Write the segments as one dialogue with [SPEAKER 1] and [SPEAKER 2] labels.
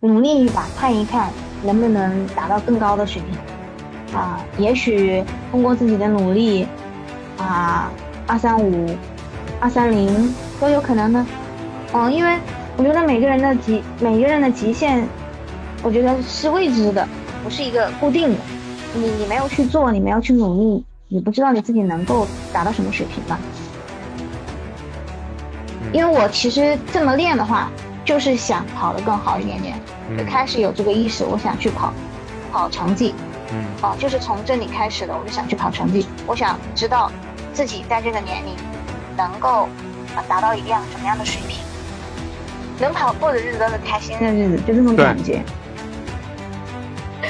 [SPEAKER 1] 努力一把，看一看能不能达到更高的水平啊！也许通过自己的努力啊，二三五、二三零都有可能呢。嗯，因为我觉得每个人的极每个人的极限，我觉得是未知的，不是一个固定的。你你没有去做，你没有去努力，你不知道你自己能够达到什么水平吧？因为我其实这么练的话，就是想考得更好一点点。就开始有这个意识，我想去考，考成绩。
[SPEAKER 2] 嗯，
[SPEAKER 1] 哦，就是从这里开始的，我就想去考成绩。我想知道自己在这个年龄能够啊达到一样什么样的水平，能跑过的日子都是开心的日子，就这种
[SPEAKER 2] 对
[SPEAKER 1] 感觉。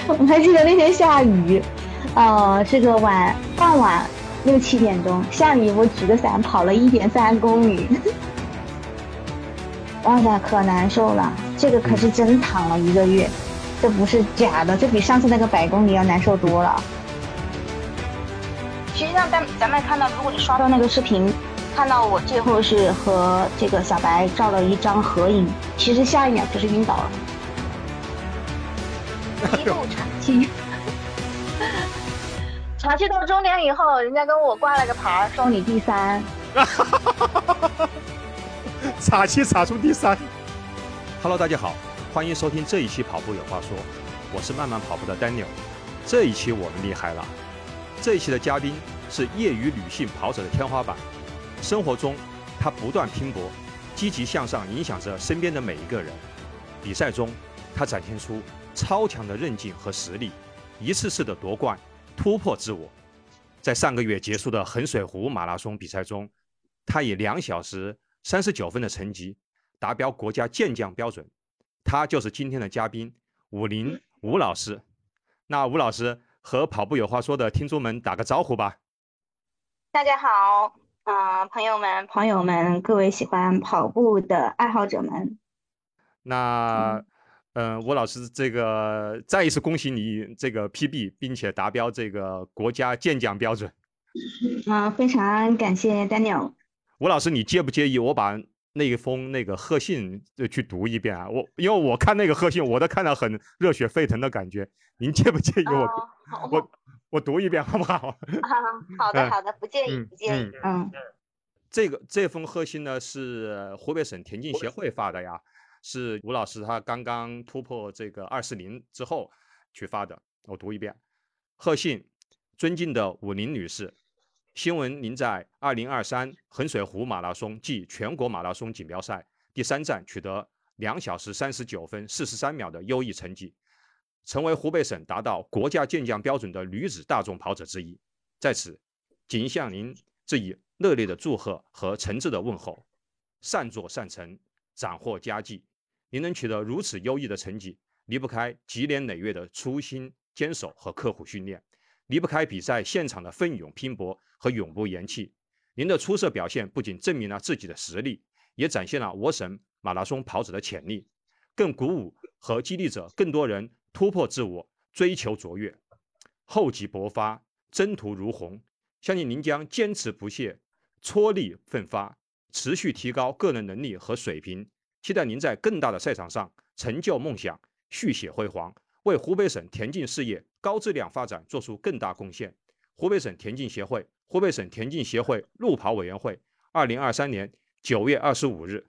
[SPEAKER 1] 我还记得那天下雨，呃，是个晚傍晚六七点钟，下雨，我举着伞跑了一点三公里。哇塞，可难受了！这个可是真躺了一个月，这不是假的，这比上次那个百公里要难受多了。实际上，咱咱们看到，如果你刷到那个视频，看到我最后是和这个小白照了一张合影，其实下一秒就是晕倒了，一路喘 气。喘气到终点以后，人家跟我挂了个牌儿，说你第三。
[SPEAKER 2] 傻气傻出第三。Hello，大家好，欢迎收听这一期《跑步有话说》，我是慢慢跑步的 Daniel。这一期我们厉害了，这一期的嘉宾是业余女性跑者的天花板。生活中，她不断拼搏，积极向上，影响着身边的每一个人。比赛中，她展现出超强的韧劲和实力，一次次的夺冠，突破自我。在上个月结束的衡水湖马拉松比赛中，他以两小时三十九分的成绩达标国家健将标准。他就是今天的嘉宾武林吴老师。那吴老师和跑步有话说的听众们打个招呼吧。
[SPEAKER 1] 大家好，啊、朋友们、朋友们，各位喜欢跑步的爱好者们，
[SPEAKER 2] 那，嗯、吴老师，这个再一次恭喜你这个 PB，并且达标这个国家健将标准。
[SPEAKER 1] 嗯、非常感谢 Daniel。
[SPEAKER 2] 吴老师，你介不介意我把那一封那个贺信呃去读一遍啊？我因为我看那个贺信，我都看到很热血沸腾的感觉。您介不介意我、
[SPEAKER 1] 哦好
[SPEAKER 2] 我我读一遍好不好？
[SPEAKER 1] 好
[SPEAKER 2] 的
[SPEAKER 1] 的，
[SPEAKER 2] 嗯
[SPEAKER 1] 好的，不介意，
[SPEAKER 2] 嗯
[SPEAKER 1] 不介意。嗯
[SPEAKER 2] 这个这封贺信呢是湖北省田径协会发的呀，是吴老师他刚刚突破这个二四零之后去发的。我读一遍，贺信，尊敬的武林女士，新闻您在二零二三衡水湖马拉松暨全国马拉松锦标赛第三站取得两小时三十九分四十三秒的优异成绩，成为湖北省达到国家健将标准的女子大众跑者之一。在此，谨向您致以热烈的祝贺和诚挚的问候。善作善成，斩获佳绩。您能取得如此优异的成绩，离不开积年累月的初心坚守和刻苦训练，离不开比赛现场的奋勇拼搏和永不言弃。您的出色表现不仅证明了自己的实力，也展现了我省马拉松跑者的潜力，更鼓舞和激励着更多人突破自我，追求卓越。厚积薄发，征途如虹。相信您将坚持不懈、踔厉奋发，持续提高个人能力和水平。期待您在更大的赛场上成就梦想，续写辉煌，为湖北省田径事业高质量发展做出更大贡献。湖北省田径协会、湖北省田径协会路跑委员会，二零二三年九月二十五日。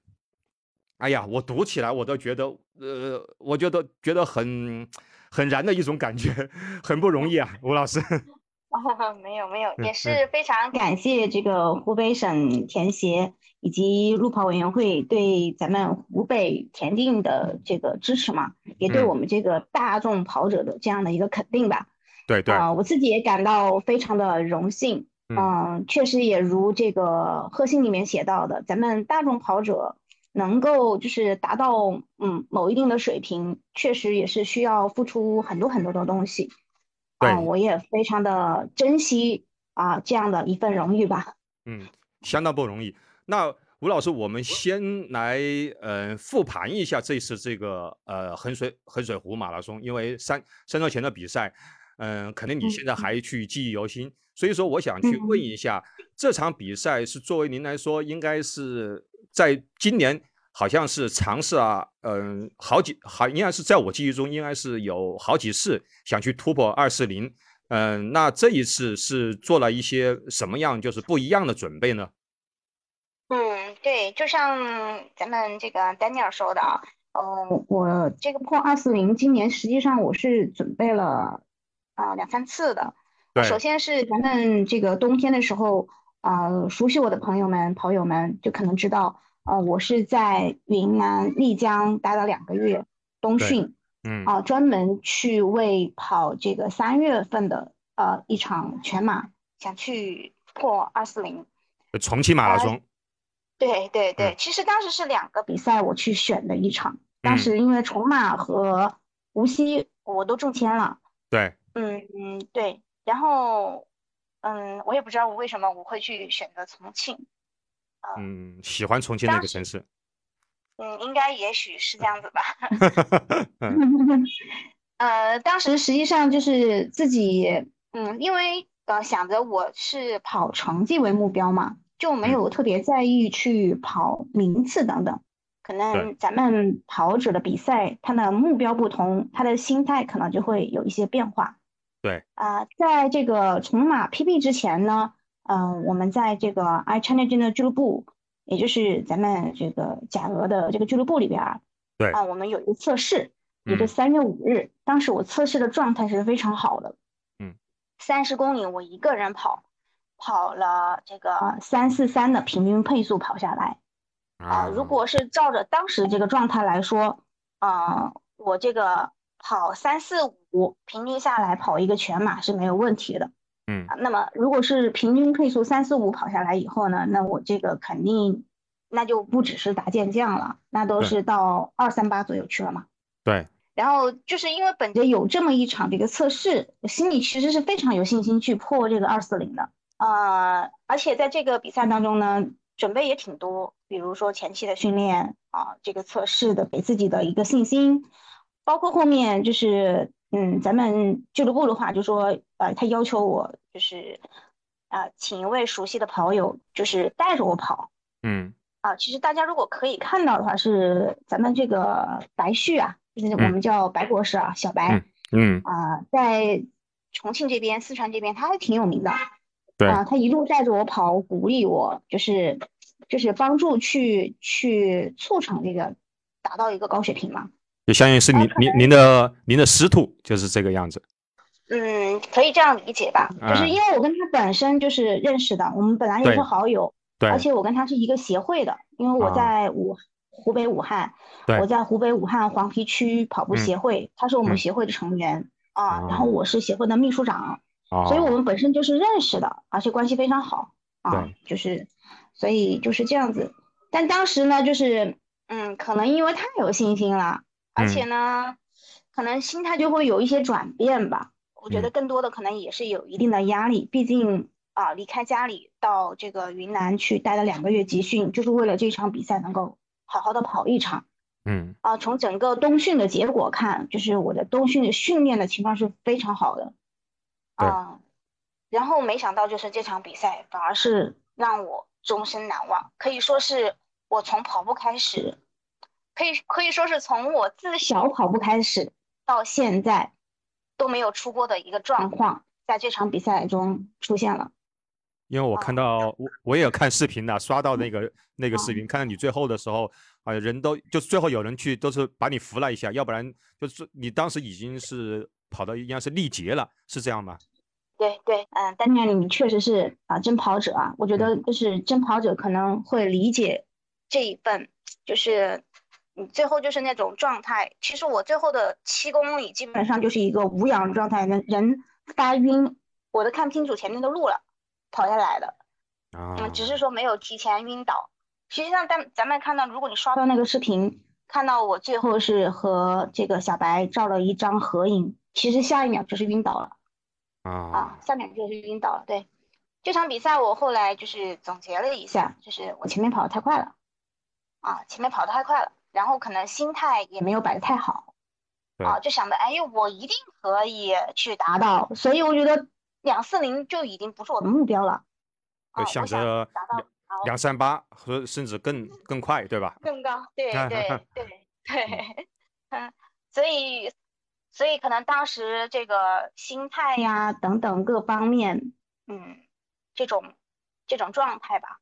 [SPEAKER 2] 哎呀，我读起来我都觉得，呃，我觉得觉得很很燃的一种感觉， 很不容易 啊，吴老师。
[SPEAKER 1] 没有没有，
[SPEAKER 2] 嗯
[SPEAKER 1] 也是非常感谢这个湖北省田协以及路跑委员会对咱们湖北田径的这个支持嘛，也对
[SPEAKER 2] 嗯
[SPEAKER 1] 我们这个大众跑者的这样的一个肯定吧。
[SPEAKER 2] 对对，
[SPEAKER 1] 啊、我自己也感到非常的荣幸。
[SPEAKER 2] 嗯
[SPEAKER 1] 嗯、确实也如这个贺信里面写到的，咱们大众跑者能够就是达到嗯某一定的水平，确实也是需要付出很多很多的东西。啊、
[SPEAKER 2] 对
[SPEAKER 1] 我也非常的珍惜啊、这样的一份荣誉吧。
[SPEAKER 2] 嗯，相当不容易。那吴老师，我们先来呃复盘一下这次这个呃衡水衡水湖马拉松，因为三三周前的比赛，嗯、可能你现在
[SPEAKER 1] 嗯
[SPEAKER 2] 还去记忆犹新，所以说我想去问一下，这场比赛是作为您来说，应该是在今年好像是尝试啊，嗯，好几好应该是在我记忆中应该是有好几次想去突破二四零，嗯，那这一次是做了一些什么样就是不一样的准备呢？
[SPEAKER 1] 嗯，对，就像咱们这个丹尼尔说的啊，呃，我这个破二四零，今年实际上我是准备了啊、呃两三次的。
[SPEAKER 2] 对，
[SPEAKER 1] 首先是咱们这个冬天的时候，呃，熟悉我的朋友们、跑友们就可能知道，呃，我是在云南丽江待了两个月冬
[SPEAKER 2] 对
[SPEAKER 1] 训
[SPEAKER 2] 嗯，
[SPEAKER 1] 啊、专门去为跑这个三月份的呃一场全马，想去破二四零。
[SPEAKER 2] 重庆马
[SPEAKER 1] 呃
[SPEAKER 2] 拉松，
[SPEAKER 1] 对对
[SPEAKER 2] 嗯
[SPEAKER 1] 对，其实当时是两个比赛我去选的一场，当时因为重马和无锡我都中签了，
[SPEAKER 2] 对，
[SPEAKER 1] 嗯嗯对，然后嗯我也不知道我为什么我会去选择重庆，
[SPEAKER 2] 嗯，喜欢重庆那个城市，
[SPEAKER 1] 嗯应该也许是这样子吧，
[SPEAKER 2] 嗯
[SPEAKER 1] 呃当时实际上就是自己嗯因为呃想着我是跑成绩为目标嘛，就没
[SPEAKER 2] 嗯
[SPEAKER 1] 有特别在意去跑名次等等。可能咱们跑者的比赛，他的目标不同，他的心态可能就会有一些变化。
[SPEAKER 2] 对，
[SPEAKER 1] 啊、在这个重马 PB 之前呢，嗯、我们在这个 i China Jin 的俱乐部，也就是咱们这个甲鹅的这个俱乐部里边儿，
[SPEAKER 2] 对
[SPEAKER 1] 啊、我们有一个测试，也就
[SPEAKER 2] 嗯
[SPEAKER 1] 三月五日，当时我测试的状态是非常好的，
[SPEAKER 2] 嗯，
[SPEAKER 1] 三十公里我一个人跑，跑了这个三四三的平均配速跑下来。啊、如果是照着当时这个状态来说，啊、我这个跑三四五，平均下来跑一个全马是没有问题的。
[SPEAKER 2] 嗯
[SPEAKER 1] 啊，那么如果是平均配速三四五跑下来以后呢，那我这个肯定那就不只是打健将了，那都
[SPEAKER 2] 对
[SPEAKER 1] 是到二三八左右去了嘛。
[SPEAKER 2] 对，
[SPEAKER 1] 然后就是因为本着有这么一场这个测试，我心里其实是非常有信心去破这个二四零的。呃，而且在这个比赛当中呢，准备也挺多，比如说前期的
[SPEAKER 2] 嗯
[SPEAKER 1] 训练啊，这个测试的给自己的一个信心，包括后面就是嗯，咱们俱乐部的话就说，呃，他要求我就是啊、请一位熟悉的跑友，就是带着我跑。
[SPEAKER 2] 嗯
[SPEAKER 1] 啊，其实大家如果可以看到的话，是咱们这个白旭啊，就是我
[SPEAKER 2] 嗯
[SPEAKER 1] 们叫白博士啊，小白
[SPEAKER 2] 嗯，
[SPEAKER 1] 啊、在重庆这边、四川这边，他还挺有名的。
[SPEAKER 2] 对
[SPEAKER 1] 啊，他一路带着我跑，鼓励我，就是就是帮助去去促成这个达到一个高水平嘛。
[SPEAKER 2] 就相当于是
[SPEAKER 1] 呃
[SPEAKER 2] 您您您的您的师徒就是这个样子，
[SPEAKER 1] 嗯，可以这样理解吧，就是因为我跟他本身就是认识的，我们本来也
[SPEAKER 2] 嗯对
[SPEAKER 1] 是好友，
[SPEAKER 2] 对
[SPEAKER 1] 而且我跟他是一个协会的，因为我
[SPEAKER 2] 啊
[SPEAKER 1] 在武湖北武汉，
[SPEAKER 2] 对
[SPEAKER 1] 我在湖北武汉黄陂区跑步
[SPEAKER 2] 嗯
[SPEAKER 1] 协会，他是我们
[SPEAKER 2] 嗯
[SPEAKER 1] 协会的成员啊，然
[SPEAKER 2] 哦
[SPEAKER 1] 后我是协会的秘书长，
[SPEAKER 2] 啊，
[SPEAKER 1] 所以我们本身就是认识的，而且关系非常好啊
[SPEAKER 2] 对，
[SPEAKER 1] 就是，所以就是这样子。但当时呢，就是嗯，可能因为太有信心了，而且呢，可能心态就会有一些转变吧。我觉得更多的可能也是有一定的压力，毕竟啊，离开家里到这个云南去待了两个月集训，就是为了这场比赛能够好好的跑一场。
[SPEAKER 2] 嗯
[SPEAKER 1] 啊，从整个冬训的结果看，就是我的冬训的训练的情况是非常好的，
[SPEAKER 2] 对
[SPEAKER 1] 啊，然后没想到就是这场比赛反而是让我终身难忘，可以说是我从跑步开始，可以可以说是从我自小跑步开始到现在都没有出过的一个状况，在这场比赛中出现了。
[SPEAKER 2] 因为
[SPEAKER 1] 呃
[SPEAKER 2] 我看到我我也有看视频的，刷
[SPEAKER 1] 嗯
[SPEAKER 2] 到那个那个视
[SPEAKER 1] 哦
[SPEAKER 2] 频，看到你最后的时候，啊、人都就是最后有人去都是把你扶了一下，要不然就是你当时已经是跑到应该是力竭了，是这样吗？
[SPEAKER 1] 对对，嗯，丹尼尔，你确实是啊，真跑者啊，我觉得就是真跑者可能会理解这一份，就是你最后就是那种状态。其实我最后的七公里基本上就是一个无氧状态，人人发晕，我都看不清楚前面的路了，跑下来的。
[SPEAKER 2] 啊
[SPEAKER 1] 嗯，只是说没有提前晕倒。实际上，咱咱们看到，如果你刷到那个视频，看到我最后是和这个小白照了一张合影，其实下一秒就是晕倒了。啊
[SPEAKER 2] 啊，，
[SPEAKER 1] 下面就是晕倒了。对，这场比赛我后来就是总结了一下，就是我前面跑得太快了，啊，前面跑得太快了，然后可能心态也没有摆得太好，啊，就想着哎呦，我一定可以去达到，所以我觉得两四零就已经不是我的目标了，
[SPEAKER 2] 就
[SPEAKER 1] 啊，
[SPEAKER 2] 想
[SPEAKER 1] 我想
[SPEAKER 2] 着
[SPEAKER 1] 达到
[SPEAKER 2] 两三八和甚至更更快，对吧？
[SPEAKER 3] 更高，对对对对， 嗯，所以所以可能当时这个心态呀，
[SPEAKER 1] 呀等等各方面，
[SPEAKER 3] 嗯，这种这种状态吧，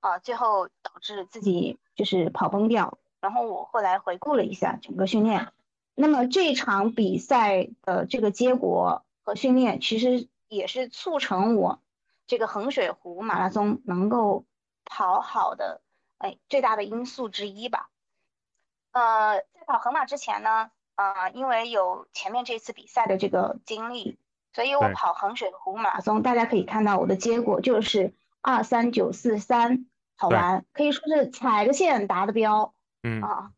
[SPEAKER 3] 啊，最后导致自
[SPEAKER 1] 自
[SPEAKER 3] 己。
[SPEAKER 1] 己就是跑崩掉。
[SPEAKER 3] 然后我后来回顾了一下，
[SPEAKER 1] 整个训练。那么这场比赛的这个结果和训练，其实也是促成我这个衡水湖马拉松能够
[SPEAKER 3] 跑好的，哎，最大的因素之一吧。呃，在跑河马之前呢，呃，因为有前面这次比赛
[SPEAKER 1] 的
[SPEAKER 3] 的
[SPEAKER 1] 这个
[SPEAKER 3] 经历，所以我
[SPEAKER 2] 对
[SPEAKER 3] 跑衡水湖
[SPEAKER 1] 马
[SPEAKER 3] 马
[SPEAKER 1] 拉松，大家可以看到我的结果就是二三九四三跑完，可以说是踩着线达的标。
[SPEAKER 2] 嗯，
[SPEAKER 3] 啊，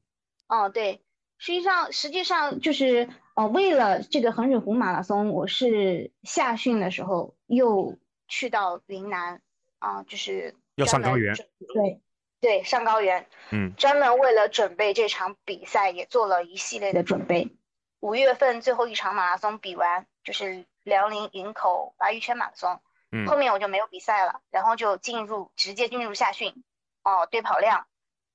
[SPEAKER 3] 哦，对，
[SPEAKER 1] 实际上，实际上就是呃，为了这个衡水湖马拉松，我是夏训的时候又
[SPEAKER 3] 去到云南啊，就是
[SPEAKER 2] 要
[SPEAKER 3] 专
[SPEAKER 2] 上高
[SPEAKER 3] 门
[SPEAKER 2] 原
[SPEAKER 3] 准
[SPEAKER 1] 对
[SPEAKER 3] 对，上高原，
[SPEAKER 2] 嗯，
[SPEAKER 3] 专门为了准备这场比赛，也做了一系列的
[SPEAKER 1] 的
[SPEAKER 3] 准
[SPEAKER 1] 准备，
[SPEAKER 3] 五月份最后一场马拉松比完，就是辽宁营口华语圈马拉松
[SPEAKER 2] 嗯。
[SPEAKER 1] 哦
[SPEAKER 3] 后面我就没有比赛了，然后就进入直接进入夏训，哦，对跑量，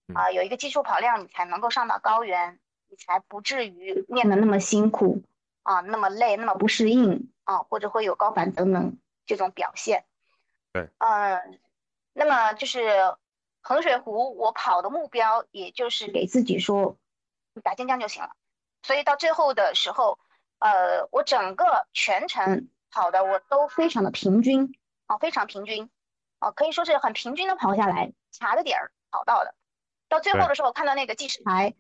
[SPEAKER 2] 嗯
[SPEAKER 3] 啊、有一个基础跑量，你才能够上到高原，你才不至于
[SPEAKER 1] 练得那么辛苦，
[SPEAKER 3] 啊、那么累，那么
[SPEAKER 1] 不
[SPEAKER 3] 不
[SPEAKER 1] 适应，
[SPEAKER 3] 啊、或者会有高反等等这种表现。
[SPEAKER 2] 对，
[SPEAKER 3] 嗯，那么就是衡水湖，我跑的目标也就是
[SPEAKER 1] 给自己说
[SPEAKER 3] 打尖江就行了。所以到最后的时候，呃，我整个全程跑的我都非
[SPEAKER 1] 非常的平均，
[SPEAKER 3] 啊、非常平均，啊、可以说是很平均的跑
[SPEAKER 1] 跑下来
[SPEAKER 3] 卡着点儿跑到的。到最后
[SPEAKER 2] 对
[SPEAKER 3] 的时候，看到那个计时
[SPEAKER 1] 还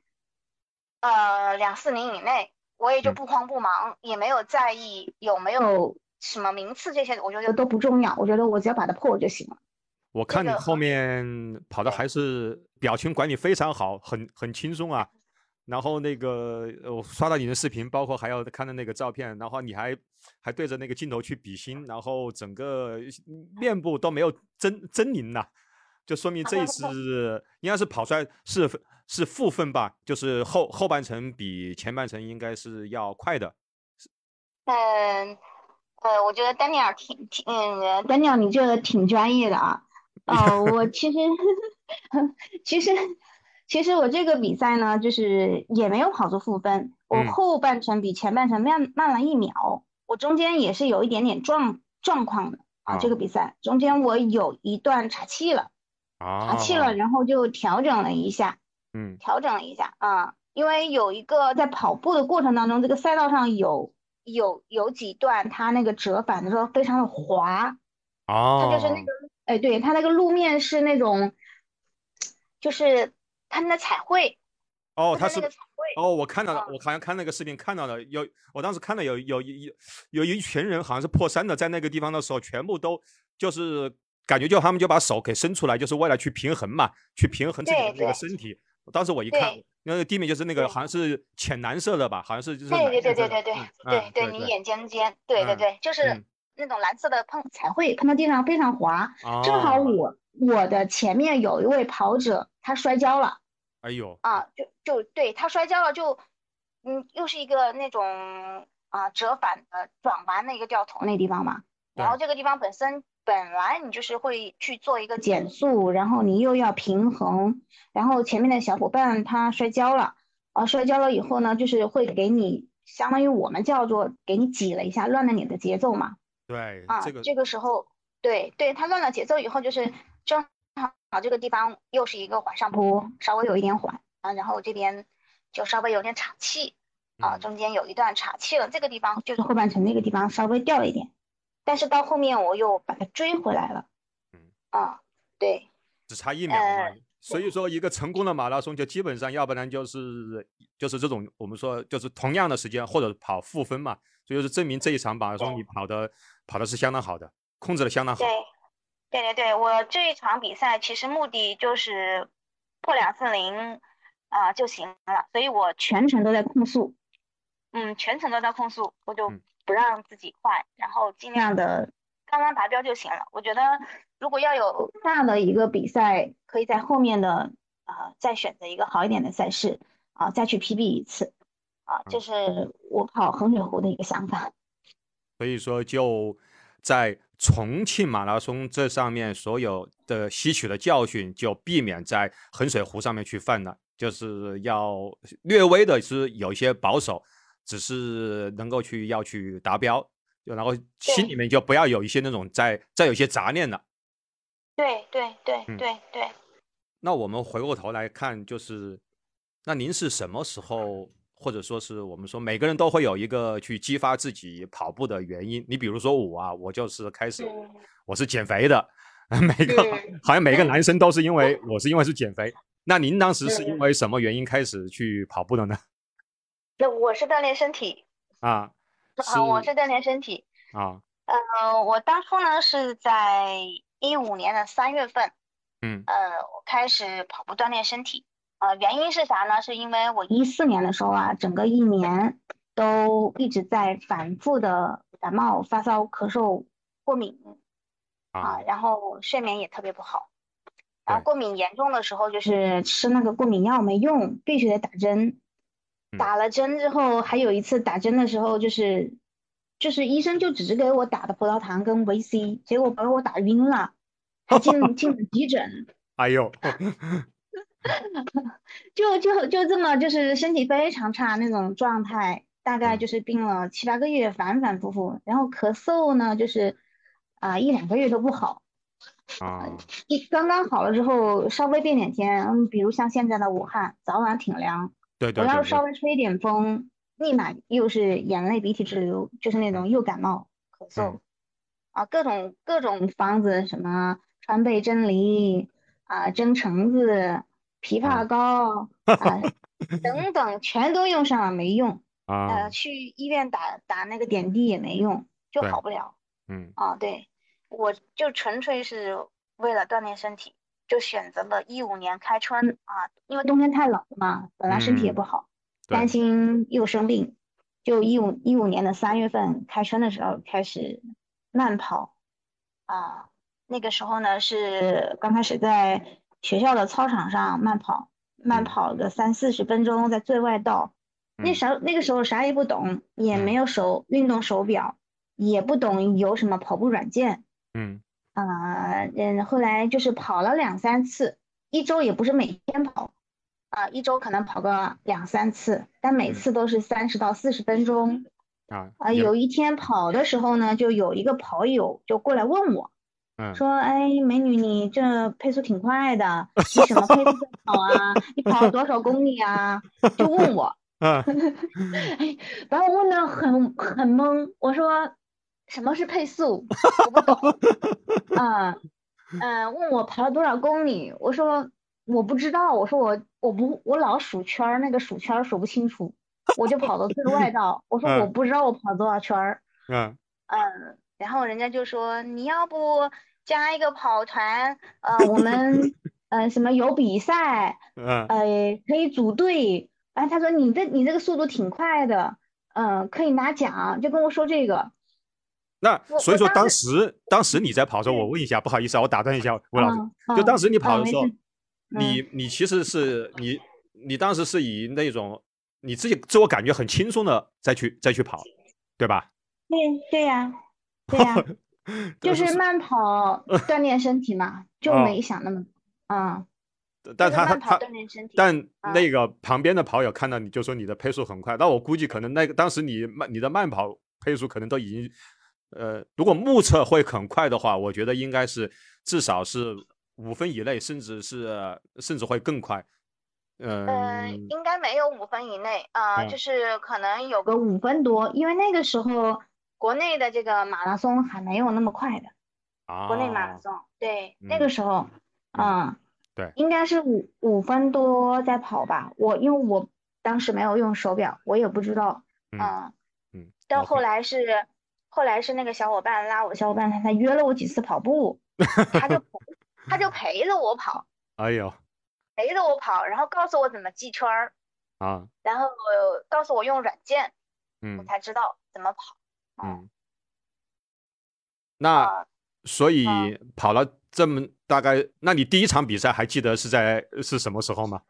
[SPEAKER 3] 呃两四零以内，我也就
[SPEAKER 2] 嗯
[SPEAKER 3] 不慌不忙，也没有在意有没有
[SPEAKER 1] 就
[SPEAKER 3] 什么名次这些，我觉得
[SPEAKER 1] 都不重要，我觉得我只要把它破就行了。
[SPEAKER 2] 我看你
[SPEAKER 3] 个
[SPEAKER 1] 嗯
[SPEAKER 2] 后
[SPEAKER 3] 很
[SPEAKER 2] 面跑的
[SPEAKER 3] 对
[SPEAKER 2] 还是表情管理非常好，很很轻松啊。然后那个呃我刷到你的视频，包括还有看到那个照片，然后你还还对着那个镜头去比心，然后整个面部都没有狰狰狞呐、就说明
[SPEAKER 1] 啊
[SPEAKER 2] 这一次应该是跑出来是是负分吧，就是后后半程比前半程应该是要快的。
[SPEAKER 3] 嗯呃，我觉得丹尼尔挺挺嗯
[SPEAKER 1] 呃丹尼尔，你这个挺专业的啊。呃，我其实， 其实，其实我这个比赛呢，就是也没有跑出负分，我
[SPEAKER 2] 嗯
[SPEAKER 1] 后半程比前半程慢慢了一秒，我中间也是有一点点状状况的啊。
[SPEAKER 2] 啊
[SPEAKER 1] 这个比赛中间我有一段岔气了，岔
[SPEAKER 2] 啊
[SPEAKER 1] 气了，然后就调整了一下，
[SPEAKER 2] 嗯
[SPEAKER 3] 调整了一下，
[SPEAKER 1] 啊，因为有一个在跑步的过程当中，这个赛道上有有有几段它那个折返的时候非常的滑。
[SPEAKER 2] 哦，
[SPEAKER 3] 它就是那个
[SPEAKER 1] 哎，对，它那个路面是那种，
[SPEAKER 3] 就是他们的彩绘，
[SPEAKER 2] 哦，
[SPEAKER 3] 它
[SPEAKER 2] 它
[SPEAKER 3] 的那
[SPEAKER 2] 是
[SPEAKER 3] 个彩绘，
[SPEAKER 2] 哦，我看到了，
[SPEAKER 3] 嗯
[SPEAKER 2] 我好像看那个视频看到了，有我当时看到有有一有一群人好像是破三的，在那个地方的时候，全部都就是感觉就他们就把手给伸出来，就是为了去平衡嘛，去平衡自己的
[SPEAKER 3] 对
[SPEAKER 2] 那个
[SPEAKER 3] 对
[SPEAKER 2] 身体。当时我一看
[SPEAKER 3] 对，
[SPEAKER 2] 那个地面就是那
[SPEAKER 3] 对
[SPEAKER 2] 个好像是浅蓝色的吧，好像是哦就是
[SPEAKER 3] 对对对对对对
[SPEAKER 2] 嗯对
[SPEAKER 3] 对对，你眼尖尖，对对
[SPEAKER 2] 嗯
[SPEAKER 3] 对，就是
[SPEAKER 2] 嗯
[SPEAKER 3] 那种蓝色的碰彩
[SPEAKER 1] 彩绘碰到地上非常滑。正好
[SPEAKER 2] 哦
[SPEAKER 1] 我我的前面有一位跑者，他摔跤了，
[SPEAKER 2] 哎呦
[SPEAKER 3] 啊，就就对他摔跤了就，嗯，又是一个那种啊折返
[SPEAKER 1] 呃
[SPEAKER 3] 的转弯的一个掉头那
[SPEAKER 1] 那地方嘛，
[SPEAKER 3] 然后
[SPEAKER 2] 对
[SPEAKER 3] 这个地方本身本来你就是会去做一个
[SPEAKER 1] 减
[SPEAKER 3] 减速，
[SPEAKER 1] 速，然后你又要平衡，然后前面的小伙伴他摔跤了，啊，摔跤了以后呢，就是会给你相当于我们叫做给你挤了一下，乱了你的节奏嘛。
[SPEAKER 2] 对
[SPEAKER 3] 啊，
[SPEAKER 2] 这个
[SPEAKER 3] 这个时候，对对，他乱了节奏以后，就是正好这个地方又是一个缓上坡，
[SPEAKER 1] 稍微有一点缓，
[SPEAKER 3] 啊，然后这边就稍微有点岔气，啊，
[SPEAKER 2] 嗯
[SPEAKER 3] 中间有一段岔气了，这个地方就
[SPEAKER 1] 就是
[SPEAKER 3] 是
[SPEAKER 1] 后半程那个地方稍微掉了一点，
[SPEAKER 3] 但是到后面我又把它追回来了
[SPEAKER 2] 嗯。
[SPEAKER 3] 啊，对
[SPEAKER 2] 只差一秒嘛。
[SPEAKER 3] 呃
[SPEAKER 2] 所以说，一个成功的马拉松就基本上，要不然就是就是这种我们说就是同样的时间或者跑负分嘛，所以就是证明这一场马拉松你跑的跑的是相当好的，控制的相当好
[SPEAKER 3] 对，对对对，我这一场比赛其实目的就是破两四零啊就行了，所以我
[SPEAKER 1] 全程都在控速，
[SPEAKER 3] 嗯全程都在控速，我就
[SPEAKER 2] 嗯
[SPEAKER 3] 不让自己快，然后尽
[SPEAKER 1] 这
[SPEAKER 3] 量
[SPEAKER 1] 样的
[SPEAKER 3] 刚刚达标就行了。我觉得如果要有
[SPEAKER 1] 大的一个比赛，可以在后面的啊、呃再选择一个好一点的赛事啊、再去 PB 一次
[SPEAKER 3] 嗯
[SPEAKER 1] 啊、这是我跑衡水湖的一个想法。
[SPEAKER 2] 所以说就在重庆马拉松这上面所有的吸取的教训，就避免在衡水湖上面去犯了，就是要略微的是有一些保守，只是能够去要去达标，然后心里面就不要有一些那种在再有一些杂念了。
[SPEAKER 1] 对对对
[SPEAKER 2] 嗯
[SPEAKER 1] 对对，
[SPEAKER 2] 那我们回过头来看，就是那您是什么时候，或者说是我们说每个人都会有一个去激发自己跑步的原因。你比如说我啊，我就是开始
[SPEAKER 1] 嗯
[SPEAKER 2] 我是减肥的， 每个
[SPEAKER 1] 嗯
[SPEAKER 2] 好像每个男生都是因为我是因为是减肥。那您当时是因
[SPEAKER 1] 嗯
[SPEAKER 2] 为什么原因开始去跑步的呢？
[SPEAKER 1] 那我是锻炼身体，
[SPEAKER 2] 啊，
[SPEAKER 1] 啊，我
[SPEAKER 2] 是
[SPEAKER 1] 是锻炼身体。
[SPEAKER 2] 啊，
[SPEAKER 1] 呃，我当初呢是在一五年的三月份，
[SPEAKER 2] 嗯
[SPEAKER 1] 呃，我开始跑步锻炼身体。呃，原因是啥呢？是因为我一四年的时候啊，整个一年都一直在反复的感冒、发烧、咳嗽、过敏
[SPEAKER 2] 啊
[SPEAKER 1] 啊，然后睡眠也特别不好。然后
[SPEAKER 2] 对
[SPEAKER 1] 过敏严重的时候，就是吃那个过敏药没用，必须得打针。
[SPEAKER 2] 嗯
[SPEAKER 1] 打了针之后，还有一次打针的时候，就是就是医生就只是给我打的葡萄糖跟维 C，结果把我打晕了，还 进进了急诊，
[SPEAKER 2] 哎呦，
[SPEAKER 1] 就就就这么就是身体非常差那种状态，大概
[SPEAKER 2] 嗯
[SPEAKER 1] 就是病了七八个月，反反复复，然后咳嗽呢，就是啊、一两个月都不好。哎
[SPEAKER 2] 啊，
[SPEAKER 1] 一刚刚好了之后，稍微变点天，嗯，比如像现在的武汉，早晚挺凉，
[SPEAKER 2] 对
[SPEAKER 1] 我
[SPEAKER 2] 对
[SPEAKER 1] 要
[SPEAKER 2] 对
[SPEAKER 1] 是稍
[SPEAKER 2] 对，
[SPEAKER 1] 微吹一点风，立马又是眼泪、鼻涕直流，就是那种又感冒、咳
[SPEAKER 2] 嗯
[SPEAKER 1] 嗽，啊，各种各种方子，什么川贝真梨啊、蒸橙子、枇杷 膏啊等等，全都用上了没用，
[SPEAKER 2] 啊
[SPEAKER 1] 呃，，去医院打打那个点滴也没用，就
[SPEAKER 2] 对
[SPEAKER 1] 好不了。
[SPEAKER 2] 嗯
[SPEAKER 1] 啊，对，我就纯粹是为了锻炼身体，就选择了一五年开春啊，因为冬天太冷了嘛，本来身体也不
[SPEAKER 2] 嗯
[SPEAKER 1] 好，
[SPEAKER 2] 对
[SPEAKER 1] 担心又生病，就一五一五年的三月份开春的时候开始慢跑啊，那个时候呢是刚开始在学校的操场上慢跑，慢
[SPEAKER 2] 嗯
[SPEAKER 1] 跑个三四十分钟，在最外道。那
[SPEAKER 2] 嗯
[SPEAKER 1] 时候那个时候啥也不懂，也
[SPEAKER 2] 嗯
[SPEAKER 1] 没有手运动手表，也不懂有什么跑步软件
[SPEAKER 2] 嗯
[SPEAKER 1] 啊、嗯，后来就是跑了两三次，一周也不是每天跑，啊、一周可能跑个两三次，但每
[SPEAKER 2] 嗯
[SPEAKER 1] 次都是三十到四十分钟。
[SPEAKER 2] 啊，
[SPEAKER 1] 啊、
[SPEAKER 2] 也
[SPEAKER 1] 有一天跑的时候呢，就有一个跑友就过来问我，
[SPEAKER 2] 嗯
[SPEAKER 1] 说：“哎，美女，你这配速挺快的，你什么配速在跑啊？你跑了多少公里啊？”就问我。
[SPEAKER 2] 嗯
[SPEAKER 1] 把我问的很很懵，我说什么是配速？我不懂。啊，嗯、问我跑了多少公里，我说我不知道，我说我我不我老数圈儿，那个数圈儿数不清楚，我就跑到最外道，我说我
[SPEAKER 2] 嗯
[SPEAKER 1] 不知道我跑了多少圈儿，
[SPEAKER 2] 嗯
[SPEAKER 1] 嗯，然后人家就说你要不加一个跑团，呃，我们呃什么有比赛，
[SPEAKER 2] 嗯
[SPEAKER 1] 呃，可以组队。然后他说你这你这个速度挺快的，嗯，可以拿奖，就跟我说这个。
[SPEAKER 2] 那
[SPEAKER 1] 我
[SPEAKER 2] 所以
[SPEAKER 1] 我
[SPEAKER 2] 说，
[SPEAKER 1] 当
[SPEAKER 2] 当
[SPEAKER 1] 时
[SPEAKER 2] 时当时你在跑的时候，
[SPEAKER 1] 对
[SPEAKER 2] 我问一下，不好意思啊，我打断一下吴老师，
[SPEAKER 1] 嗯
[SPEAKER 2] 就当
[SPEAKER 1] 嗯
[SPEAKER 2] 时你跑
[SPEAKER 1] 嗯
[SPEAKER 2] 的
[SPEAKER 1] 没
[SPEAKER 2] 时候，
[SPEAKER 1] 事
[SPEAKER 2] 你你其实是你你当时是以那种你自己自我感觉很轻松的再去再去跑，对吧？
[SPEAKER 1] 对对呀，对 呀，就
[SPEAKER 2] 但
[SPEAKER 1] 是慢跑 锻炼身体嘛，就
[SPEAKER 2] 哦
[SPEAKER 1] 没想那么多，嗯，
[SPEAKER 2] 但
[SPEAKER 1] 就是
[SPEAKER 2] 他他
[SPEAKER 1] 慢跑
[SPEAKER 2] 他
[SPEAKER 1] 锻炼身体。
[SPEAKER 2] 但
[SPEAKER 1] 啊
[SPEAKER 2] 那个旁边的跑友看到你就说你的配速很快，那我估计可能那个当时你慢你的慢跑配速可能都已经，呃，如果目测会很快的话，我觉得应该是至少是五分以内，甚至是甚至会更快。嗯、
[SPEAKER 1] 呃，应该没有五分以内啊，
[SPEAKER 2] 嗯
[SPEAKER 1] 就是可能有个五分多，因为那个时候国内的这个马拉松还没有那么快的。
[SPEAKER 2] 啊，
[SPEAKER 1] 国内马拉松，对，那
[SPEAKER 2] 嗯
[SPEAKER 1] 个时候，
[SPEAKER 2] 嗯
[SPEAKER 1] 嗯，
[SPEAKER 2] 对
[SPEAKER 1] 应该是五五分多在跑吧。我因为我当时没有用手表，我也不知道，
[SPEAKER 2] 嗯
[SPEAKER 1] 嗯，
[SPEAKER 2] 嗯，
[SPEAKER 1] 到
[SPEAKER 2] 我
[SPEAKER 1] 后
[SPEAKER 2] 会
[SPEAKER 1] 来是后来是那个小伙伴拉我的小伙伴，他他约了我几次跑 步，他就陪他就陪着我跑，
[SPEAKER 2] 哎呦
[SPEAKER 1] 陪着我跑，然后告诉我怎么记圈儿，
[SPEAKER 2] 啊，
[SPEAKER 1] 然后告诉我用软件，我
[SPEAKER 2] 嗯
[SPEAKER 1] 才知道怎么跑。
[SPEAKER 2] 嗯，那
[SPEAKER 1] 啊
[SPEAKER 2] 所以
[SPEAKER 1] 啊
[SPEAKER 2] 跑了这么大概，那你第一场比赛还记得是在是什么时候吗？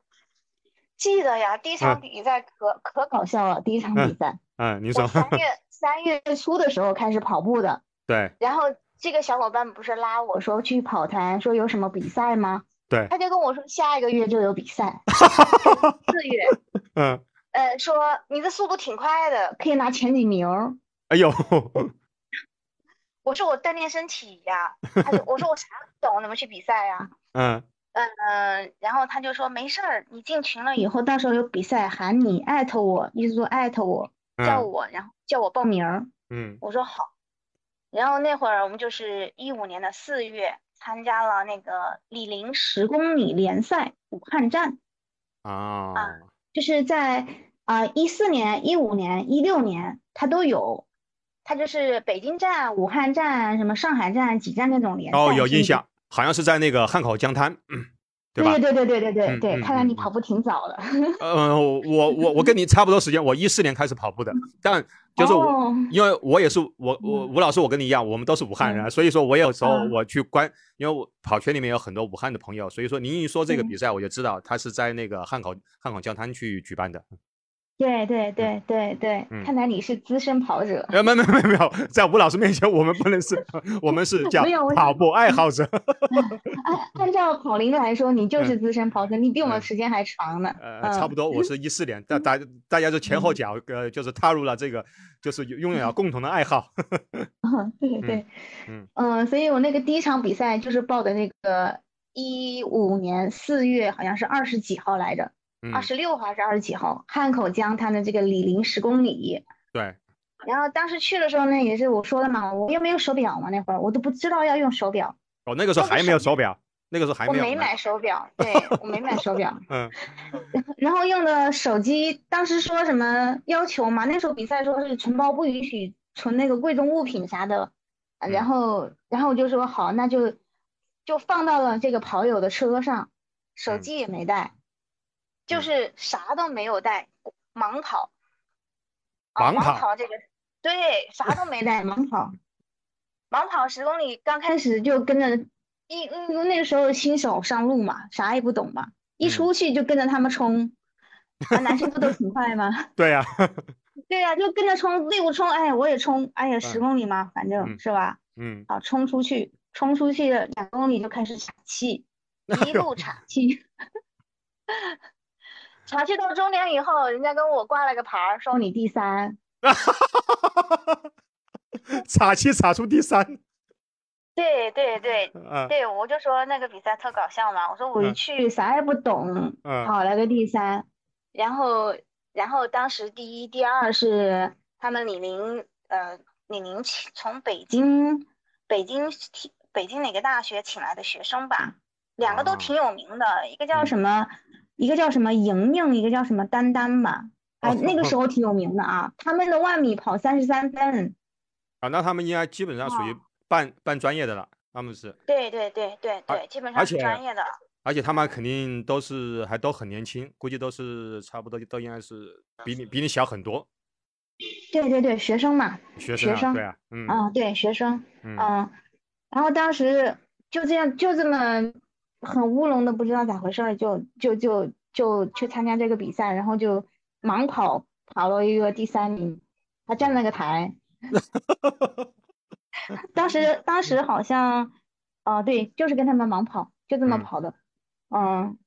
[SPEAKER 1] 记得呀，第一场比赛可可搞笑了，第一场比
[SPEAKER 2] 嗯
[SPEAKER 1] 赛。
[SPEAKER 2] 嗯，你
[SPEAKER 1] 我
[SPEAKER 2] 说，
[SPEAKER 1] 三月三月初的时候开始跑步的，
[SPEAKER 2] 对
[SPEAKER 1] 然后这个小伙伴不是拉我说去跑团，说有什么比赛吗？
[SPEAKER 2] 对，
[SPEAKER 1] 他就跟我说下一个月就有比 赛，四月。
[SPEAKER 2] 嗯，
[SPEAKER 1] 呃，说你的速度挺快的，可以拿前几名儿。
[SPEAKER 2] 哎呦，
[SPEAKER 1] 我说我锻炼身体呀、他说我说我啥都不懂，我怎么去比赛呀、
[SPEAKER 2] 嗯，
[SPEAKER 1] 嗯、然后他就说没事儿，你进群了以后，到时候有比赛喊你，艾特我，意思说艾特我，叫
[SPEAKER 2] 嗯
[SPEAKER 1] 我，然后叫我报名儿。
[SPEAKER 2] 嗯
[SPEAKER 1] 我说好。然后那会儿我们就是一五年的四月参加了那个李宁十公里联赛武汉站，
[SPEAKER 2] 啊，
[SPEAKER 1] 就是在啊一四年、一五年、一六年它都有，它就是北京站、武汉站、什么上海站几站那种联
[SPEAKER 2] 哦，
[SPEAKER 1] 赛
[SPEAKER 2] 有
[SPEAKER 1] 是
[SPEAKER 2] 印
[SPEAKER 1] 一种。
[SPEAKER 2] 象，好像是在那个汉口江滩， 嗯对吧
[SPEAKER 1] 对？对对对对对
[SPEAKER 2] 嗯
[SPEAKER 1] 对，
[SPEAKER 2] 嗯
[SPEAKER 1] 看来你
[SPEAKER 2] 嗯
[SPEAKER 1] 跑步挺早的。
[SPEAKER 2] 呃，我我我我跟你差不多时间，我一四年开始跑步的，但就是我。
[SPEAKER 1] 哦，
[SPEAKER 2] 因为我也是我我吴老师，我跟你一样，我们都是武汉人啊，所以说我有时候
[SPEAKER 1] 嗯
[SPEAKER 2] 我去关，因为我跑圈里面有很多武汉的朋友，所以说您一说这个
[SPEAKER 1] 嗯
[SPEAKER 2] 比赛，我就知道他是在那个汉口汉口江滩去举办的。
[SPEAKER 1] 嗯对对对对对，
[SPEAKER 2] 嗯
[SPEAKER 1] 看来你是资深跑者。
[SPEAKER 2] 呃，没没没没有，在吴老师面前我们不 能是，我们是叫
[SPEAKER 1] 没有我
[SPEAKER 2] 跑步爱 好者。
[SPEAKER 1] 按按照跑龄来说，你就
[SPEAKER 2] 嗯
[SPEAKER 1] 是资深跑者，你比我
[SPEAKER 2] 嗯
[SPEAKER 1] 们时间还长呢。
[SPEAKER 2] 呃，差
[SPEAKER 1] 嗯
[SPEAKER 2] 不多，我是一四年，大大大家就前后脚呃，就是踏入了这个，就是拥有了共同的爱好。
[SPEAKER 1] 嗯，对对，
[SPEAKER 2] 嗯
[SPEAKER 1] 嗯，所以我那个第一场比赛就是报的那个一五年四月，好像是二十几号来着，
[SPEAKER 2] 嗯
[SPEAKER 1] 二，十六号还是二十几号，汉口江滩的这个李林十公里。
[SPEAKER 2] 对，
[SPEAKER 1] 然后当时去的时候呢，也是我说的嘛，我又没有手表嘛，那会儿我都不知道要用手表，
[SPEAKER 2] 哦，那个时候
[SPEAKER 1] 那个
[SPEAKER 2] 还没
[SPEAKER 1] 手
[SPEAKER 2] 有手表，那个时候还
[SPEAKER 1] 我
[SPEAKER 2] 没有
[SPEAKER 1] 没
[SPEAKER 2] 呢
[SPEAKER 1] 买手 表，对，我没买手表，
[SPEAKER 2] 嗯
[SPEAKER 1] 然后用的手机，当时说什么要求嘛？那时候比赛说是承包不允许存那个贵重物品啥的，呃然
[SPEAKER 2] 嗯
[SPEAKER 1] 后然后我就说好，那就就放到了这个跑友的车上，手
[SPEAKER 2] 嗯
[SPEAKER 1] 机也没带，就
[SPEAKER 2] 嗯
[SPEAKER 1] 是啥都没有带，盲跑，啊，
[SPEAKER 2] 盲
[SPEAKER 1] 盲
[SPEAKER 2] 跑
[SPEAKER 1] 跑这个，对，啥都 没带，盲跑，盲跑十公里，刚开始就跟着，一因为那个时候新手上路嘛，啥也不懂嘛，一
[SPEAKER 2] 嗯
[SPEAKER 1] 出去就跟着他们冲，啊，男生不都挺快吗？
[SPEAKER 2] 对啊呀、
[SPEAKER 1] 对呀、就跟着冲，队伍冲，哎，我也冲，哎呀，十
[SPEAKER 2] 嗯
[SPEAKER 1] 公里嘛，反正
[SPEAKER 2] 嗯
[SPEAKER 1] 是吧？
[SPEAKER 2] 嗯，
[SPEAKER 1] 好，冲出去，冲出去了两公里就开始岔气， 一
[SPEAKER 2] 哎呦
[SPEAKER 1] 路岔气， 岔气到终点以后，人家跟我挂了个牌儿，说你第三。
[SPEAKER 2] 岔气岔出第三
[SPEAKER 1] 对对对
[SPEAKER 2] 啊
[SPEAKER 1] 对，我就说那个比赛特搞笑嘛，我说我一
[SPEAKER 2] 嗯
[SPEAKER 1] 去啥也不懂，
[SPEAKER 2] 啊
[SPEAKER 1] 跑了个第三，然后然后当时第一、第二是他们李宁，呃，李宁请从北京北京提北京哪个大学请来的学生吧，两个都
[SPEAKER 2] 啊
[SPEAKER 1] 挺有名的，一个叫
[SPEAKER 2] 嗯
[SPEAKER 1] 什么，一个叫什么莹莹，一个叫什么丹丹吧，哎，那个时
[SPEAKER 2] 哦
[SPEAKER 1] 候挺有名的啊，他们的万米跑三十三分，
[SPEAKER 2] 啊！那他们应该基本上属于半半专业的了，他们是，
[SPEAKER 1] 对对对对
[SPEAKER 2] 而
[SPEAKER 1] 对，基本
[SPEAKER 2] 而
[SPEAKER 1] 上是
[SPEAKER 2] 且
[SPEAKER 1] 专业的。
[SPEAKER 2] 而且他们肯定都是还都很年轻，估计都是差不多都应该是比你比你小很多
[SPEAKER 1] 对对对，学生嘛，
[SPEAKER 2] 学
[SPEAKER 1] 学
[SPEAKER 2] 生啊，
[SPEAKER 1] 生
[SPEAKER 2] 对啊，嗯
[SPEAKER 1] 啊，对，学生，
[SPEAKER 2] 嗯
[SPEAKER 1] 嗯，然后当时就这样，就这么很乌龙的，不知道咋回事儿，就就就就去参加这个比赛，然后就盲跑跑了一个第三名，还站了个台。当时当时好像，哦、对，就是跟他们盲跑，就这么
[SPEAKER 2] 嗯
[SPEAKER 1] 跑的，嗯，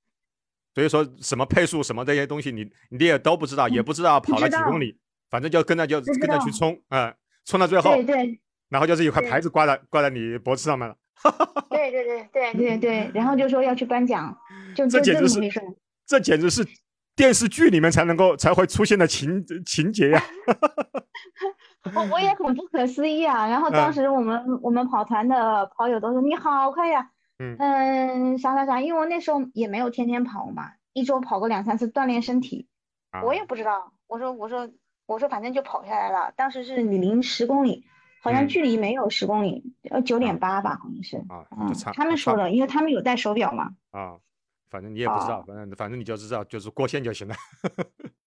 [SPEAKER 2] 所以说什么配速什么这些东西你你也都不知道，也不知道跑了
[SPEAKER 1] 嗯知
[SPEAKER 2] 几
[SPEAKER 1] 道
[SPEAKER 2] 公里，反正就跟着就
[SPEAKER 1] 不知
[SPEAKER 2] 跟着去
[SPEAKER 1] 道
[SPEAKER 2] 冲啊、冲到最后
[SPEAKER 1] 对，对
[SPEAKER 2] 然后就是有块
[SPEAKER 1] 对
[SPEAKER 2] 牌子挂在挂在你脖子上面了，
[SPEAKER 1] 对对对对对对，然后就说要去颁奖，就
[SPEAKER 2] 这
[SPEAKER 1] 就
[SPEAKER 2] 简
[SPEAKER 1] 这
[SPEAKER 2] 直
[SPEAKER 1] 么
[SPEAKER 2] 是
[SPEAKER 1] 回事儿。
[SPEAKER 2] 这简直是电视剧里面才能够才会出现的情情节呀、
[SPEAKER 1] 我我也很不可思议啊。然后当
[SPEAKER 2] 嗯
[SPEAKER 1] 时我们我们跑团的跑友都说你好快呀，
[SPEAKER 2] 嗯
[SPEAKER 1] 嗯，啥啥啥，因为我那时候也没有天天跑嘛，一周跑个两三次锻炼身体。
[SPEAKER 2] 啊
[SPEAKER 1] 哎我也不知道，我说我说我说反正就跑下来了。当时是李宁十公里，好像
[SPEAKER 2] 嗯
[SPEAKER 1] 距离没有十公里，呃九点八吧，好像是。
[SPEAKER 2] 啊，
[SPEAKER 1] 嗯
[SPEAKER 2] 就差，
[SPEAKER 1] 他们
[SPEAKER 2] 差
[SPEAKER 1] 说的，因为他们有戴手表嘛。
[SPEAKER 2] 啊，反正你也不知道，
[SPEAKER 1] 啊
[SPEAKER 2] 反正反正你就知道，就是过线就行了。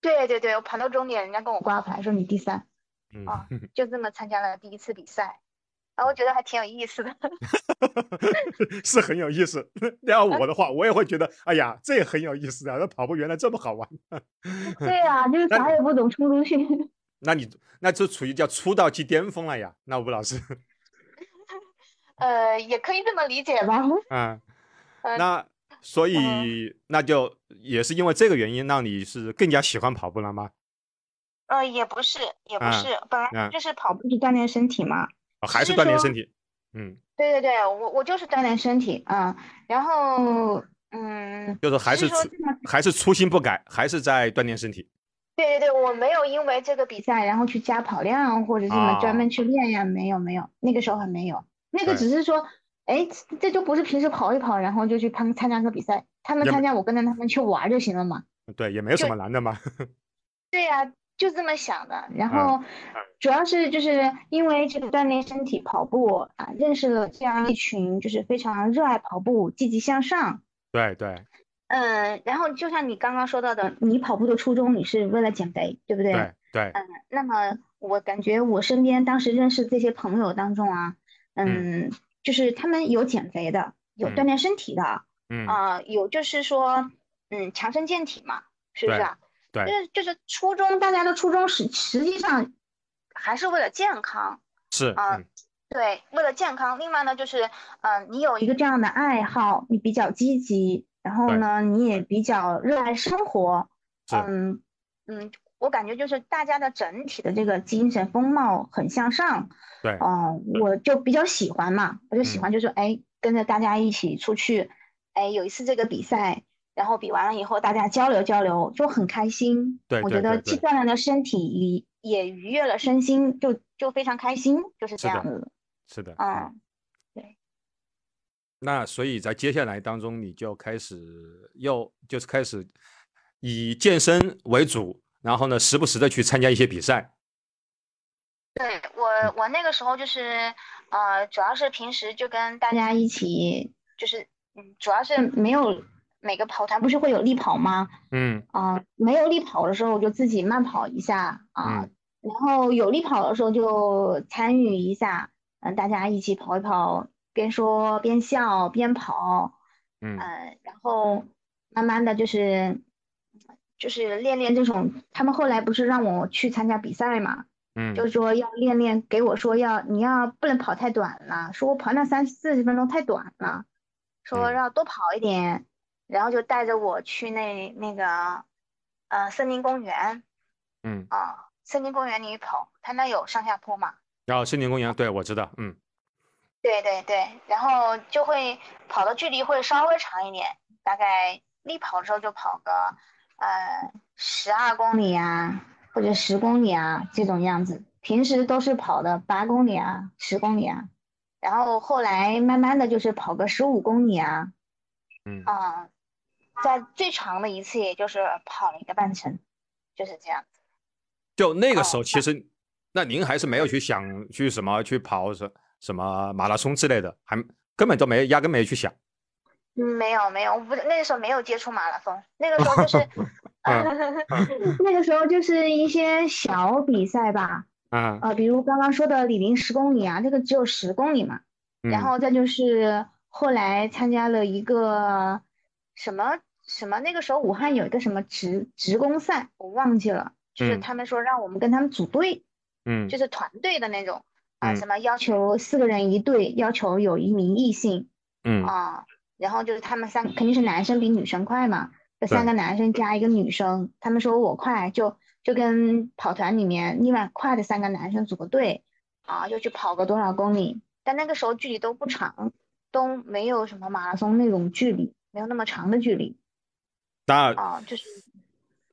[SPEAKER 1] 对对对，我跑到终点，人家跟我挂牌说你第三，
[SPEAKER 2] 嗯，
[SPEAKER 1] 啊就这么参加了第一次比赛，然后我觉得还挺有意思的。
[SPEAKER 2] 是很有意思。要我的话，
[SPEAKER 1] 嗯
[SPEAKER 2] 我也会觉得，哎呀，这也很有意思啊！那跑步原来这么好玩。
[SPEAKER 1] 对呀，就是
[SPEAKER 2] 那
[SPEAKER 1] 啥也不懂，冲出去。
[SPEAKER 2] 那你那这处于叫出道即巅峰了呀？那吴老师，
[SPEAKER 1] 呃，也可以这么理解 吧。
[SPEAKER 2] 嗯，
[SPEAKER 1] 呃嗯
[SPEAKER 2] 那所以那就也是因为这个原因，让你是更加喜欢跑步了吗？
[SPEAKER 1] 呃，也不是，也不
[SPEAKER 2] 嗯
[SPEAKER 1] 是，本来
[SPEAKER 2] 嗯
[SPEAKER 1] 就是跑步是锻炼身体嘛。
[SPEAKER 2] 哦还是
[SPEAKER 1] 是
[SPEAKER 2] 锻炼
[SPEAKER 1] 说
[SPEAKER 2] 身体？嗯，
[SPEAKER 1] 对对对，我我就是锻炼身体啊、然后嗯，
[SPEAKER 2] 就是还
[SPEAKER 1] 只
[SPEAKER 2] 是
[SPEAKER 1] 是说
[SPEAKER 2] 初
[SPEAKER 1] 这段
[SPEAKER 2] 还是初心不改，还是在锻炼身体。
[SPEAKER 1] 对对对，我没有因为这个比赛然后去加跑量或者什么
[SPEAKER 2] 啊
[SPEAKER 1] 专门去练呀，没有没有，那个时候还没有，那个
[SPEAKER 2] 对
[SPEAKER 1] 只是说，哎，这这就不是平时跑一跑，然后就去参参加个比赛，他们
[SPEAKER 2] 也
[SPEAKER 1] 参
[SPEAKER 2] 没
[SPEAKER 1] 加我跟着他们去玩儿就行了嘛。
[SPEAKER 2] 对，也没有什
[SPEAKER 1] 就
[SPEAKER 2] 么难的嘛。
[SPEAKER 1] 对呀、就这么想的。然
[SPEAKER 2] 嗯
[SPEAKER 1] 后主要是就是因为这个锻炼身体跑步啊，认识了这样一群就是非常热爱跑步、积极向上。
[SPEAKER 2] 对对
[SPEAKER 1] 嗯，然后就像你刚刚说到的，你跑步的初衷你是为了减肥，对不嗯对？
[SPEAKER 2] 对对，
[SPEAKER 1] 那么我感觉我身边当时认识这些朋友当中啊，
[SPEAKER 2] 嗯
[SPEAKER 1] 嗯，就是他们有减肥的，有
[SPEAKER 2] 嗯
[SPEAKER 1] 锻炼身体的，
[SPEAKER 2] 嗯，
[SPEAKER 1] 啊、有就是说，嗯，强身健体嘛，是不是
[SPEAKER 2] 对
[SPEAKER 1] 啊？
[SPEAKER 2] 对
[SPEAKER 1] 就是就是初衷，大家的初衷实实际上还是为了健康，
[SPEAKER 2] 是，
[SPEAKER 1] 啊
[SPEAKER 2] 嗯
[SPEAKER 1] 对，为了健康。另外呢，就是，嗯、你有一个这样的爱好，你比较积极，然后
[SPEAKER 2] 对
[SPEAKER 1] 呢，你也比较热爱生活，
[SPEAKER 2] 是
[SPEAKER 1] 嗯嗯，我感觉就是大家的整体的这个精神风貌很向上，
[SPEAKER 2] 对
[SPEAKER 1] 嗯、我就比较喜欢嘛，我就喜
[SPEAKER 2] 嗯
[SPEAKER 1] 欢就是哎，跟着大家一起出去，哎，有一次这个比赛，然后比完了以后大家交流交流，就很开心。
[SPEAKER 2] 对
[SPEAKER 1] 我觉
[SPEAKER 2] 对
[SPEAKER 1] 得
[SPEAKER 2] 对
[SPEAKER 1] 既
[SPEAKER 2] 对
[SPEAKER 1] 锻炼了身体，也也愉悦了身心，就就非常开心，就是
[SPEAKER 2] 是
[SPEAKER 1] 这样
[SPEAKER 2] 的
[SPEAKER 1] 子。
[SPEAKER 2] 是的，嗯。
[SPEAKER 1] 嗯，
[SPEAKER 2] 那所以在接下来当中，你就开始又就是开始以健身为主，然后呢，时不时的去参加一些比赛。
[SPEAKER 1] 对，我我那个时候就是，呃，主要是平时就跟大家一起，就是嗯，主要是没有每个跑团不是会有力跑吗？
[SPEAKER 2] 嗯
[SPEAKER 1] 啊、没有力跑的时候我就自己慢跑一下啊、
[SPEAKER 2] 嗯
[SPEAKER 1] 然后有力跑的时候就参与一下，嗯、大家一起跑一跑，边说边笑边跑，
[SPEAKER 2] 嗯
[SPEAKER 1] 呃，然后慢慢的就是就是练练这种，他们后来不是让我去参加比赛嘛，
[SPEAKER 2] 嗯
[SPEAKER 1] 就是说要练练，给我说要你要不能跑太短了，说我跑那三四十分钟太短了，说
[SPEAKER 2] 嗯
[SPEAKER 1] 要多跑一点，然后就带着我去那那个呃森林公园
[SPEAKER 2] 嗯，
[SPEAKER 1] 啊、森林公园里跑，它那有上下坡嘛，
[SPEAKER 2] 然后森林公园，对我知道，嗯
[SPEAKER 1] 对对对，然后就会跑的距离会稍微长一点，大概力跑的时候就跑个呃十二公里啊，或者十公里啊这种样子。平时都是跑的八公里啊、十公里啊，然后后来慢慢的就是跑个十五公里啊，
[SPEAKER 2] 嗯
[SPEAKER 1] 啊、在最长的一次也就是跑了一个半程，就是这样。
[SPEAKER 2] 就那个
[SPEAKER 1] 哦
[SPEAKER 2] 时候，其实那您还是没有去想去什么去跑什什么马拉松之类的，还根本都没压根没去想。
[SPEAKER 1] 嗯，没有没有，我不那个时候没有接触马拉松，那个时候就是 呃
[SPEAKER 2] 嗯
[SPEAKER 1] 那个时候就是一些小比赛吧，
[SPEAKER 2] 啊，
[SPEAKER 1] 呃，比如刚刚说的李宁十公里啊，这个只有十公里嘛，然
[SPEAKER 2] 嗯
[SPEAKER 1] 后再就是后来参加了一个什么什么，那个时候武汉有一个什么职职工赛，我忘记了，就是
[SPEAKER 2] 嗯
[SPEAKER 1] 他们说让我们跟他们组队，
[SPEAKER 2] 嗯
[SPEAKER 1] 就是团队的那种啊，
[SPEAKER 2] 嗯
[SPEAKER 1] 什么要求四个人一队，要求有一名异性。
[SPEAKER 2] 嗯
[SPEAKER 1] 啊，然后就是他们三个肯定是男生比女生快嘛，这三
[SPEAKER 2] 对
[SPEAKER 1] 个男生加一个女生，他们说我快，就就跟跑团里面另外快的三个男生组个队啊，就去跑个多少公里，但那个时候距离都不长，都没有什么马拉松那种距离，没有那么长的距离
[SPEAKER 2] 那
[SPEAKER 1] 啊，就是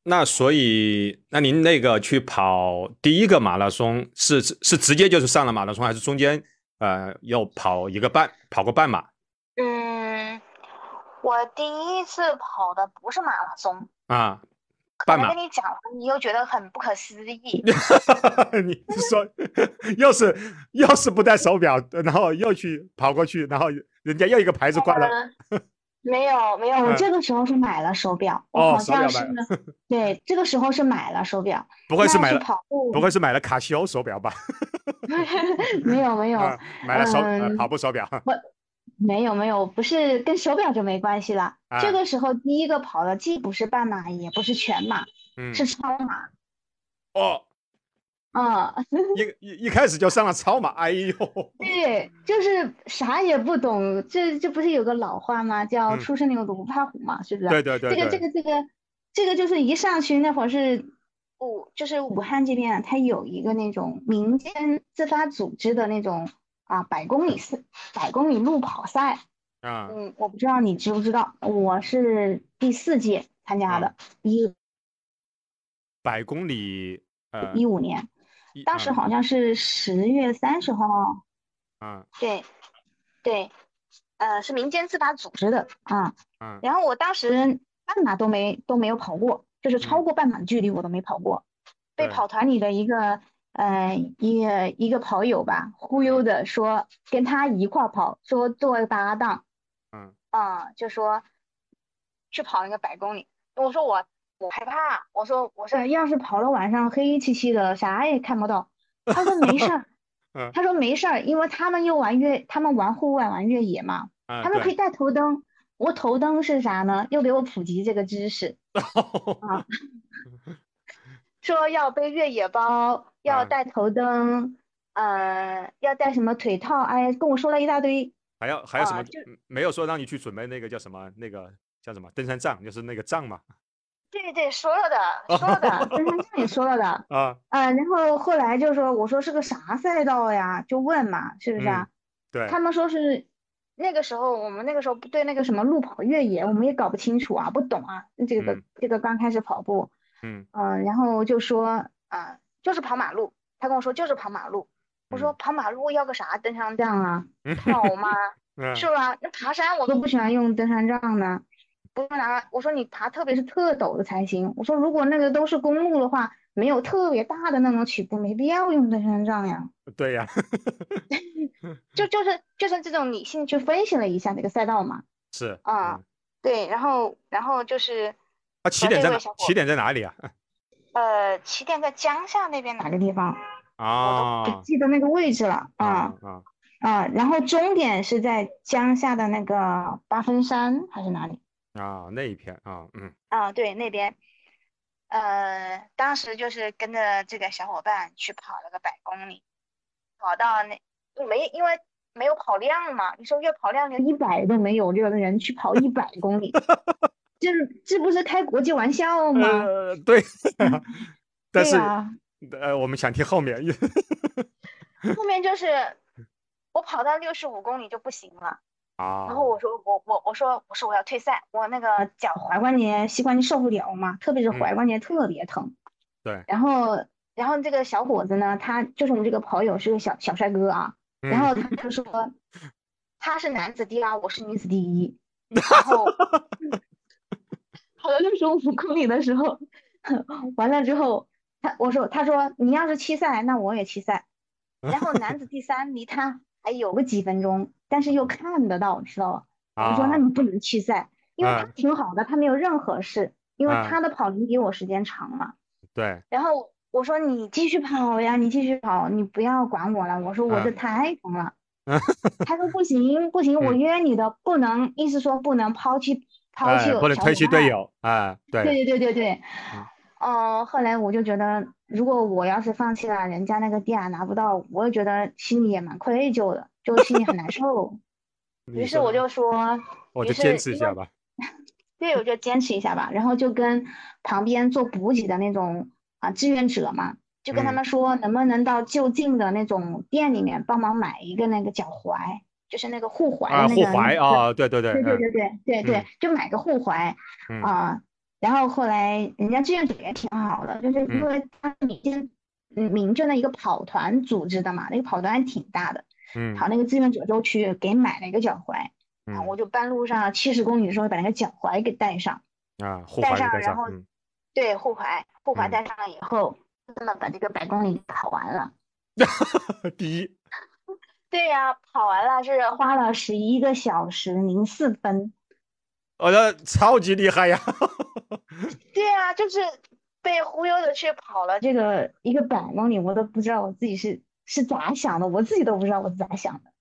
[SPEAKER 2] 那所以，那您那个去跑第一个马拉松是是直接就是上了马拉松，还是中间呃又跑一个半跑个半马？
[SPEAKER 1] 嗯，我第一次跑的不是马拉松，
[SPEAKER 2] 啊，
[SPEAKER 1] 可
[SPEAKER 2] 半
[SPEAKER 1] 能
[SPEAKER 2] 马。
[SPEAKER 1] 跟，你讲了，你又觉得很不可思议
[SPEAKER 2] 你说又是又是不戴手表，呃然后又去跑过去，然后人家又一个牌子挂了，
[SPEAKER 1] 嗯没有没有，我
[SPEAKER 2] 嗯
[SPEAKER 1] 这个时候是买了手表，我
[SPEAKER 2] 哦
[SPEAKER 1] 好
[SPEAKER 2] 手
[SPEAKER 1] 像
[SPEAKER 2] 表
[SPEAKER 1] 是
[SPEAKER 2] 买
[SPEAKER 1] 对，这个时候是买了手表，
[SPEAKER 2] 不会是
[SPEAKER 1] 那
[SPEAKER 2] 买
[SPEAKER 1] 去
[SPEAKER 2] 了
[SPEAKER 1] 跑步
[SPEAKER 2] 不会是买了卡西欧手表吧？
[SPEAKER 1] 没有没有
[SPEAKER 2] 啊，买了手呃
[SPEAKER 1] 嗯
[SPEAKER 2] 跑步手表，
[SPEAKER 1] 没有没有，不是跟手表就没关系了。
[SPEAKER 2] 啊
[SPEAKER 1] 这个时候第一个跑的既不是半马，也不是全马，
[SPEAKER 2] 嗯
[SPEAKER 1] 是超马
[SPEAKER 2] 哦，
[SPEAKER 1] 啊，
[SPEAKER 2] 一一一开始就上了超马，哎呦，
[SPEAKER 1] 对，就是啥也不懂。这这不是有个老话吗？叫
[SPEAKER 2] 嗯
[SPEAKER 1] 初生牛犊不怕虎嘛，是不是？啊
[SPEAKER 2] 对对对
[SPEAKER 1] 这
[SPEAKER 2] 对，
[SPEAKER 1] 个这个这个这个就是一上去那会儿是武，就是武汉这边啊，它有一个那种民间自发组织的那种啊百公里赛、百公里路跑赛。
[SPEAKER 2] 啊
[SPEAKER 1] 嗯，我不知道你知不知道，我是第四届参加的，
[SPEAKER 2] 嗯
[SPEAKER 1] 一
[SPEAKER 2] 百公里，呃，
[SPEAKER 1] 一五年，
[SPEAKER 2] 一
[SPEAKER 1] 当时
[SPEAKER 2] 啊
[SPEAKER 1] 好像是十月三十号。
[SPEAKER 2] 啊
[SPEAKER 1] 对，对，呃，是民间自发组织的啊。
[SPEAKER 2] 啊
[SPEAKER 1] 然后我当时半马都没都没有跑过，就是超
[SPEAKER 2] 嗯
[SPEAKER 1] 过半马的距离我都没跑过，被
[SPEAKER 2] 对
[SPEAKER 1] 跑团里的一个呃一个一个跑友吧忽悠的说跟他一块儿跑，说作为搭档，
[SPEAKER 2] 嗯
[SPEAKER 1] 啊，就说去跑那个百公里。我说我我害怕，我说我说要是跑了晚上黑漆漆的，啥也看不到。他说没事儿
[SPEAKER 2] 嗯，
[SPEAKER 1] 他说没事儿，因为他们又玩越，他们玩户外玩越野嘛，
[SPEAKER 2] 啊，
[SPEAKER 1] 他们可以
[SPEAKER 2] 对，
[SPEAKER 1] 带头灯。我头灯是啥呢？又给我普及这个知识，说要背越野包，要
[SPEAKER 2] 嗯
[SPEAKER 1] 带头灯，呃，要带什么腿套，哎，跟我说了一大堆。
[SPEAKER 2] 还要还有什
[SPEAKER 1] 啊
[SPEAKER 2] 么
[SPEAKER 1] 就
[SPEAKER 2] 嗯没有说让你去准备那个叫什么那个叫什么登山杖，就是那个杖嘛
[SPEAKER 1] 对对，说了的， 说了的，登山杖也说了的。
[SPEAKER 2] 啊，
[SPEAKER 1] 呃，然后后来就说，我说是个啥赛道呀？就问嘛，是不是
[SPEAKER 2] 嗯
[SPEAKER 1] 啊？
[SPEAKER 2] 对
[SPEAKER 1] 他们说是那个时候，我们那个时候不对那个什么路跑越野，我们也搞不清楚啊，不懂啊。这个
[SPEAKER 2] 嗯
[SPEAKER 1] 这个刚开始跑步，
[SPEAKER 2] 嗯
[SPEAKER 1] 嗯、然后就说啊、呃就是跑马路。他跟我说就是跑马路，我说
[SPEAKER 2] 嗯
[SPEAKER 1] 跑马路要个啥登山杖啊？
[SPEAKER 2] 嗯
[SPEAKER 1] 跑 嘛，
[SPEAKER 2] 嗯
[SPEAKER 1] 是吧？那爬山我都不喜欢用登山杖呢，不用拿。我说你爬，特别是特陡的才行。我说如果那个都是公路的话，没有特别大的那种起步，没必要用登山杖呀。
[SPEAKER 2] 对呀，
[SPEAKER 1] 就就是就是这种理性去分析了一下这个赛道嘛，
[SPEAKER 2] 是
[SPEAKER 1] 啊
[SPEAKER 2] 嗯
[SPEAKER 1] 对，然后然后就是
[SPEAKER 2] 啊，起
[SPEAKER 1] 和
[SPEAKER 2] 点
[SPEAKER 1] 这
[SPEAKER 2] 在
[SPEAKER 1] 位
[SPEAKER 2] 哪
[SPEAKER 1] 小？伙
[SPEAKER 2] 起点在哪里啊？
[SPEAKER 1] 呃，起点在江夏那边哪个地方，我都
[SPEAKER 2] 啊
[SPEAKER 1] 不记得那个位置了啊
[SPEAKER 2] 啊啊
[SPEAKER 1] 啊，然后终点是在江夏的那个八分山还是哪里？
[SPEAKER 2] 啊，那一片啊，嗯
[SPEAKER 1] 啊，对，那边，呃，当时就是跟着这个小伙伴去跑了个百公里，跑到那没因为没有跑量嘛，你说月跑量连一百都没有，就有的人去跑一百公 里，这这不是开国际玩笑吗？
[SPEAKER 2] 呃对，
[SPEAKER 1] 对
[SPEAKER 2] 但是
[SPEAKER 1] 呀，
[SPEAKER 2] 呃我们想听后面，
[SPEAKER 1] 后面就是我跑到六十五公里就不行了，
[SPEAKER 2] 啊，
[SPEAKER 1] 然后我说我我我说我说我要退赛，我那个脚踝关节、膝关节受不了嘛，特别是
[SPEAKER 2] 嗯
[SPEAKER 1] 踝关节特别疼。
[SPEAKER 2] 对
[SPEAKER 1] 然后然后这个小伙子呢，他就是我们这个跑友是个小小帅哥啊，
[SPEAKER 2] 嗯
[SPEAKER 1] 然后他就说他是男子第二，我是女子第一，然后跑到六十五公里的时候，完了之后他我说他说你要是弃赛，那我也弃赛，然后男子第三离他还有个几分钟，但是又看得到，知道吧？我说：“那
[SPEAKER 2] 啊
[SPEAKER 1] 你不能弃赛，因为他
[SPEAKER 2] 嗯
[SPEAKER 1] 挺好的，他没有任何事，因为
[SPEAKER 2] 嗯
[SPEAKER 1] 他的跑龄比我时间长嘛。
[SPEAKER 2] 对
[SPEAKER 1] 然后我说：“你继续跑呀，你继续跑，你不要管我了。”我说：“我这
[SPEAKER 2] 嗯
[SPEAKER 1] 太疼 了。
[SPEAKER 2] 嗯
[SPEAKER 1] 他说：“不行，不行，我
[SPEAKER 2] 嗯
[SPEAKER 1] 约你的，不能，意思说不能抛弃抛弃
[SPEAKER 2] 哎
[SPEAKER 1] 小
[SPEAKER 2] 不能
[SPEAKER 1] 伙
[SPEAKER 2] 推弃队
[SPEAKER 1] 伴。
[SPEAKER 2] 友啊，对
[SPEAKER 1] 对对对对对，嗯、后来我就觉得，如果我要是放弃了，人家那个第二拿不到，我也觉得心里也蛮愧疚的，就心里很难受。
[SPEAKER 2] 你
[SPEAKER 1] 于是
[SPEAKER 2] 说
[SPEAKER 1] 我
[SPEAKER 2] 的
[SPEAKER 1] 就说，
[SPEAKER 2] 我
[SPEAKER 1] 于
[SPEAKER 2] 就是坚持一
[SPEAKER 1] 因
[SPEAKER 2] 下
[SPEAKER 1] 为
[SPEAKER 2] 吧，
[SPEAKER 1] 队友就坚持一下吧，然后就跟旁边做补给的那种啊志愿者嘛，就跟他
[SPEAKER 2] 嗯
[SPEAKER 1] 们说能不能到就近的那种店里面帮忙买一个那个脚踝，就是那个护踝
[SPEAKER 2] 啊
[SPEAKER 1] 的那
[SPEAKER 2] 护
[SPEAKER 1] 个
[SPEAKER 2] 踝，啊，对对对
[SPEAKER 1] 对对对
[SPEAKER 2] 嗯
[SPEAKER 1] 对对对
[SPEAKER 2] 嗯，
[SPEAKER 1] 就买个护踝
[SPEAKER 2] 嗯
[SPEAKER 1] 啊。然后后来人家志愿者也挺好的，就是因
[SPEAKER 2] 嗯
[SPEAKER 1] 为他是民间嗯民政的一个跑团组织的嘛，那个跑团还挺大的，
[SPEAKER 2] 嗯
[SPEAKER 1] 跑那个志愿者就去给买了一个脚踝啊，
[SPEAKER 2] 嗯
[SPEAKER 1] 我就半路上七十公里的时候把那个脚踝给带上。
[SPEAKER 2] 啊护
[SPEAKER 1] 带
[SPEAKER 2] 踝
[SPEAKER 1] 上
[SPEAKER 2] 带
[SPEAKER 1] 然
[SPEAKER 2] 上
[SPEAKER 1] 后
[SPEAKER 2] 嗯
[SPEAKER 1] 对，护踝，护踝
[SPEAKER 2] 嗯
[SPEAKER 1] 带上了以后，就这么把这个百公里跑完了。
[SPEAKER 2] 第一
[SPEAKER 1] 对呀、跑完了是花了十一个小时零四分。
[SPEAKER 2] 我的超级厉害呀，
[SPEAKER 1] 对呀、就是被忽悠的去跑了这个一个百公里，我都不知道我自己是是咋想的，我自己都不知道我是咋想的。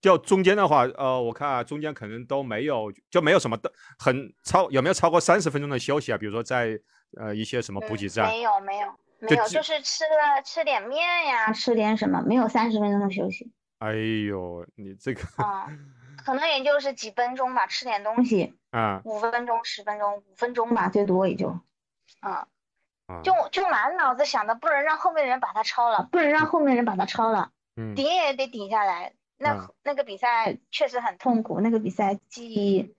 [SPEAKER 2] 就中间的话，呃，我看啊，中间可能都没有，就没有什么的，很超有没有超过三十分钟的休息啊？比如说在呃一些什么补
[SPEAKER 1] 嗯
[SPEAKER 2] 给站
[SPEAKER 1] 没有没有没
[SPEAKER 2] 就
[SPEAKER 1] 有，
[SPEAKER 2] 基
[SPEAKER 1] 就是吃了吃点面呀，啊吃点什么，没有三十分钟的休息
[SPEAKER 2] 哎呦，你这个
[SPEAKER 1] 啊， 可能也就是几分钟吧，吃点东西，
[SPEAKER 2] 啊
[SPEAKER 1] 五分钟、十分钟、五分钟吧，最多也就，啊，
[SPEAKER 2] 啊，
[SPEAKER 1] 就就满脑子想的，不能让后面人把他超了，不能让后面人把他超了，
[SPEAKER 2] 嗯
[SPEAKER 1] 顶也得顶下来。那、
[SPEAKER 2] 嗯
[SPEAKER 1] 那个比赛确实很痛苦，那个比赛记忆，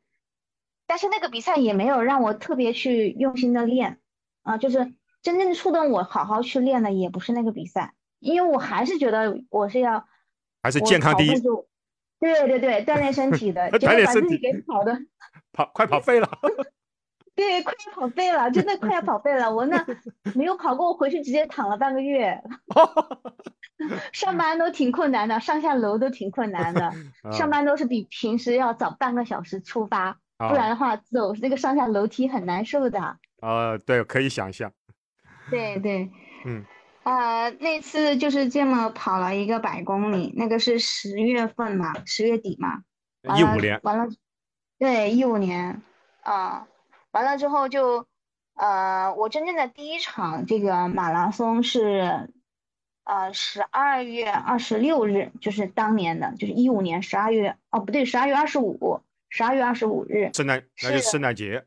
[SPEAKER 1] 但是那个比赛也没有让我特别去用心的练，啊，就是真正触动我好好去练的也不是那个比赛，因为我还是觉得我是要
[SPEAKER 2] 还是
[SPEAKER 1] 我
[SPEAKER 2] 健康
[SPEAKER 1] 跑
[SPEAKER 2] 第
[SPEAKER 1] 步
[SPEAKER 2] 一，，
[SPEAKER 1] 就对对对，锻炼身体的结
[SPEAKER 2] 锻
[SPEAKER 1] 果
[SPEAKER 2] 炼
[SPEAKER 1] 把
[SPEAKER 2] 身
[SPEAKER 1] 自己
[SPEAKER 2] 体
[SPEAKER 1] 给跑 的。
[SPEAKER 2] 跑快跑废了，
[SPEAKER 1] 对，快要跑废了，真的快要跑废了。我那没有跑过，我回去直接躺了半个月，上班都挺困难的，上下楼都挺困难的，
[SPEAKER 2] 嗯
[SPEAKER 1] 上班都是比平时要早半个小时出发，
[SPEAKER 2] 啊
[SPEAKER 1] 不然的话走那个上下楼梯很难受的。
[SPEAKER 2] 啊，啊对，可以想象，
[SPEAKER 1] 对对，
[SPEAKER 2] 嗯，
[SPEAKER 1] 呃，那次就是这么跑了一个百公里，那个是十月份嘛，十月底嘛，完
[SPEAKER 2] 一
[SPEAKER 1] 了
[SPEAKER 2] 五年，
[SPEAKER 1] 啊完了，对，一五年，啊、完了之后就，呃，我真正的第一场这个马拉松是，呃，十二月二十六日，就是当年的，就是一五年十二月，哦，不对，十二月二十五，十二月二十五日，
[SPEAKER 2] 圣诞那就是
[SPEAKER 1] 是
[SPEAKER 2] 圣诞节，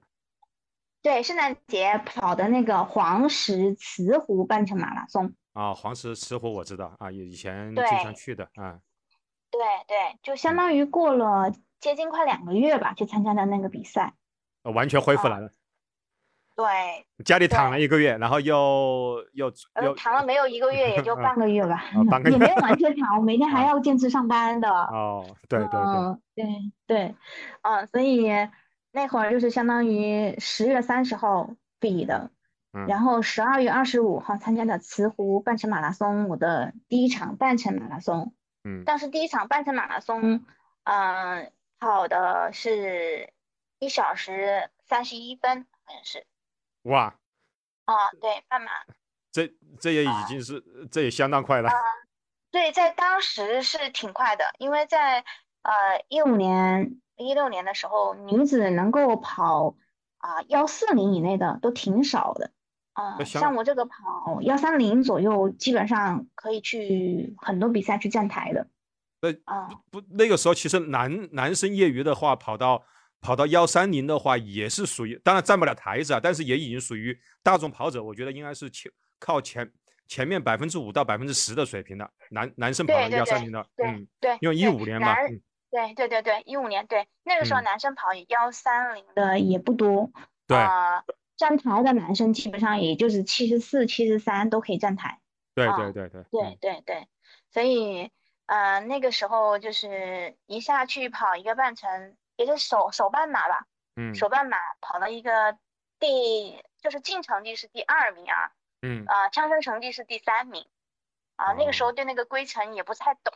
[SPEAKER 1] 对，圣诞节跑的那个黄石慈湖半程马拉松，
[SPEAKER 2] 啊，黄石石湖我知道啊，以以前经
[SPEAKER 1] 对
[SPEAKER 2] 常去的啊，
[SPEAKER 1] 对对，就
[SPEAKER 2] 嗯
[SPEAKER 1] 相当于过了接近快两个月吧，去参加的那个比赛，
[SPEAKER 2] 呃完全恢复
[SPEAKER 1] 啊
[SPEAKER 2] 来了，
[SPEAKER 1] 对，
[SPEAKER 2] 家里躺了一个月，然后又又
[SPEAKER 1] 呃，
[SPEAKER 2] 又
[SPEAKER 1] 躺了没嗯有一个月， 也就
[SPEAKER 2] 啊
[SPEAKER 1] 半个月吧
[SPEAKER 2] 啊半个，
[SPEAKER 1] 也
[SPEAKER 2] 月
[SPEAKER 1] 没有完全躺，我每天还
[SPEAKER 2] 啊
[SPEAKER 1] 要坚持上班的。
[SPEAKER 2] 哦，对对对，
[SPEAKER 1] 嗯，对对，嗯，所以那会儿就是相当于十月三十号比的，
[SPEAKER 2] 嗯
[SPEAKER 1] 然后十二月二十五号参加的慈湖半程马拉松，我的第一场半程马拉松。
[SPEAKER 2] 嗯
[SPEAKER 1] 当时第一场半程马拉松，嗯，跑的是一小时三十一分，好像是。
[SPEAKER 2] 哇，
[SPEAKER 1] 啊，对，半马。
[SPEAKER 2] 这这也已经是这也相当快了，
[SPEAKER 1] 啊对，在当时是挺快的，因为在呃一五年、一六年的时候，女子能够跑啊幺四零以内的都挺少的啊、
[SPEAKER 2] 那香
[SPEAKER 1] 像我这个跑幺三零左右，基本上可以去很多比赛去站台的
[SPEAKER 2] 那
[SPEAKER 1] 啊、
[SPEAKER 2] 不，那个时候其实男男生业余的话，跑到跑到幺三零的话，也是属于，当然站不了台子啊，但是也已经属于大众跑者，我觉得应该是前靠前前面百分之五到百分之十的水平的男男生跑
[SPEAKER 1] 对对
[SPEAKER 2] 幺三零的，
[SPEAKER 1] 对
[SPEAKER 2] 嗯，
[SPEAKER 1] 对
[SPEAKER 2] 因为一
[SPEAKER 1] 对
[SPEAKER 2] 五年嘛，
[SPEAKER 1] 男
[SPEAKER 2] 嗯
[SPEAKER 1] 对对对对，一五年对，那个时候
[SPEAKER 2] 嗯
[SPEAKER 1] 男生跑幺三零的也不多，
[SPEAKER 2] 对
[SPEAKER 1] 啊、站台的男生基本上也就是七十四、七十三都可以站台。
[SPEAKER 2] 对
[SPEAKER 1] 啊
[SPEAKER 2] 对对对，
[SPEAKER 1] 对
[SPEAKER 2] 嗯
[SPEAKER 1] 对对，所以呃那个时候就是一下去跑一个半程，也是首首半马吧，
[SPEAKER 2] 嗯
[SPEAKER 1] 首半马跑了一个第，就是进成绩是第二名啊，
[SPEAKER 2] 嗯
[SPEAKER 1] 啊、呃，枪声成绩是第三名，啊、那个时
[SPEAKER 2] 哦
[SPEAKER 1] 候对那个规程也不太懂，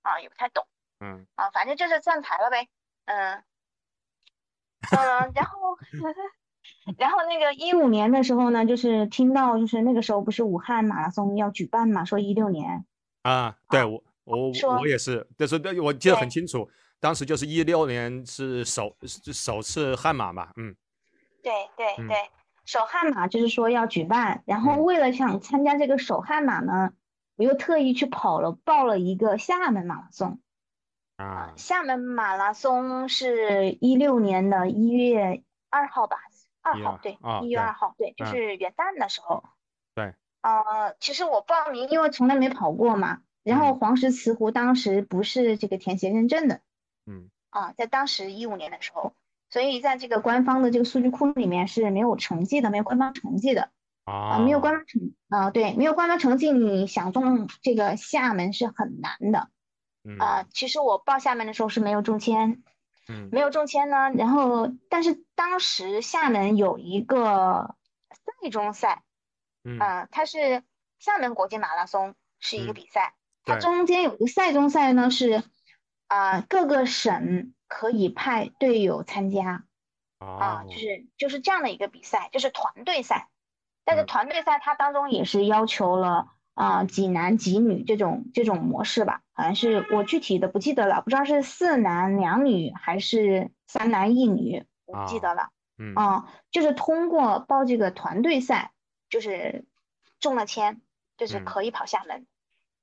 [SPEAKER 1] 啊、也不太懂，
[SPEAKER 2] 嗯，
[SPEAKER 1] 啊、反正就是站台了呗，嗯，嗯，然后。 然后那个一五年的时候呢，就是听到就是那个时候不是武汉马拉松要举办嘛，说一六年，
[SPEAKER 2] 啊，对我我
[SPEAKER 1] 说
[SPEAKER 2] 我也是，但是对我记得很
[SPEAKER 1] 对
[SPEAKER 2] 清楚，当时就是一六年是首是首次悍马嘛，嗯
[SPEAKER 1] 对对
[SPEAKER 2] 嗯
[SPEAKER 1] 对，首悍马就是说要举办，然后
[SPEAKER 2] 嗯
[SPEAKER 1] 为了想参加这个首悍马呢，我又特意去跑了报了一个厦门马拉松。啊
[SPEAKER 2] 啊，
[SPEAKER 1] 厦门马拉松是一六年的一月二号吧，二
[SPEAKER 2] 1
[SPEAKER 1] 号
[SPEAKER 2] 号
[SPEAKER 1] 对，
[SPEAKER 2] 啊
[SPEAKER 1] 一月
[SPEAKER 2] 对
[SPEAKER 1] 二号对，就
[SPEAKER 2] 嗯
[SPEAKER 1] 是元旦的时候。
[SPEAKER 2] 对。
[SPEAKER 1] 呃，其实我报名，因为从来没跑过嘛，然后
[SPEAKER 2] 嗯
[SPEAKER 1] 黄石慈湖当时不是这个田协认证的。
[SPEAKER 2] 嗯
[SPEAKER 1] 啊，在当时一五年的时候，所以在这个官方的这个数据库里面是没有成绩的，没有官方成绩的啊，
[SPEAKER 2] 啊
[SPEAKER 1] 没有官方成啊，对，没有官方成绩，你想中这个厦门是很难的啊。其实我报厦门的时候是没有中签，
[SPEAKER 2] 嗯嗯
[SPEAKER 1] 没有中签呢，然后但是当时厦门有一个赛中赛
[SPEAKER 2] 嗯
[SPEAKER 1] 啊，它是厦门国际马拉松是一个
[SPEAKER 2] 嗯
[SPEAKER 1] 比赛，它
[SPEAKER 2] 对
[SPEAKER 1] 中间有一个赛中赛呢是啊各个省可以派队友参加。啊，
[SPEAKER 2] 哦
[SPEAKER 1] 就是就是这样的一个比赛，就是团队赛。但是
[SPEAKER 2] 嗯
[SPEAKER 1] 团队赛它当中也是要求了啊、几男几女这种这种模式吧，好像是我具体的不记得了，不知道是四男两女还是三男一女，我不记
[SPEAKER 2] 啊
[SPEAKER 1] 得了。
[SPEAKER 2] 嗯
[SPEAKER 1] 啊，就是通过报这个团队赛，就是中了签，就是
[SPEAKER 2] 嗯
[SPEAKER 1] 可以跑厦门。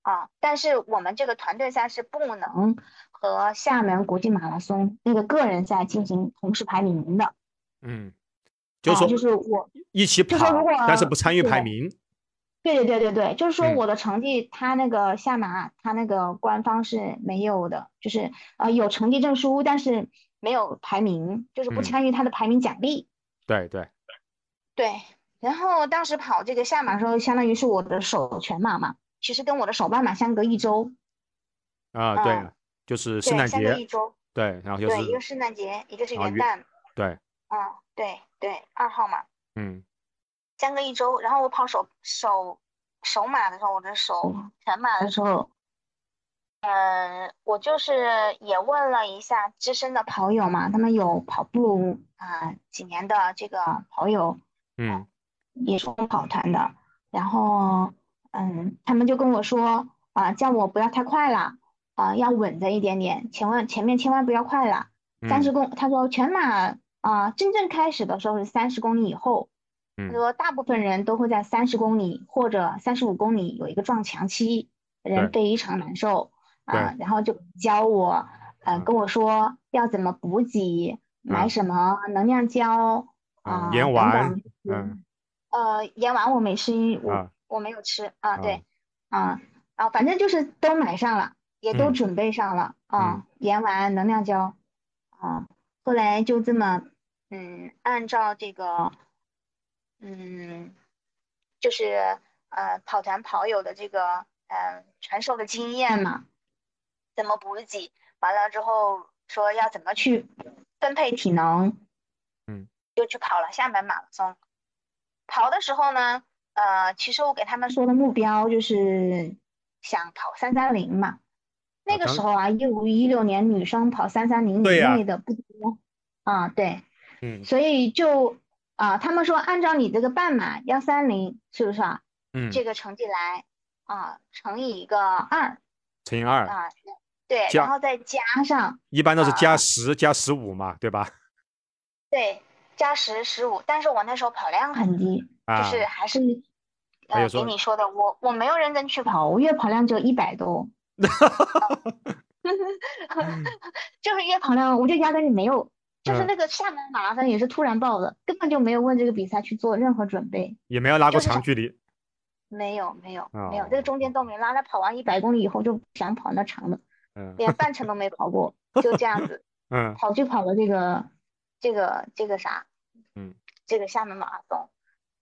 [SPEAKER 1] 啊，但是我们这个团队赛是不能和厦门国际马拉松那个个人赛进行同时排名的，
[SPEAKER 2] 嗯，就是
[SPEAKER 1] 啊、
[SPEAKER 2] 说
[SPEAKER 1] 就是我
[SPEAKER 2] 一起
[SPEAKER 1] 就说
[SPEAKER 2] 跑
[SPEAKER 1] 如果，
[SPEAKER 2] 但是不参与排
[SPEAKER 1] 对
[SPEAKER 2] 名。
[SPEAKER 1] 对对对对对，就是说
[SPEAKER 2] 嗯
[SPEAKER 1] 我的成绩，他那个下马，他那个官方是没有的，就是呃有成绩证书，但是没有排名，就是不
[SPEAKER 2] 嗯
[SPEAKER 1] 参与他的排名奖励。
[SPEAKER 2] 对对，
[SPEAKER 1] 对，然后当时跑这个下马的时候，相当于是我的首全马嘛，其实跟我的首半马相隔一周，
[SPEAKER 2] 啊对
[SPEAKER 1] 嗯
[SPEAKER 2] 了，就是
[SPEAKER 1] 对，
[SPEAKER 2] 圣诞
[SPEAKER 1] 相隔
[SPEAKER 2] 节
[SPEAKER 1] 一，周，
[SPEAKER 2] 对，然后就
[SPEAKER 1] 对，一
[SPEAKER 2] 是
[SPEAKER 1] 个圣诞节，一个是
[SPEAKER 2] 啊
[SPEAKER 1] 元
[SPEAKER 2] 元
[SPEAKER 1] 旦，
[SPEAKER 2] 对，
[SPEAKER 1] 嗯，对对，二号嘛，
[SPEAKER 2] 嗯
[SPEAKER 1] 相隔一周，然后我跑首首首马的时候，我的首全马的时候，嗯，我就是也问了一下资深的跑友嘛，他们有跑步啊、几年的这个跑友，啊
[SPEAKER 2] 嗯
[SPEAKER 1] 也是我们跑团的，然后嗯，他们就跟我说啊、叫我不要太快了，啊、要稳着一点点，千万前面千万不要快了，三十
[SPEAKER 2] 嗯
[SPEAKER 1] 公，他说全马啊、真正开始的时候是三十公里以后。他
[SPEAKER 2] 嗯
[SPEAKER 1] 说，大部分人都会在三十公里或者三十五公里有一个撞墙期，人非常难受啊。然后就教我，呃，
[SPEAKER 2] 嗯
[SPEAKER 1] 跟我说要怎么补给，买
[SPEAKER 2] 嗯
[SPEAKER 1] 什么能量胶啊，
[SPEAKER 2] 嗯，盐
[SPEAKER 1] 等
[SPEAKER 2] 丸
[SPEAKER 1] 等，
[SPEAKER 2] 嗯
[SPEAKER 1] 呃，盐丸我没吃，我
[SPEAKER 2] 啊
[SPEAKER 1] 我没有吃啊，
[SPEAKER 2] 啊
[SPEAKER 1] 对，啊啊，反正就是都买上了，也都
[SPEAKER 2] 嗯
[SPEAKER 1] 准备上了啊，盐丸、能量胶啊，后来就这么，嗯，按照这个，嗯，就是呃跑团跑友的这个嗯传授的经验嘛，怎么补给，完了之后说要怎么去分配体能，
[SPEAKER 2] 嗯，
[SPEAKER 1] 就去跑了厦门马拉松。跑的时候呢，呃，其实我给他们说的目标就是想跑三三零嘛。那
[SPEAKER 2] 啊
[SPEAKER 1] 个
[SPEAKER 2] 当
[SPEAKER 1] 时候啊，一五一六年女生跑三三零以
[SPEAKER 2] 对呀
[SPEAKER 1] 内的不多啊，对，
[SPEAKER 2] 嗯
[SPEAKER 1] 所以就啊，他们说按照你这个半马幺三零是不是啊？
[SPEAKER 2] 嗯，
[SPEAKER 1] 这个成绩来啊，乘以一个二
[SPEAKER 2] 乘以二，
[SPEAKER 1] 啊，对，
[SPEAKER 2] 加
[SPEAKER 1] 然后再加上
[SPEAKER 2] 一般都是
[SPEAKER 1] 啊
[SPEAKER 2] 加十加十五嘛，对吧？
[SPEAKER 1] 对加十十五，但是我那时候跑量很低，就
[SPEAKER 2] 啊，哎
[SPEAKER 1] 是还是
[SPEAKER 2] 还有
[SPEAKER 1] 呃
[SPEAKER 2] 说
[SPEAKER 1] 给你说的，我我没有认真去跑，我月跑量只有一百 多，就是月跑量我就压根就没有，就是
[SPEAKER 2] 嗯
[SPEAKER 1] 那个厦门马拉松也是突然报的，根本就没有为这个比赛去做任何准备，
[SPEAKER 2] 也没有拉过
[SPEAKER 1] 就是
[SPEAKER 2] 长
[SPEAKER 1] 想
[SPEAKER 2] 距离，
[SPEAKER 1] 没有没有没有，这
[SPEAKER 2] 哦
[SPEAKER 1] 个中间都没拉，他跑完一百公里以后就不想跑那长的，
[SPEAKER 2] 嗯
[SPEAKER 1] 连半程都没跑过，就这样子。
[SPEAKER 2] 嗯
[SPEAKER 1] 跑就跑了这个这个这个啥，
[SPEAKER 2] 嗯，
[SPEAKER 1] 这个厦门马拉松，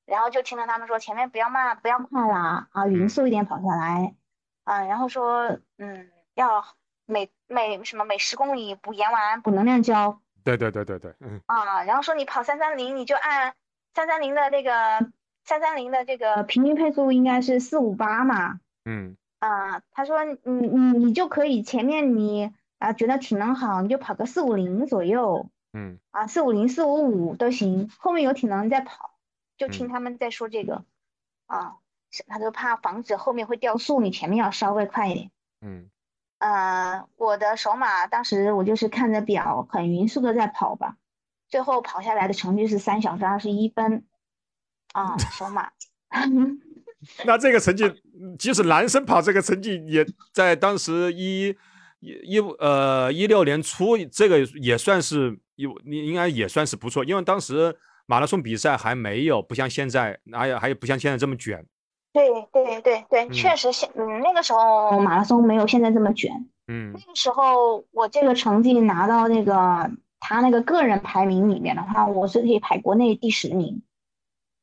[SPEAKER 1] 然后就听到他们说前面不要慢，不要快啦，啊，匀
[SPEAKER 2] 嗯
[SPEAKER 1] 速一点跑下来，啊，然后说嗯，要每每什么每十公里补盐丸，补能量胶
[SPEAKER 2] 对对对对对，嗯
[SPEAKER 1] 啊，然后说你跑三三零，你就按三三零的这个三三零的这个平均配速应该是四五八嘛，
[SPEAKER 2] 嗯
[SPEAKER 1] 啊，他说你你你就可以前面你啊觉得体能好，你就跑个四五零左右
[SPEAKER 2] 嗯
[SPEAKER 1] 啊，四五零四五五都行，后面有体能再跑，就听
[SPEAKER 2] 嗯
[SPEAKER 1] 他们在说这个啊，是他就怕防止后面会掉速，你前面要稍微快一点。
[SPEAKER 2] 嗯
[SPEAKER 1] 呃，我的首马当时我就是看着表很匀速的在跑吧，最后跑下来的成绩是三小时二十一分，啊，首马。
[SPEAKER 2] 那这个成绩，嗯即使男生跑这个成绩，也在当时一一一五呃一六年初，这个也算是有，你应该也算是不错，因为当时马拉松比赛还没有，不像现在，还有还有不像现在这么卷，
[SPEAKER 1] 对对对对，确
[SPEAKER 2] 嗯
[SPEAKER 1] 实现嗯那个时候马拉松没有现在这么卷。
[SPEAKER 2] 嗯
[SPEAKER 1] 那个时候我这个成绩拿到那个他那个个人排名里面的话，我是可以排国内第十名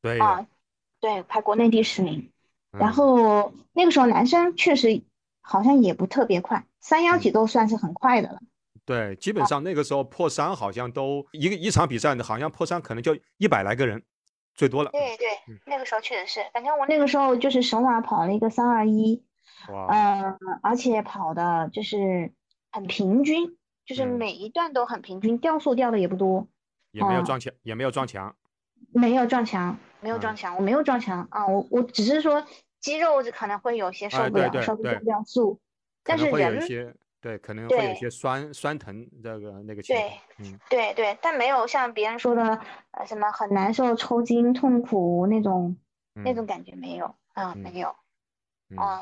[SPEAKER 2] 对呀，
[SPEAKER 1] 啊，对，排国内第十名。然
[SPEAKER 2] 嗯
[SPEAKER 1] 后那个时候男生确实好像也不特别快，三幺
[SPEAKER 2] 嗯
[SPEAKER 1] 几都算是很快的了。
[SPEAKER 2] 对，基
[SPEAKER 1] 哦
[SPEAKER 2] 本上那个时候破三好像都一个一场比赛，好像破三可能就一百来个人，最多了，
[SPEAKER 1] 对对
[SPEAKER 2] 嗯，
[SPEAKER 1] 那个时候确实是，反正我那个时候就是首马跑了一个三二一，
[SPEAKER 2] 哇，
[SPEAKER 1] 呃，而且跑的就是很平均，就是
[SPEAKER 2] 嗯
[SPEAKER 1] 每一段都很平均，掉速掉的也不多，
[SPEAKER 2] 也没有
[SPEAKER 1] 嗯
[SPEAKER 2] 撞墙，也没有撞墙，
[SPEAKER 1] 没有撞墙，没有
[SPEAKER 2] 嗯
[SPEAKER 1] 撞墙，我没有撞墙啊，我我只是说肌肉可能会有些受
[SPEAKER 2] 哎
[SPEAKER 1] 不
[SPEAKER 2] 对
[SPEAKER 1] 了，
[SPEAKER 2] 对
[SPEAKER 1] 受不
[SPEAKER 2] 对
[SPEAKER 1] 了掉速，
[SPEAKER 2] 可
[SPEAKER 1] 但
[SPEAKER 2] 能
[SPEAKER 1] 是
[SPEAKER 2] 会有一
[SPEAKER 1] 人
[SPEAKER 2] 些，对，可能会有一
[SPEAKER 1] 对
[SPEAKER 2] 些酸酸疼这个那个情
[SPEAKER 1] 对
[SPEAKER 2] 况，嗯
[SPEAKER 1] 对对，但没有像别人说的呃什么很难受、抽筋、痛苦那种那
[SPEAKER 2] 嗯
[SPEAKER 1] 种感觉没有，嗯，
[SPEAKER 2] 嗯
[SPEAKER 1] 没有，
[SPEAKER 2] 嗯
[SPEAKER 1] 嗯，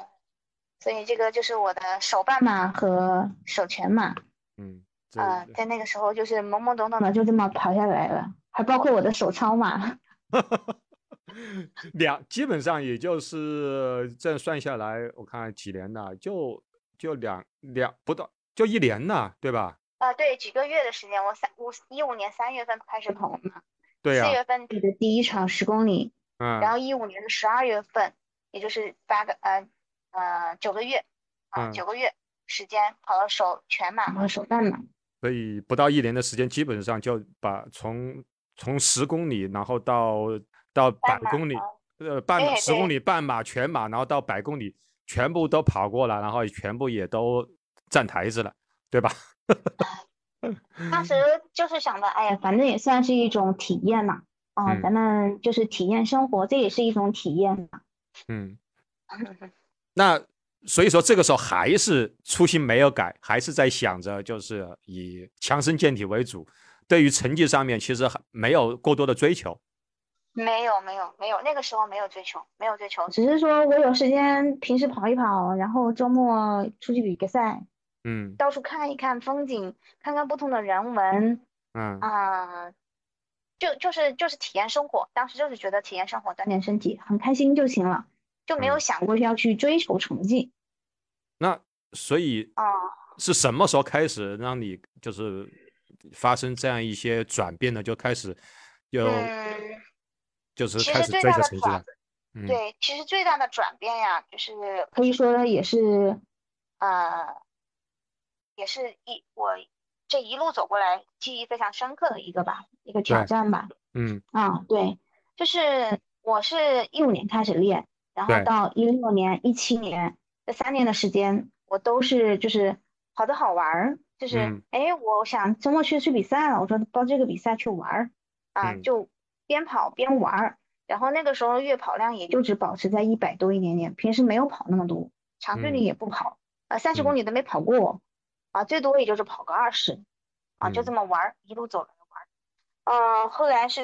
[SPEAKER 1] 所以这个就是我的手办码和手全码，
[SPEAKER 2] 嗯，这
[SPEAKER 1] 啊，在那个时候就是懵懵
[SPEAKER 2] 嗯
[SPEAKER 1] 懂懂的就这么跑下来了，还包括我的手抄 码，
[SPEAKER 2] 两基本上也就是这样算下来，我看几年呐，就就两两不到，就一年呐，对吧？
[SPEAKER 1] 啊，对，几个月的时间，我三五一五年三月份开始跑嘛，
[SPEAKER 2] 对呀
[SPEAKER 1] 四、月份的第一场十公里，然
[SPEAKER 2] 嗯
[SPEAKER 1] 后一五年的十二月份，也就是八个呃呃九个月啊
[SPEAKER 2] 嗯
[SPEAKER 1] 九个月时间跑了手全马和手半马。
[SPEAKER 2] 所以不到一年的时间，基本上就把从从十公里，然后到到百
[SPEAKER 1] 半马
[SPEAKER 2] 公里，呃，半马
[SPEAKER 1] 对
[SPEAKER 2] 十公
[SPEAKER 1] 对
[SPEAKER 2] 里半马全马，然后到百公里，全部都跑过了，然后全部也都站台子了，对吧？
[SPEAKER 1] 当时
[SPEAKER 4] 就是想的，哎呀，反正也算是一种体验嘛。啊、
[SPEAKER 2] 嗯
[SPEAKER 4] 咱们就是体验生活，这也是一种体验嘛。
[SPEAKER 2] 嗯，那所以说这个时候还是初心没有改，还是在想着就是以强身健体为主，对于成绩上面其实还没有过多的追求。
[SPEAKER 1] 没有没有没有，那个时候没有追求，没有追求，
[SPEAKER 4] 只是说我有时间，平时跑一跑，然后周末出去比个赛，
[SPEAKER 2] 嗯
[SPEAKER 1] 到处看一看风景，看看不同的人文
[SPEAKER 2] 嗯
[SPEAKER 1] 啊、就就是就是体验生活。当时就是觉得体验生活
[SPEAKER 4] 锻
[SPEAKER 1] 锻
[SPEAKER 4] 炼
[SPEAKER 1] 炼身
[SPEAKER 4] 身
[SPEAKER 1] 体，
[SPEAKER 4] 体，很开心就行了，
[SPEAKER 1] 就没有
[SPEAKER 2] 嗯
[SPEAKER 1] 想
[SPEAKER 4] 不
[SPEAKER 1] 过
[SPEAKER 4] 过要去追求成绩。
[SPEAKER 2] 那所以
[SPEAKER 1] 啊、
[SPEAKER 2] 是什么时候开始让你就是发生这样一些转变呢？就开始就
[SPEAKER 1] 嗯。
[SPEAKER 2] 就是
[SPEAKER 1] 其
[SPEAKER 2] 开
[SPEAKER 1] 实
[SPEAKER 2] 始
[SPEAKER 1] 最
[SPEAKER 2] 追
[SPEAKER 1] 大
[SPEAKER 2] 求
[SPEAKER 1] 的
[SPEAKER 2] 成绩
[SPEAKER 1] 转
[SPEAKER 2] 了。嗯
[SPEAKER 1] 对，其实最大的转变呀，就是
[SPEAKER 4] 可以说也是
[SPEAKER 1] 呃，也是一我这一路走过来记忆非常深刻的一个吧，一个挑
[SPEAKER 4] 挑
[SPEAKER 2] 对
[SPEAKER 4] 战吧。
[SPEAKER 2] 嗯
[SPEAKER 4] 啊、对，
[SPEAKER 1] 就是我是一五年开始练，然后
[SPEAKER 2] 对
[SPEAKER 1] 到一六年、一七年这三年的时间，我都是就是跑的好玩儿，就是
[SPEAKER 2] 嗯
[SPEAKER 1] 哎，我想周末去去比赛了，我说报这个比赛去玩儿啊，
[SPEAKER 2] 嗯
[SPEAKER 1] 就边跑边玩儿。然后那个时候月跑量也就只保持在一百多一点点，平时没有跑那么多，长距
[SPEAKER 2] 嗯
[SPEAKER 1] 离也不跑，啊，三十
[SPEAKER 2] 嗯
[SPEAKER 1] 公里都没跑过，啊，最多也就是跑个二十，啊，就
[SPEAKER 2] 嗯
[SPEAKER 1] 这么玩儿，一路走来玩儿。嗯，后来是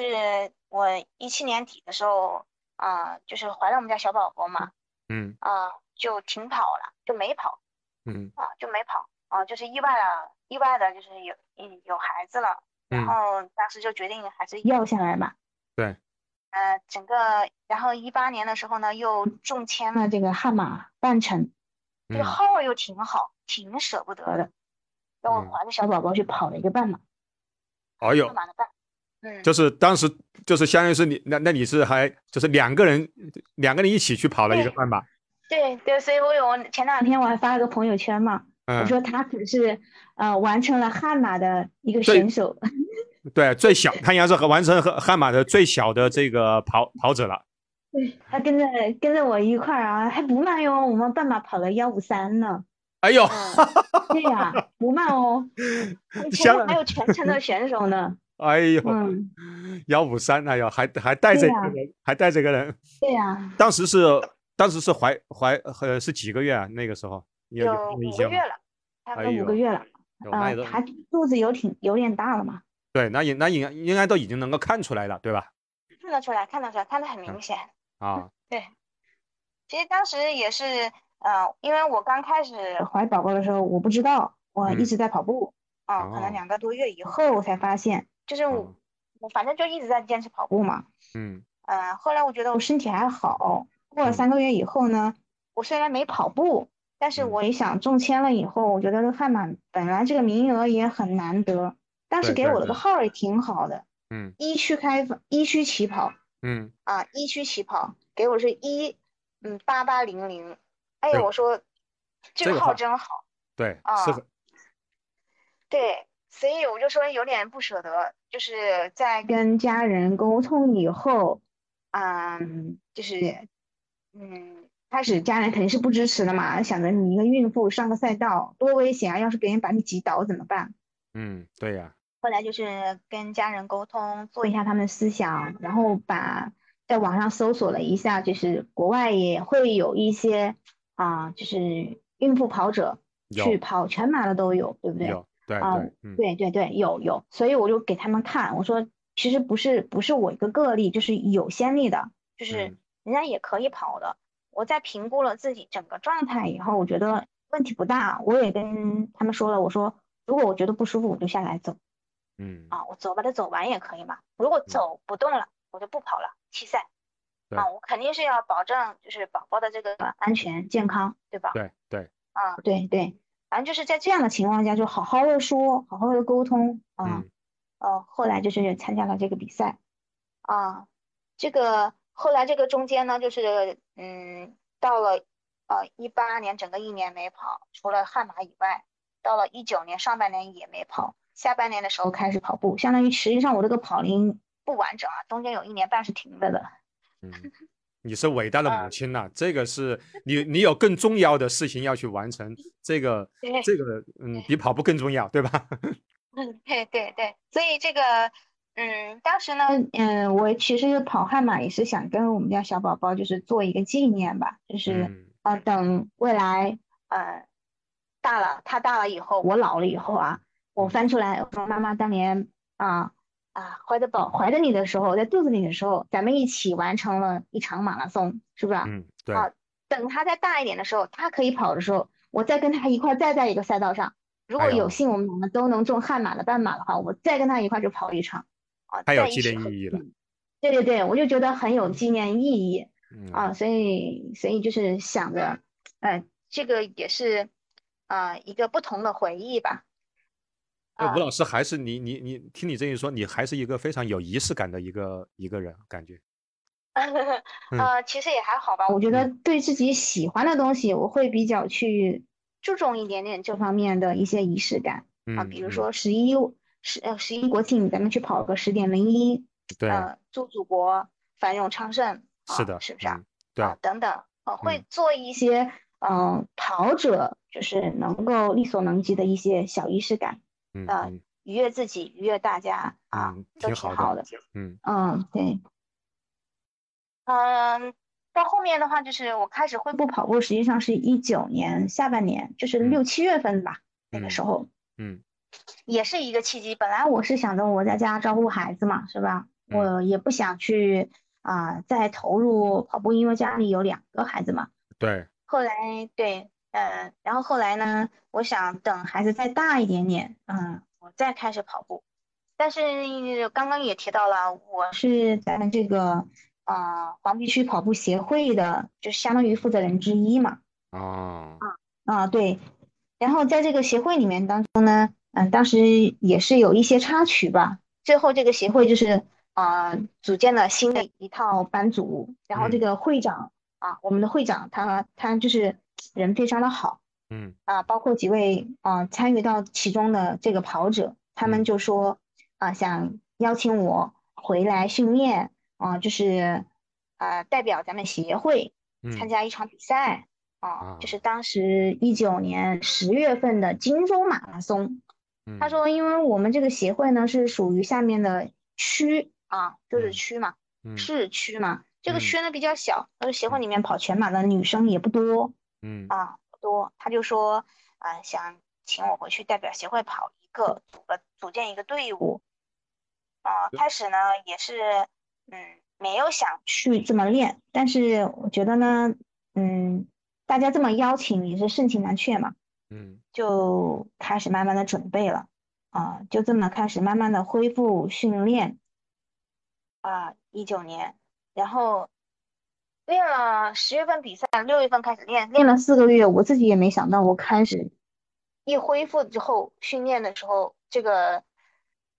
[SPEAKER 1] 我一七年底的时候，啊、就是怀了我们家小宝宝嘛，
[SPEAKER 2] 嗯
[SPEAKER 1] 啊、就停跑了，就没跑
[SPEAKER 2] 嗯
[SPEAKER 1] 啊、就没跑啊、就是意外了，意外的就是有嗯有孩子了，然
[SPEAKER 2] 嗯
[SPEAKER 1] 后当时就决定还是要下来吧。
[SPEAKER 2] 对。
[SPEAKER 1] 呃，整个，然后一八年的时候呢，又中签了
[SPEAKER 4] 那这个悍马半程，
[SPEAKER 1] 这个
[SPEAKER 2] 嗯
[SPEAKER 1] 号儿又挺好，挺舍不得的，让我
[SPEAKER 2] 嗯
[SPEAKER 1] 怀着小
[SPEAKER 4] 小宝宝去跑了一个半马。
[SPEAKER 2] 哎呦
[SPEAKER 1] 宝，马的伴，嗯，
[SPEAKER 2] 就是当时就是相当于是你那那你是还就是两个人两个人一起去跑了一个
[SPEAKER 1] 对
[SPEAKER 2] 半马，
[SPEAKER 1] 对对，所以我有前两
[SPEAKER 4] 那
[SPEAKER 1] 天
[SPEAKER 4] 天我还发了个朋友圈嘛，我
[SPEAKER 2] 嗯，
[SPEAKER 4] 说他可是呃完成了悍马的一个
[SPEAKER 2] 对
[SPEAKER 4] 选手，
[SPEAKER 2] 对，最小他应该是和完成和悍马的最小的这个跑跑者了，
[SPEAKER 4] 他跟着跟着我一块儿啊，还不慢哟，我们半马跑了幺五三 呢。嗯
[SPEAKER 2] 哎呦，
[SPEAKER 4] 对呀、不慢哦，
[SPEAKER 1] 嗯
[SPEAKER 4] 前
[SPEAKER 2] 想
[SPEAKER 4] 面还有全 程的选手呢。
[SPEAKER 2] 哎呦，
[SPEAKER 4] 嗯，
[SPEAKER 2] 幺五三，哎呦，还还带着
[SPEAKER 4] 对
[SPEAKER 2] 一个
[SPEAKER 4] 呀
[SPEAKER 2] 人，还带着一个人，
[SPEAKER 4] 对呀、
[SPEAKER 2] 当时是当时是怀怀呃是几个月啊？那个时候你有有印
[SPEAKER 1] 五个
[SPEAKER 2] 象吗
[SPEAKER 1] 月？呃了，差不
[SPEAKER 2] 哎
[SPEAKER 1] 多
[SPEAKER 4] 五
[SPEAKER 2] 呦
[SPEAKER 4] 个月了，
[SPEAKER 2] 有那
[SPEAKER 4] 啊、
[SPEAKER 2] 也都
[SPEAKER 4] 他肚子有挺有点大了嘛。
[SPEAKER 2] 对，那也那应该应该都已经能够看出来了，对吧？
[SPEAKER 1] 看得出来，看得出来，看得很明
[SPEAKER 2] 嗯
[SPEAKER 1] 显。
[SPEAKER 2] 啊，
[SPEAKER 1] 其实当时也是，呃，因为我刚开始，
[SPEAKER 4] 怀宝宝的时候我不知道，我一
[SPEAKER 2] 嗯
[SPEAKER 4] 直在跑步，
[SPEAKER 1] 啊，可
[SPEAKER 2] 哦
[SPEAKER 1] 能两个多月以后，
[SPEAKER 4] 后才发现
[SPEAKER 1] 就是我
[SPEAKER 2] 哦，
[SPEAKER 1] 我反正就一直在坚持跑步嘛。
[SPEAKER 2] 嗯
[SPEAKER 1] 呃，后来我觉得
[SPEAKER 4] 我
[SPEAKER 1] 我
[SPEAKER 4] 身体还好。过了
[SPEAKER 2] 嗯
[SPEAKER 4] 三个月以后呢，
[SPEAKER 1] 我虽然没跑步，
[SPEAKER 4] 但是
[SPEAKER 2] 嗯
[SPEAKER 4] 我一想中签了以后，我觉得这悍马本来这个名额也很难得，当时
[SPEAKER 2] 对
[SPEAKER 4] 给
[SPEAKER 2] 对
[SPEAKER 4] 我的
[SPEAKER 2] 对
[SPEAKER 4] 个号儿也挺好的，
[SPEAKER 2] 嗯
[SPEAKER 4] 一区开放，一区起跑
[SPEAKER 2] 嗯，
[SPEAKER 1] 啊，一区起跑给我是一，嗯，八八零零。哎
[SPEAKER 2] 这
[SPEAKER 1] 呦，
[SPEAKER 2] 个
[SPEAKER 1] 我说这个
[SPEAKER 2] 这个
[SPEAKER 1] 号
[SPEAKER 2] 号
[SPEAKER 1] 真好，
[SPEAKER 2] 对，
[SPEAKER 1] 啊
[SPEAKER 2] 是很
[SPEAKER 1] 对，所以我就说有点不舍得，就是在跟，
[SPEAKER 4] 跟家人沟通以后，啊
[SPEAKER 1] 嗯，就是，嗯，
[SPEAKER 4] 开始家人肯定是不支持的嘛，想着你一个孕妇上个赛道多危险啊，要是别人把你挤倒怎么办？
[SPEAKER 2] 嗯，对呀、
[SPEAKER 1] 后来就是跟家人沟通，做
[SPEAKER 4] 做一
[SPEAKER 1] 一下。
[SPEAKER 4] 下他们的思想，然后把在网上搜索了一下，就是国外也会有一些啊、就是孕妇跑者
[SPEAKER 2] 有
[SPEAKER 4] 去跑全马的都有，对不对？
[SPEAKER 2] 有对
[SPEAKER 4] 啊
[SPEAKER 2] 对，嗯
[SPEAKER 4] 对对对，有有，所以我就给他们看，我说其实不是不是我一个个例，就是有先例的，
[SPEAKER 1] 就是
[SPEAKER 2] 嗯
[SPEAKER 1] 人家也可以跑的，我在评估了自己整个状态以后，我觉得问题不大。我也跟他们说了，我说如果我觉得不舒服，我就下来走
[SPEAKER 2] 嗯，
[SPEAKER 1] 啊，我走把它走完也可以嘛。如果走不动了，我就不跑了，弃赛。
[SPEAKER 2] 对
[SPEAKER 1] 啊，我肯定是要保证就是宝宝的这个安全健康，对吧？
[SPEAKER 2] 对对，
[SPEAKER 1] 啊，对对，反正就是在这样的情况下，就好好的说，好好的沟通啊
[SPEAKER 2] 嗯。
[SPEAKER 1] 呃，后来就是参加了这个比赛啊。这个后来这个中间呢，就是嗯，到了呃一八年整个一年没跑，除了悍马以外，到了一九年上半年也没跑，下半年的时候开始跑步，相当于实际上我这个跑龄不完整啊，中间有一年半是停了的。
[SPEAKER 2] 嗯，你是伟大的母
[SPEAKER 1] 啊
[SPEAKER 2] 亲呐、这个是你你有更重要的事情要去完成，这个
[SPEAKER 1] 嗯对
[SPEAKER 2] 这个嗯比跑步更重要，对吧？
[SPEAKER 1] 嗯，对对对，所以这个，嗯，当时呢，嗯，我其实跑悍马也是想跟我们家小宝宝就是做一个纪念吧，就是
[SPEAKER 2] 嗯
[SPEAKER 1] 呃，等未来呃大了，他大了以后，我老了以后啊，
[SPEAKER 2] 嗯
[SPEAKER 1] 我翻出来，我说妈妈当年啊啊怀着宝怀着你的时候，在肚子里的时候，咱们一起完成了一场马拉松，是不是啊？
[SPEAKER 2] 嗯，对，
[SPEAKER 1] 啊等他再大一点的时候，他可以跑的时候，我再跟他一块儿再在一个赛道上。如
[SPEAKER 2] 哎
[SPEAKER 1] 果
[SPEAKER 2] 呦
[SPEAKER 1] 有幸我们两个都能中悍马的半马的话，我再跟他一块儿去跑一场啊，
[SPEAKER 2] 太有
[SPEAKER 1] 在一
[SPEAKER 2] 纪
[SPEAKER 1] 起
[SPEAKER 2] 念
[SPEAKER 1] 合
[SPEAKER 2] 意义了。
[SPEAKER 1] 对对对，我就觉得很有纪念意义
[SPEAKER 2] 嗯
[SPEAKER 1] 啊，所以所以就是想着，呃，这个也是啊、一个不同的回忆吧。
[SPEAKER 2] 那
[SPEAKER 1] 啊
[SPEAKER 2] 呃吴老师还是你你你听你这一说，你还是一个非常有仪式感的一个一个人，感觉。嗯
[SPEAKER 1] 呃，其实也还好吧，我觉得对自己喜欢的东西，我会比较去注重一点点这方面的一些仪式感。
[SPEAKER 2] 嗯，
[SPEAKER 1] 啊，比如
[SPEAKER 2] 嗯
[SPEAKER 1] 说十一十呃十一国庆，咱们去跑个十点零一，
[SPEAKER 2] 对，
[SPEAKER 1] 呃，祝祖国繁荣昌盛，
[SPEAKER 2] 是
[SPEAKER 1] 啊
[SPEAKER 2] 的，
[SPEAKER 1] 是不是啊？
[SPEAKER 2] 嗯对
[SPEAKER 1] 啊，等等，呃，
[SPEAKER 2] 嗯
[SPEAKER 1] 会做一些嗯、呃跑者就是能够力所能及的一些小仪式感，
[SPEAKER 2] 嗯
[SPEAKER 1] 呃
[SPEAKER 2] 嗯
[SPEAKER 1] 愉悦自己，愉悦大家啊，
[SPEAKER 2] 嗯
[SPEAKER 1] 都挺
[SPEAKER 2] 挺好的
[SPEAKER 1] 好的。
[SPEAKER 2] 嗯
[SPEAKER 1] 嗯，对。嗯，到后面的话，就是我开始恢复跑步，实际上是一九年下半年，就是
[SPEAKER 2] 嗯
[SPEAKER 1] 六七月份吧，那个
[SPEAKER 2] 嗯
[SPEAKER 1] 时候。
[SPEAKER 2] 嗯
[SPEAKER 1] 也是一个契机。本来我是想着我在家照顾孩子嘛，是吧？
[SPEAKER 2] 嗯
[SPEAKER 1] 我也不想去啊、再投入跑步，因为家里有两个孩子嘛。
[SPEAKER 2] 对，
[SPEAKER 1] 后来对，呃，然后后来呢，我想等孩子再大一点点，嗯，我再开始跑步。但是刚刚也提到了，我是咱们这个呃黄陂区跑步协会的，就相当于负责人之一嘛。
[SPEAKER 2] 哦，
[SPEAKER 1] 啊，对。然后在这个协会里面当中呢，嗯，当时也是有一些插曲吧。最后这个协会就是啊、组建了新的一套班组，然后这
[SPEAKER 2] 嗯
[SPEAKER 1] 个会长啊，我们的会长他他就是人非常的好
[SPEAKER 2] 嗯
[SPEAKER 1] 啊，包括几位啊参与到其中的这个跑者，他
[SPEAKER 2] 嗯
[SPEAKER 1] 们就说啊想邀请我回来训练啊，就是啊代表咱们协会。
[SPEAKER 2] 嗯，
[SPEAKER 1] 参加一场比赛啊，就
[SPEAKER 2] 啊
[SPEAKER 1] 是当时一九年十月份的荆州马拉松。他
[SPEAKER 2] 嗯
[SPEAKER 1] 说，因为我们这个协会呢是属于下面的区啊，就是
[SPEAKER 2] 嗯
[SPEAKER 1] 区嘛，
[SPEAKER 2] 嗯
[SPEAKER 1] 市区嘛，这个
[SPEAKER 2] 嗯
[SPEAKER 1] 区呢比较小，而且协会里面跑全马的女生也不多
[SPEAKER 2] 嗯
[SPEAKER 1] 啊，不多。他就说啊，想请我回去代表协会跑一个，组个组建一个队伍。啊，开始呢也是，嗯，没有想去这么练，但是我觉得呢，嗯，大家这么邀请也是盛情难却嘛，
[SPEAKER 2] 嗯
[SPEAKER 1] 就开始慢慢的准备了，啊、就这么开始慢慢的恢复训练，啊、1一九年，然后练了十月份比赛，六月份开始练，练了四个月，我自己也没想到，我开始一恢复之后训练的时候，这个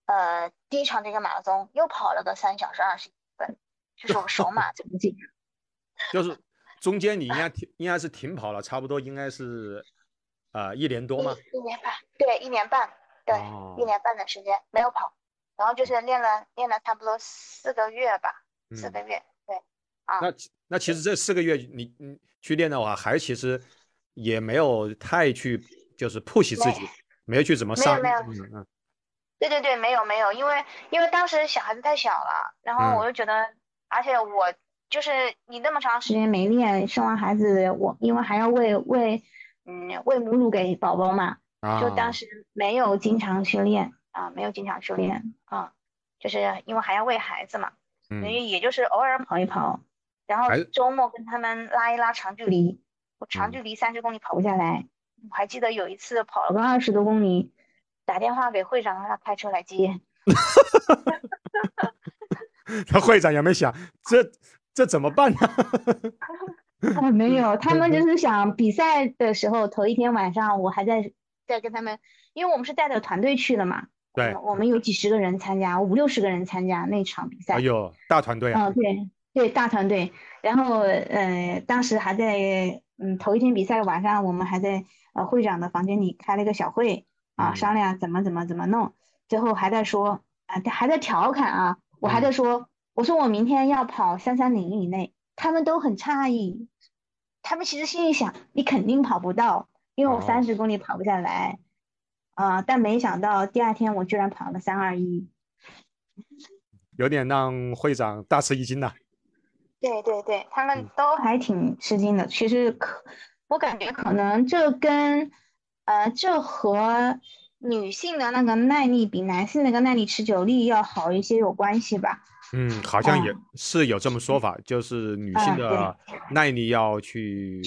[SPEAKER 1] 呃第一场这个马拉松又跑了个三小时二十一分，这是我首马成绩。
[SPEAKER 2] 就是中间你应该停，应该是停跑了，差不多应该是呃一年多吗？
[SPEAKER 1] 一一年半，对，一年半，对，一
[SPEAKER 2] 哦
[SPEAKER 1] 年半的时间没有跑，然后就是练了练了差不多四个月吧，四
[SPEAKER 2] 嗯
[SPEAKER 1] 个月，对，
[SPEAKER 2] 那其那其实这四个月你你去练的话，还其实也没有太去就是 push 自
[SPEAKER 1] 没
[SPEAKER 2] 己，没有去怎么
[SPEAKER 1] 没有
[SPEAKER 2] 上，
[SPEAKER 1] 没有
[SPEAKER 2] 嗯嗯
[SPEAKER 1] 对对对，没有没有，因为因为当时小孩子太小了，然后
[SPEAKER 2] 嗯
[SPEAKER 1] 我就觉得，而且我就是你那么长时间没练，生完孩子我因为还要喂喂，嗯，喂母乳给宝宝嘛，
[SPEAKER 2] 啊，
[SPEAKER 1] 就当时没有经常去练啊，没有经常去练啊，就是因为还要喂孩子嘛，所
[SPEAKER 2] 嗯
[SPEAKER 1] 以也就是偶尔跑一跑
[SPEAKER 3] 然后
[SPEAKER 2] 还是
[SPEAKER 3] 周末跟他们拉一拉长距离。我长
[SPEAKER 2] 嗯
[SPEAKER 3] 距离三十公里跑不下来，我还记得有一次跑了个二十多公里，打电话给会长让他开车来 接。
[SPEAKER 2] 那会长有没有想这这怎么办呢？
[SPEAKER 1] 啊，没有，他
[SPEAKER 2] 对
[SPEAKER 1] 们
[SPEAKER 2] 对
[SPEAKER 1] 就是想比赛的时候头一天晚上，我还在在跟他们，因为我们是带着团队去的嘛，
[SPEAKER 2] 对，
[SPEAKER 1] 我们有几十个人参加，五六十个人参加那场比赛
[SPEAKER 2] 哎，呦，大团队啊，
[SPEAKER 1] 嗯，对对，大团队。然后呃，当时还在嗯头一天比赛的晚上，我们还在呃会长的房间里开了一个小会啊，
[SPEAKER 2] 嗯
[SPEAKER 1] 商量怎么怎么怎么弄。最后还在说啊，还在调侃啊，我还在
[SPEAKER 2] 嗯
[SPEAKER 1] 说，我说我明天要跑三三零以内，他们都很诧异，他们其实心里想你肯定跑不到，因为我
[SPEAKER 2] 哦
[SPEAKER 1] 三十公里跑不下来啊，但没想到第二天我居然跑了三二一。
[SPEAKER 2] 有点让会长大吃一惊呐。
[SPEAKER 3] 对对对，他
[SPEAKER 2] 嗯
[SPEAKER 3] 们都还
[SPEAKER 1] 还挺吃惊的。其实可，我感觉可能这跟，呃，这和女性的那个耐力比男性那个耐力持久力要好一些有关系吧。
[SPEAKER 2] 嗯，好像也
[SPEAKER 1] 哦
[SPEAKER 2] 是有这么说法，就是女性
[SPEAKER 1] 嗯对
[SPEAKER 2] 的耐力要去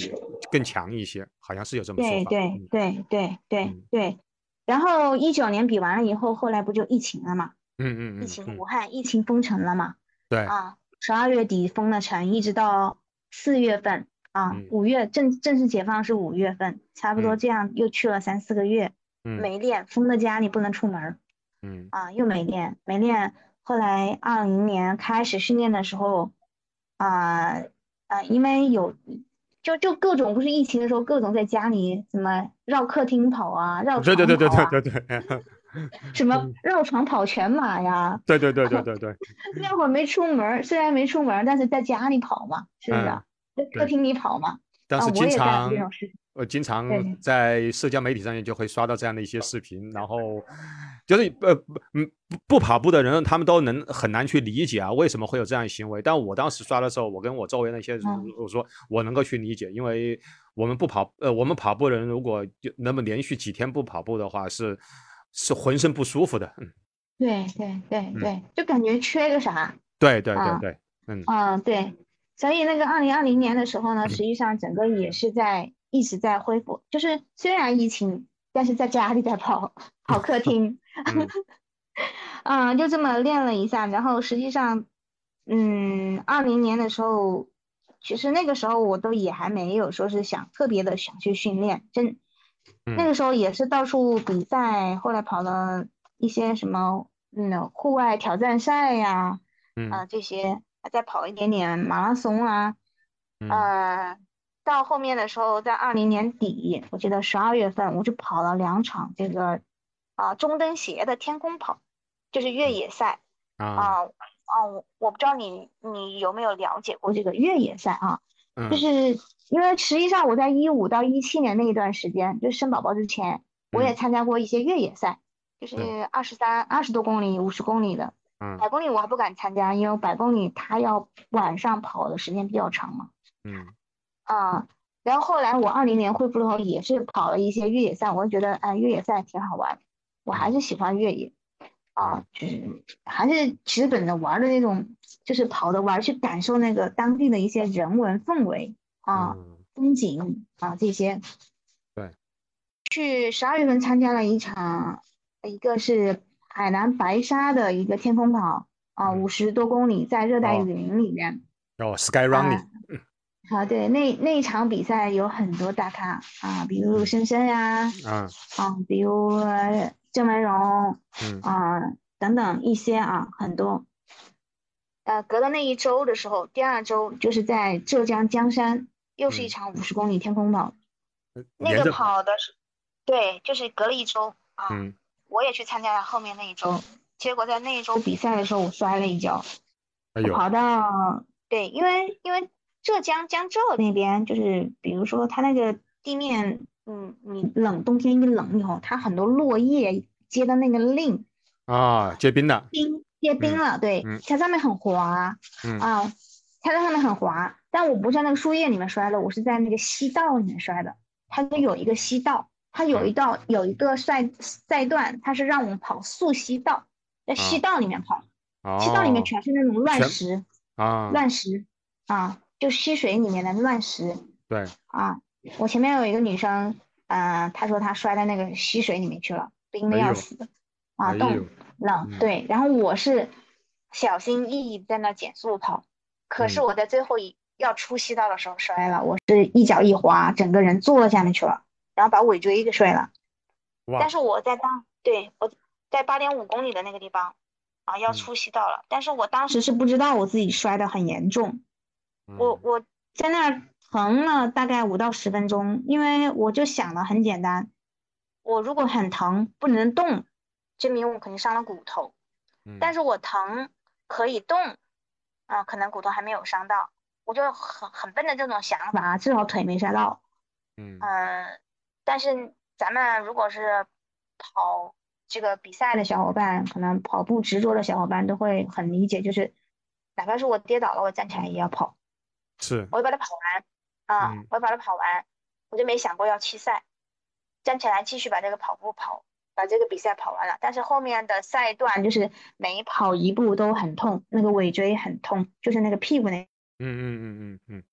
[SPEAKER 2] 更强一些，好像是有这么说
[SPEAKER 1] 对
[SPEAKER 2] 法。
[SPEAKER 1] 对
[SPEAKER 2] 嗯
[SPEAKER 1] 对对对
[SPEAKER 2] 嗯
[SPEAKER 1] 对。然后一九年比完了以后，后来不就疫情了嘛？
[SPEAKER 2] 嗯嗯
[SPEAKER 1] 疫
[SPEAKER 2] 嗯
[SPEAKER 1] 情
[SPEAKER 2] 嗯，哎
[SPEAKER 1] 武汉疫情封城了嘛？
[SPEAKER 2] 对，
[SPEAKER 1] 啊，十二月底封了城，一直到四月份啊
[SPEAKER 2] 嗯，
[SPEAKER 1] 五月正正式解放是五月份，差不多
[SPEAKER 2] 嗯
[SPEAKER 1] 这样又去了三四个月，
[SPEAKER 2] 嗯
[SPEAKER 1] 没练，封在家里不能出门儿。
[SPEAKER 2] 嗯
[SPEAKER 1] 啊，又没练，没练。后来二零年开始训练的时候，啊、啊、因为有就就各种不是疫情的时候，各种在家里怎么绕客厅跑啊，绕
[SPEAKER 2] 对对对
[SPEAKER 1] 床
[SPEAKER 2] 对
[SPEAKER 1] 跑啊，
[SPEAKER 2] 对对对
[SPEAKER 1] 什么
[SPEAKER 2] 嗯
[SPEAKER 1] 绕床跑全马呀。
[SPEAKER 2] 对对对对对对，
[SPEAKER 1] 那会儿没出门儿，虽然没出门儿，但是在家里跑嘛，是不是啊？在客
[SPEAKER 2] 嗯对
[SPEAKER 1] 厅里跑嘛，
[SPEAKER 2] 但
[SPEAKER 1] 啊，
[SPEAKER 2] 是
[SPEAKER 1] 我
[SPEAKER 2] 经
[SPEAKER 1] 也干
[SPEAKER 2] 常
[SPEAKER 1] 这种事情。
[SPEAKER 2] 我经常
[SPEAKER 1] 对
[SPEAKER 2] 在社交媒体上面就会刷到这样的一些视频，然后就是呃不嗯不不跑步的人，他们都能很难去理解啊，为什么会有这样的行为？但我当时刷的时候，我跟我周围那些人
[SPEAKER 1] 嗯
[SPEAKER 2] 我说我能够去理解，因为我们不跑呃我们跑步的人如果就那么连续几天不跑步的话，是是浑身不舒服的。嗯，
[SPEAKER 1] 对对对
[SPEAKER 2] 嗯
[SPEAKER 1] 对，就感觉缺个啥。
[SPEAKER 2] 对对对
[SPEAKER 1] 啊
[SPEAKER 2] 对，嗯
[SPEAKER 1] 嗯，对，所以那个二零二零年的时候呢，实际上整个也是在一直在恢复，就是虽然疫情，但是在家里在跑跑客厅，
[SPEAKER 2] 嗯
[SPEAKER 1] 嗯，就这么练了一下，然后实际上，嗯，二零年的时候，其实那个时候我都也还没有说是想特别的想去训练，真那
[SPEAKER 2] 嗯
[SPEAKER 1] 个时候也是到处比赛，后来跑了一些什么嗯户外挑战赛呀。啊、
[SPEAKER 2] 嗯
[SPEAKER 1] 这些，呃再跑一点点马拉松啊，
[SPEAKER 2] 嗯
[SPEAKER 1] 呃，到后面的时候，在二零年底，我记得十二月份，我就跑了两场这个啊、中登协的天空跑，就是
[SPEAKER 2] 嗯
[SPEAKER 1] 越野赛
[SPEAKER 2] 啊
[SPEAKER 1] 啊啊，我我不知道你你有没有了解过这个越野赛啊，
[SPEAKER 2] 嗯
[SPEAKER 1] 就是因为实际上我在一五到一七年那一段时间，就是生宝宝之前，我也
[SPEAKER 2] 嗯
[SPEAKER 1] 参加过一些越野赛，就是
[SPEAKER 2] 对
[SPEAKER 1] 二十三、二十多公里、五十公里的。
[SPEAKER 2] 嗯
[SPEAKER 1] 百公里我还不敢参加，因为百公里它要晚上跑的时间比较长嘛。
[SPEAKER 2] 嗯
[SPEAKER 1] 啊、然后后来我二零年恢复了后，也是跑了一些越野赛，我就觉得啊、越野赛挺好玩，我还是喜欢越野。啊、就是还是其实本着玩的那种，就是跑着玩儿去感受那个当地的一些人文氛围啊、
[SPEAKER 2] 嗯
[SPEAKER 1] 风景啊这些。
[SPEAKER 2] 对。
[SPEAKER 1] 去十二月份参加了一场，一个是海南白沙的一个天空跑啊，
[SPEAKER 2] 嗯
[SPEAKER 1] 五十多公里，在热带
[SPEAKER 2] 哦
[SPEAKER 1] 雨林里面。
[SPEAKER 2] 哦 Sky Running
[SPEAKER 1] 啊，对，那那一场比赛有很多大咖啊，比
[SPEAKER 2] 嗯
[SPEAKER 1] 如深深呀，
[SPEAKER 2] 啊
[SPEAKER 1] 啊，比如呃郑文荣
[SPEAKER 2] 嗯
[SPEAKER 1] 啊等等一些啊，很多。呃，隔了那一周的时候，第二周就是在浙江江山，又是一
[SPEAKER 2] 嗯
[SPEAKER 1] 场五十公里天空跑，那
[SPEAKER 2] 沿
[SPEAKER 1] 个
[SPEAKER 2] 呃着
[SPEAKER 1] 跑的是，对，就是隔了一周啊，
[SPEAKER 2] 嗯
[SPEAKER 1] 我也去参加了后面那一周，结果在那一周比赛的时候我摔了一跤，
[SPEAKER 2] 哎
[SPEAKER 1] 我
[SPEAKER 2] 呦
[SPEAKER 1] 跑到对，因为因为浙江江浙那边就是，比如说它那个地面，嗯，你冷冬天一冷以后，它很多落叶结的那个令
[SPEAKER 2] 啊结冰了
[SPEAKER 1] 冰结冰
[SPEAKER 2] 嗯
[SPEAKER 1] 了，对，
[SPEAKER 2] 嗯
[SPEAKER 1] 它上面很滑
[SPEAKER 2] 嗯
[SPEAKER 1] 啊，它在上面很滑，但我不是在那个树叶里面摔的，我是在那个溪道里面摔的，它就有一个溪道。它有
[SPEAKER 2] 嗯
[SPEAKER 1] 一道有一个赛赛段，它是让我们跑溯溪道，在溪
[SPEAKER 2] 啊
[SPEAKER 1] 道里面跑，
[SPEAKER 2] 哦
[SPEAKER 1] 溪道里面全是那种乱
[SPEAKER 2] 全
[SPEAKER 1] 石，
[SPEAKER 2] 啊
[SPEAKER 1] 乱石啊，就溪水里面的乱石
[SPEAKER 2] 对，
[SPEAKER 1] 啊。我前面有一个女生，呃，她说她摔到那个溪水里面去了，冰的
[SPEAKER 2] 哎
[SPEAKER 1] 要
[SPEAKER 2] 呦
[SPEAKER 1] 死，啊，
[SPEAKER 2] 哎
[SPEAKER 1] 冻
[SPEAKER 2] 呦，
[SPEAKER 1] 冷
[SPEAKER 2] 嗯
[SPEAKER 1] 对，然后我是小心翼翼地在那减速跑，可是
[SPEAKER 2] 嗯
[SPEAKER 1] 我在最后一要出溪道的时候摔了，我是一脚一滑，整个人坐下面去了，然后把尾椎给摔了。
[SPEAKER 2] 哇
[SPEAKER 1] 但，是我在当对我在八点五公里的那个地方啊要
[SPEAKER 2] 嗯
[SPEAKER 1] 出溪道了，但是我当时是不知道我自己摔得很严重，我
[SPEAKER 2] 嗯
[SPEAKER 1] 我在那儿疼了大概五到十分钟，因为我就想的很简单，我如果很疼不能动，证明我肯定伤了骨头。
[SPEAKER 2] 嗯
[SPEAKER 1] 但是我疼可以动，啊、可能骨头还没有伤到，我就很很笨的这种想法，啊至少腿没摔到，
[SPEAKER 2] 嗯
[SPEAKER 1] 嗯、但是咱们如果是跑这个比赛的小伙伴，可能跑步执着的小伙伴都会很理解，就是哪怕是我跌倒了，我站起来也要跑，
[SPEAKER 2] 是
[SPEAKER 1] 我要把它跑完，啊、
[SPEAKER 2] 嗯
[SPEAKER 1] 我要把它跑完，我就没想过要弃赛，站起来继续把这个跑步跑，把这个比赛跑完了。但是后面的赛段就是每跑一步都很痛，那个尾椎很痛，就是那个屁股那
[SPEAKER 2] 嗯嗯嗯嗯嗯，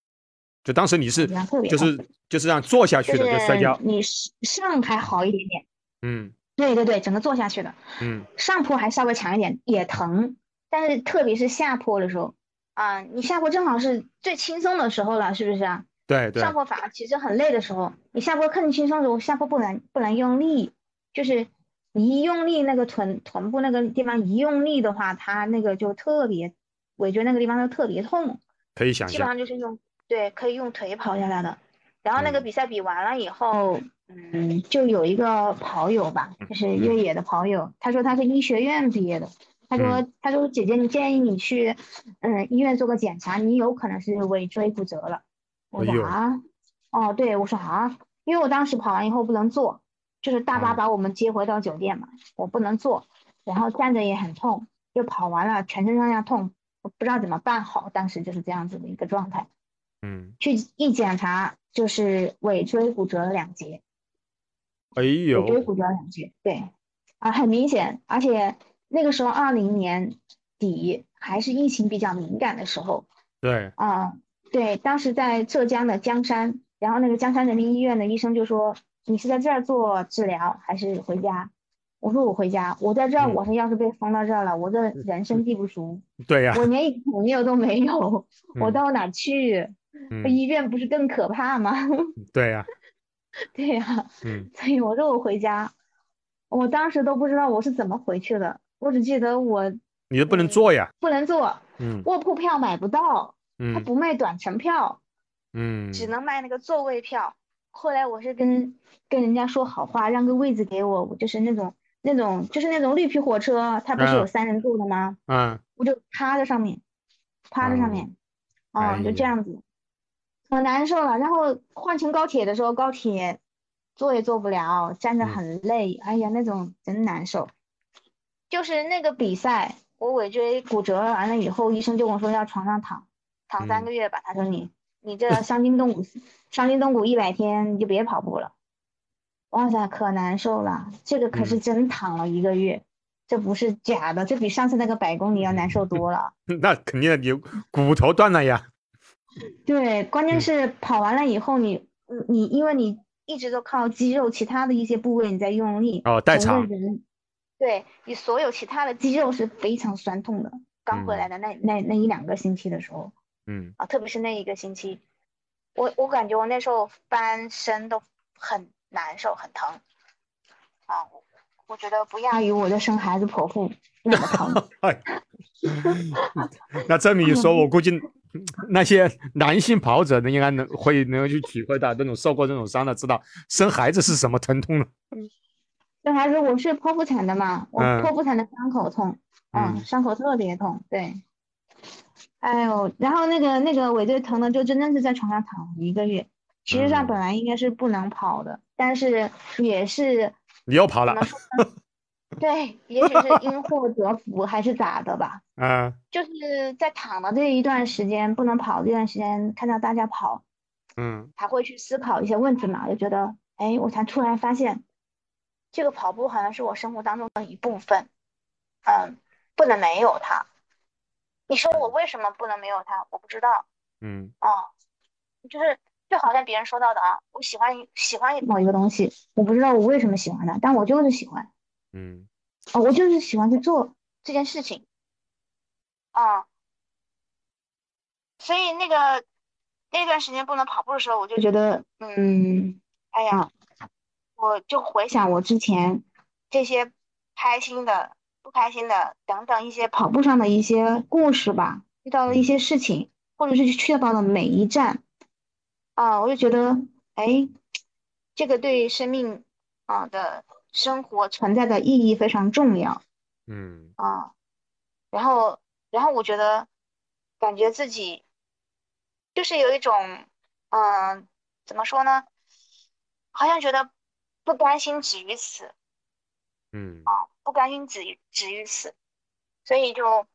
[SPEAKER 2] 就当时你是
[SPEAKER 1] 地方特别
[SPEAKER 2] 就
[SPEAKER 1] 痛，
[SPEAKER 2] 是就是让坐下去
[SPEAKER 1] 就
[SPEAKER 2] 的，就摔跤
[SPEAKER 1] 是，你上还好一点点，
[SPEAKER 2] 嗯
[SPEAKER 1] 对对对，整个坐下去的，
[SPEAKER 2] 嗯
[SPEAKER 1] 上坡还稍微强一点，也疼，但是特别是下坡的时候。啊，你下坡正好是最轻松的时候了，是不是啊？
[SPEAKER 2] 对对
[SPEAKER 1] 上坡反而其实很累的时候，你下坡更轻松的时候，下坡不能不能用力，就是你一用力，那个臀臀部那个地方一用力的话，它那个就特别，尾椎那个地方就特别痛，
[SPEAKER 2] 可以想
[SPEAKER 1] 基本
[SPEAKER 2] 象，
[SPEAKER 1] 上就是用对可以用腿跑下来的。然后那个
[SPEAKER 2] 嗯
[SPEAKER 1] 比赛比完了以后，嗯，就有一个跑友吧，
[SPEAKER 2] 嗯
[SPEAKER 1] 就是越野的跑友，他说他是医学院毕业的，他
[SPEAKER 2] 嗯
[SPEAKER 1] 说他说姐姐，你建议你去嗯医院做个检查，你有可能是尾椎骨折了。我
[SPEAKER 2] 哎
[SPEAKER 1] 说
[SPEAKER 2] 呦
[SPEAKER 1] 啊，哦，对，我说啊，因为我当时跑完以后不能坐，就是大巴
[SPEAKER 2] 哦
[SPEAKER 1] 把我们接回到酒店嘛，我不能坐，然后站着也很痛，就跑完了全身上下痛，我不知道怎么办好，当时就是这样子的一个状态。
[SPEAKER 2] 嗯，
[SPEAKER 1] 去一检查，就是尾椎骨折了两节，
[SPEAKER 2] 哎
[SPEAKER 1] 尾椎
[SPEAKER 2] 呦，
[SPEAKER 1] 骨折了两节，对，啊，很明显，而且那个时候二零年底还是疫情比较敏感的时候，
[SPEAKER 2] 对，
[SPEAKER 1] 啊、对，当时在浙江的江山，然后那个江山人民医院的医生就说：“你是在这儿做治疗还是回家？”我说：“我回家，我在这儿，
[SPEAKER 2] 嗯
[SPEAKER 1] 我是要是被封到这儿了，我这人生地不熟，
[SPEAKER 2] 对呀、
[SPEAKER 1] 我连一个朋友都没有，我
[SPEAKER 2] 嗯
[SPEAKER 1] 到哪儿去？
[SPEAKER 2] 嗯，
[SPEAKER 1] 医院不是更可怕吗？
[SPEAKER 2] 对呀、
[SPEAKER 1] 对呀、
[SPEAKER 2] 嗯
[SPEAKER 1] 所以我说我回家，我当时都不知道我是怎么回去的，我只记得我
[SPEAKER 2] 你都不能坐呀，
[SPEAKER 1] 嗯不能坐，
[SPEAKER 2] 嗯
[SPEAKER 1] 卧铺票买不到，他
[SPEAKER 2] 嗯
[SPEAKER 1] 不卖短程票。”
[SPEAKER 2] 嗯，
[SPEAKER 1] 只能卖那个座位票。后来我是跟跟人家说好话，让个位置给我，我就是那种那种就是那种绿皮火车，它不是有
[SPEAKER 2] 嗯
[SPEAKER 1] 三人座的吗？
[SPEAKER 2] 啊，
[SPEAKER 1] 我就趴在上面，趴在上
[SPEAKER 2] 哦
[SPEAKER 1] 面，啊、
[SPEAKER 2] 哎
[SPEAKER 1] 就这
[SPEAKER 2] 呀
[SPEAKER 1] 样子，可难受了。然后换乘高铁的时候，高铁坐也坐不了，站着
[SPEAKER 2] 嗯
[SPEAKER 1] 很累，哎呀，那种真难受。就是那个比赛，我尾椎骨折了完了以后，医生就跟我说要床上躺，躺三
[SPEAKER 2] 嗯
[SPEAKER 1] 个月吧。他说你你这伤筋动骨，伤筋动骨一百天，你就别跑步了。哇塞，可难受了，这个可是
[SPEAKER 2] 嗯
[SPEAKER 1] 真躺了一个月，这不是假的，这比上次那个百公里要难受多了。
[SPEAKER 2] 那肯定你骨头断了呀，
[SPEAKER 1] 对，关键
[SPEAKER 2] 嗯
[SPEAKER 1] 是跑完了以后你，你你因为你一直都靠肌肉，其他的一些部位你在用力，
[SPEAKER 2] 哦，代
[SPEAKER 1] 整
[SPEAKER 2] 偿
[SPEAKER 1] 个，人，对你所有其他的肌肉是非常酸痛的。刚回
[SPEAKER 2] 嗯
[SPEAKER 1] 来的那那那一两个星期的时候
[SPEAKER 2] 嗯
[SPEAKER 1] 啊，特别是那一个星期，我我感觉我那时候翻身都很难受，很疼啊，我我觉得不亚于我在生孩子剖腹那么疼。
[SPEAKER 2] 哎，那这么一说，我估计那些男性跑者呢，应该能会能够去体会到这种受过这种伤的，知道生孩子是什么疼痛了。
[SPEAKER 1] 那还是我是剖腹产的嘛，我
[SPEAKER 2] 嗯
[SPEAKER 1] 剖腹产的伤口痛，嗯，
[SPEAKER 2] 嗯
[SPEAKER 1] 伤口特别痛，对。哎呦，然后那个那个尾椎疼的，就真正是在床上躺了一个月。其实上
[SPEAKER 2] 嗯
[SPEAKER 1] 本来应该是不能跑的，但是也是
[SPEAKER 2] 你又跑
[SPEAKER 1] 怎
[SPEAKER 2] 了
[SPEAKER 1] 么，说 呢？对，也许是因祸得福还是咋的吧，
[SPEAKER 2] 啊，
[SPEAKER 1] 就是在躺的这一段时间不能跑这段时间，看到大家跑，
[SPEAKER 2] 嗯
[SPEAKER 1] 还会去思考一些问题嘛，就觉得，哎，我才突然发现，这个跑步好像是我生活当中的一部分，嗯，不能没有它。你说我为什么不能没有它？我不知道，
[SPEAKER 2] 嗯
[SPEAKER 1] 啊，就是就好像别人说到的啊，我喜欢一喜欢某一个东西，我不知道我为什么喜欢它，但我就是喜欢
[SPEAKER 2] 嗯
[SPEAKER 1] 啊，我就是喜欢去做这件事情啊。所以那个那段时间不能跑步的时候，我就觉得，嗯，哎呀，我就回想我之前这些开心的、不开心的等等一些跑步上的一些故事吧，遇到的一些事情，或者是去到的每一站，啊，我就觉得，哎，这个对生命啊的生活存在的意义非常重要
[SPEAKER 2] 嗯
[SPEAKER 1] 啊。然后，然后我觉得，感觉自己就是有一种，嗯、怎么说呢？好像觉得不甘心止于此，
[SPEAKER 2] 嗯
[SPEAKER 1] 不甘心止于止于此，所以就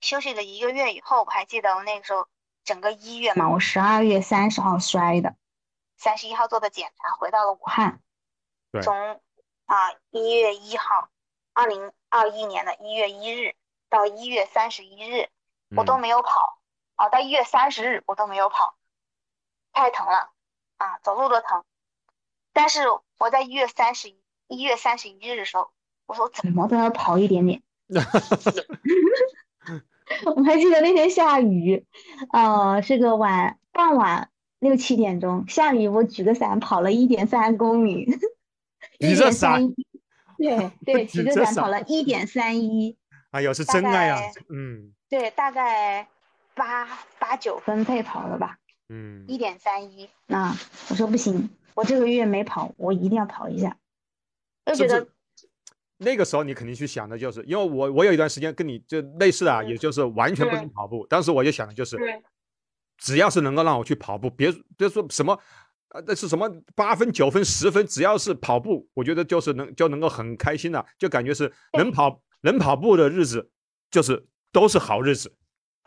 [SPEAKER 1] 休息了一个月以后，我还记得我那个时候整个一月嘛，我十二月三十号摔的，三十一号做的检查，回到了武汉
[SPEAKER 2] 对，
[SPEAKER 1] 从啊一月一号，二零二一年的一月一日到一月三十一日，我都
[SPEAKER 2] 嗯
[SPEAKER 1] 没有跑啊，到一月三十日我都没有跑，太疼了啊，走路都疼。但是我在一月三十一一月三十一日的时候，我说我怎么都要跑一点 点。我还记得那天下雨，呃，是个晚傍晚六七点钟，下雨，我举个伞跑了一点三公里，
[SPEAKER 2] 你
[SPEAKER 1] 一
[SPEAKER 2] 这
[SPEAKER 1] 点
[SPEAKER 2] 伞
[SPEAKER 1] 三一， 对对，举
[SPEAKER 2] 你
[SPEAKER 1] 着
[SPEAKER 2] 这
[SPEAKER 1] 伞
[SPEAKER 2] 伞
[SPEAKER 1] 跑了一点三一，
[SPEAKER 2] 哎呀，是
[SPEAKER 1] 大
[SPEAKER 2] 真爱呀
[SPEAKER 1] 概，
[SPEAKER 2] 嗯
[SPEAKER 1] 对，大概八八九分配跑了吧。
[SPEAKER 2] 嗯
[SPEAKER 1] 一点三一。啊，我说不行，我这个月没跑，我一定要跑一下。就是觉
[SPEAKER 2] 不
[SPEAKER 1] 得
[SPEAKER 2] 是那个时候你肯定去想的就是，因为我我有一段时间跟你就类似啊，也就是完全不能跑步。当时我就想的就是
[SPEAKER 1] 嗯，
[SPEAKER 2] 只要是能够让我去跑步，别别说什么。啊，那是什么八分、九分、十分，只要是跑步，我觉得就是能就能够很开心的，就感觉是能跑能跑步的日子，就是都是好日子。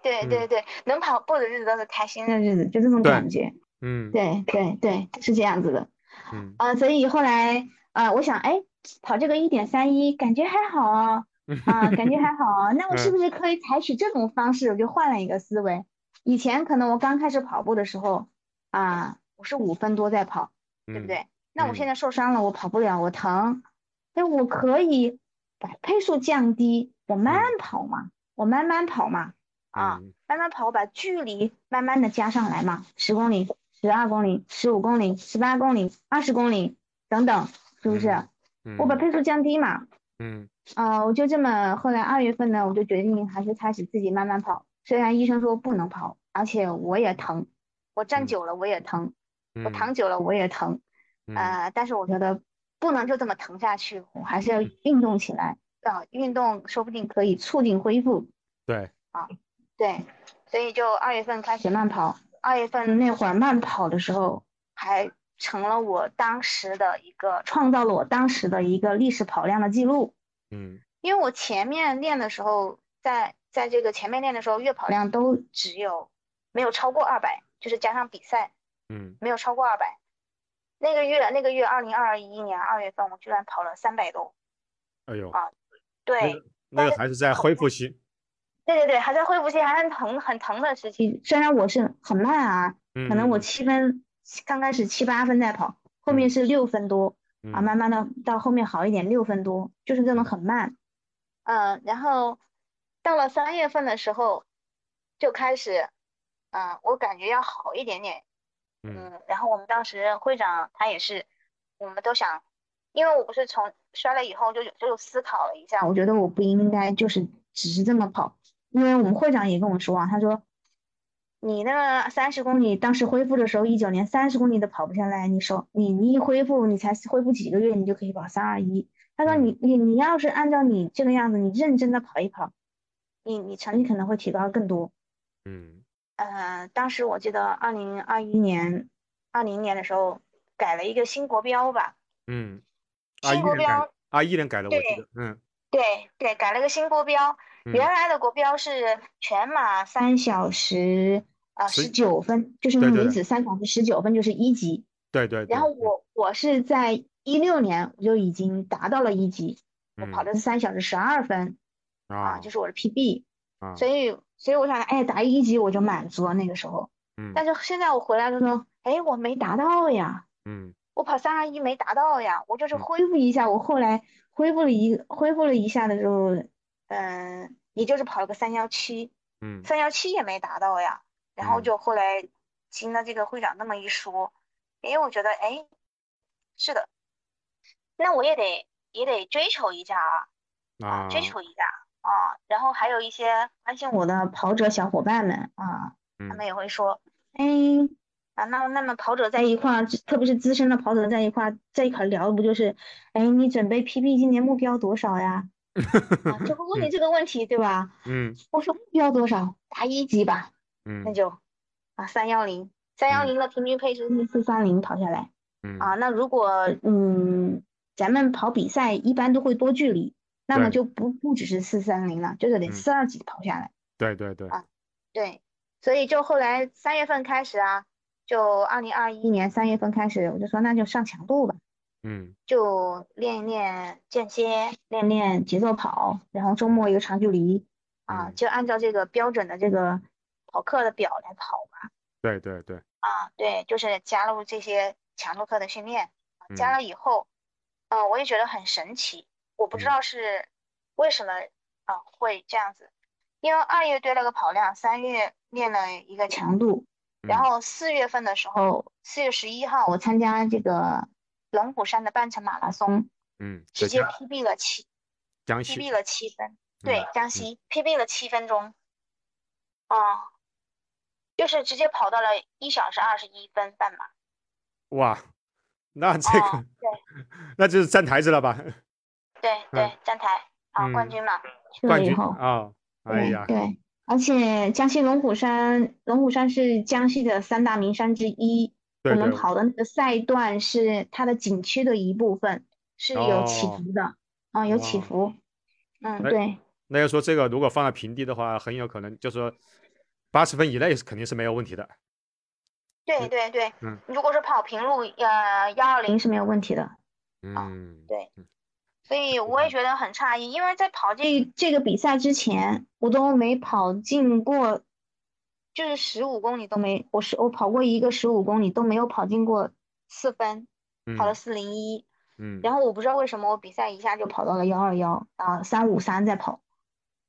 [SPEAKER 1] 对
[SPEAKER 2] 嗯
[SPEAKER 1] 对对，能跑步的日子都是开心的日子，就这种
[SPEAKER 2] 对
[SPEAKER 1] 感觉。
[SPEAKER 2] 嗯
[SPEAKER 1] 对对对，是这样子的。
[SPEAKER 2] 嗯
[SPEAKER 1] 啊、所以后来啊、我想，哎，跑这个一点三一，感觉还好 啊，啊，感觉还好啊。那我是
[SPEAKER 2] 嗯
[SPEAKER 1] 不是可以采取这种方式？我就换了一个思维。以前可能我刚开始跑步的时候，啊，我是五分多在跑，对不
[SPEAKER 2] 嗯
[SPEAKER 1] 对？那我现
[SPEAKER 2] 嗯
[SPEAKER 1] 在受伤了，我跑不了，我疼，但我可以把配速降低，我慢慢跑嘛，我慢慢跑嘛，啊，
[SPEAKER 2] 嗯
[SPEAKER 1] 慢慢跑，我把距离慢慢的加上来嘛，十公里、十二公里、十五公里、十八公里、二十公里等等，是不是？
[SPEAKER 2] 嗯嗯
[SPEAKER 1] 我把配速降低嘛，
[SPEAKER 2] 嗯
[SPEAKER 1] 啊、我就这么，后来二月份呢，我就决定还是开始自己慢慢跑。虽然医生说不能跑，而且我也疼，我站
[SPEAKER 2] 嗯
[SPEAKER 1] 久了我也疼，我
[SPEAKER 2] 嗯
[SPEAKER 1] 躺久了我也疼，
[SPEAKER 2] 嗯
[SPEAKER 1] 呃，但是我觉得不能就这么疼下去，我还是要运动起来啊、运动说不定可以促进恢复。
[SPEAKER 2] 对
[SPEAKER 1] 对，所以就二月份开始慢跑。二月份那会儿慢跑的时候，还成了我当时的一个，创造了我当时的一个历史跑量的记录。
[SPEAKER 2] 嗯
[SPEAKER 1] 因为我前面练的时候，在在这个前面练的时候，月跑量都只有没有超过二百，就是加上比赛
[SPEAKER 2] 嗯
[SPEAKER 1] 没有超过二百。那个月那个月二零二一年二月份，我居然跑了三百多，
[SPEAKER 2] 哎呦，
[SPEAKER 1] 对
[SPEAKER 2] 那个还是在恢复期。
[SPEAKER 1] 对对对，还在恢复期，还很疼很疼的时期。虽然我是很慢啊，
[SPEAKER 2] 嗯，
[SPEAKER 1] 可能我七分刚开始七八分在跑，后面
[SPEAKER 2] 嗯
[SPEAKER 1] 是六分多，啊，
[SPEAKER 2] 嗯
[SPEAKER 1] 慢慢的到后面好一点，六分多，就是这种很慢。嗯，然后到了三月份的时候，就开始，嗯、我感觉要好一点点。
[SPEAKER 2] 嗯
[SPEAKER 1] 嗯，然后我们当时会长他也是，我们都想，因为我不是从摔了以后就有就有思考了一下，我觉得我不应该就是只是这么跑，因为我们会长也跟我说啊，他说。你那三十公里，当时恢复的时候，一九年三十公里都跑不下来。你手你你一恢复，你才恢复几个月，你就可以跑三二一。他说
[SPEAKER 2] 嗯
[SPEAKER 1] 你你你要是按照你这个样子，你认真的跑一跑，你你成绩可能会提高更多。
[SPEAKER 2] 嗯
[SPEAKER 1] 呃，当时我记得二零二一年、二零年的时候改了一个新国标吧，
[SPEAKER 2] 嗯，啊，
[SPEAKER 1] 新
[SPEAKER 2] 一
[SPEAKER 1] 国
[SPEAKER 2] 年改
[SPEAKER 1] 标
[SPEAKER 2] 了，啊，一年改了，我记得，嗯
[SPEAKER 1] 对对，改了个新国标。
[SPEAKER 2] 嗯
[SPEAKER 1] 原来的国标是全马三小时啊
[SPEAKER 2] 十
[SPEAKER 1] 十九分，就是
[SPEAKER 2] 对
[SPEAKER 1] 那
[SPEAKER 2] 对
[SPEAKER 1] 女
[SPEAKER 2] 对
[SPEAKER 1] 子三小时十九分就是一级。
[SPEAKER 2] 对对对，
[SPEAKER 1] 然后我我是在一六年我就已经达到了一级，我跑
[SPEAKER 2] 嗯
[SPEAKER 1] 的是三小时十二分啊，
[SPEAKER 2] 嗯啊
[SPEAKER 1] 就是我的 PB。
[SPEAKER 2] 啊，
[SPEAKER 1] 所以所以我想着，哎，打一级我就满足了那个时候。
[SPEAKER 2] 嗯
[SPEAKER 1] 但是现在我回来之后，哎，我没达到呀，
[SPEAKER 2] 嗯
[SPEAKER 1] 我跑三二一没达到呀，我就是
[SPEAKER 2] 嗯
[SPEAKER 1] 恢复一下，我后来恢复了一恢复了一下的时候，嗯、也就是跑了个三幺七，
[SPEAKER 2] 嗯
[SPEAKER 1] 三幺七也没达到呀。然后
[SPEAKER 2] 嗯
[SPEAKER 1] 就后来听了这个会长那么一说，哎，我觉得哎，是的，那我也得也得追求一下啊。啊，
[SPEAKER 2] 啊，
[SPEAKER 1] 追求一下啊。然后还有一些关心我的跑者小伙伴们啊，他
[SPEAKER 2] 嗯
[SPEAKER 1] 们也会说，哎，啊，那那么跑者在一块儿，特别是资深的跑者在一块儿，在一块儿聊，不就是，哎，你准备 PP 今年目标多少呀？ 啊，就会问你这个问题，对吧？
[SPEAKER 2] 嗯
[SPEAKER 1] 我说目标多少？打一级吧，
[SPEAKER 2] 嗯
[SPEAKER 1] 那就啊三幺零，三幺零的平均配速是四三零跑下来
[SPEAKER 2] 嗯
[SPEAKER 1] 啊。那如果嗯，咱们跑比赛一般都会多距离，那么
[SPEAKER 2] 对
[SPEAKER 1] 就不不只是四三零了，就是得
[SPEAKER 2] 嗯
[SPEAKER 1] 四二几跑下来。
[SPEAKER 2] 对对对，
[SPEAKER 1] 啊对，所以就后来三月份开始啊，就二零二一年三月份开始，我就说那就上强度吧，
[SPEAKER 2] 嗯
[SPEAKER 1] 就练一练间歇，练练节奏跑，然后周末一个长距离啊，
[SPEAKER 2] 嗯
[SPEAKER 1] 就按照这个标准的这个跑课的表来跑吧。
[SPEAKER 2] 对对对，
[SPEAKER 1] 啊，对，就是加入这些强度课的训练，
[SPEAKER 2] 嗯
[SPEAKER 1] 加了以后，呃，我也觉得很神奇，我不知
[SPEAKER 2] 嗯
[SPEAKER 1] 道是为什么啊、会这样子，因为二月堆了个跑量，三月练了一个强度，然
[SPEAKER 2] 嗯
[SPEAKER 1] 后四月份的时候，四月十一号我参加这个龙虎山的半程马拉松，
[SPEAKER 2] 嗯，
[SPEAKER 1] 直
[SPEAKER 2] 再
[SPEAKER 1] 接
[SPEAKER 2] 加
[SPEAKER 1] PB 了七
[SPEAKER 2] 江西
[SPEAKER 1] ，PB 了七分，
[SPEAKER 2] 嗯
[SPEAKER 1] 对，江西 PB 了七分钟，啊、就是直接跑到了一小时二十一分半马。
[SPEAKER 2] 哇，那这个、
[SPEAKER 1] 哦
[SPEAKER 2] 那就是站台子了吧？
[SPEAKER 1] 对对，站台啊，冠
[SPEAKER 2] 嗯
[SPEAKER 1] 军嘛，去
[SPEAKER 2] 冠
[SPEAKER 1] 了以
[SPEAKER 2] 军
[SPEAKER 1] 后，
[SPEAKER 2] 啊、哎
[SPEAKER 1] 对
[SPEAKER 2] 呀，
[SPEAKER 1] 对，而且江西龙虎山，龙虎山是江西的三大名山之一。
[SPEAKER 2] 对
[SPEAKER 1] 我们
[SPEAKER 2] 对，
[SPEAKER 1] 跑的那个赛段是它的景区的一部分，是有起
[SPEAKER 2] 哦
[SPEAKER 1] 伏的啊，有起
[SPEAKER 2] 哦
[SPEAKER 1] 伏。嗯，
[SPEAKER 2] 哎
[SPEAKER 1] 对，
[SPEAKER 2] 那要说这个如果放在平地的话，很有可能就说八十分以内是肯定是没有问题的。
[SPEAKER 1] 对对对
[SPEAKER 2] 嗯，
[SPEAKER 1] 如果是跑平路，呃，幺二零是没有问题的。啊
[SPEAKER 2] 嗯，
[SPEAKER 1] 对所以
[SPEAKER 2] 不
[SPEAKER 1] 我也
[SPEAKER 2] 太
[SPEAKER 1] 觉得很诧异，因为在跑这这个比赛之前，我都没跑进过，就是十五公里都没，我是我跑过一个十五公里都没有跑进过四分，跑了
[SPEAKER 2] 嗯
[SPEAKER 1] 四零一，
[SPEAKER 2] 嗯，
[SPEAKER 1] 然后我不知道为什么我比赛一下就跑到了幺二幺啊三五三再跑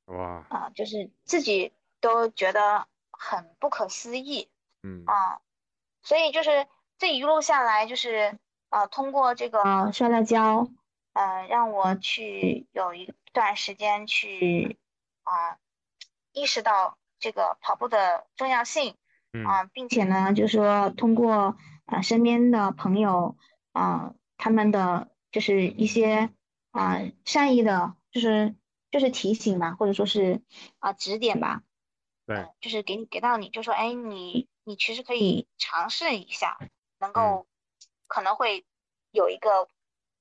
[SPEAKER 2] 哇，
[SPEAKER 1] 啊，就是自己都觉得很不可思议。
[SPEAKER 2] 嗯
[SPEAKER 1] 啊，所以就是这一路下来，就是呃，通过这个摔了跤，呃，让我去有一段时间去啊、意识到这个跑步的重要性
[SPEAKER 2] 嗯
[SPEAKER 1] 啊、并且呢，就是说通过啊、呃身边的朋友啊、他们的就是一些啊、善意的，就是就是提醒吧，或者说是啊、指点吧。
[SPEAKER 2] 对
[SPEAKER 1] 呃，就是给你给到你，就说，哎，你你其实可以尝试一下，能
[SPEAKER 2] 嗯
[SPEAKER 1] 够可能会有一个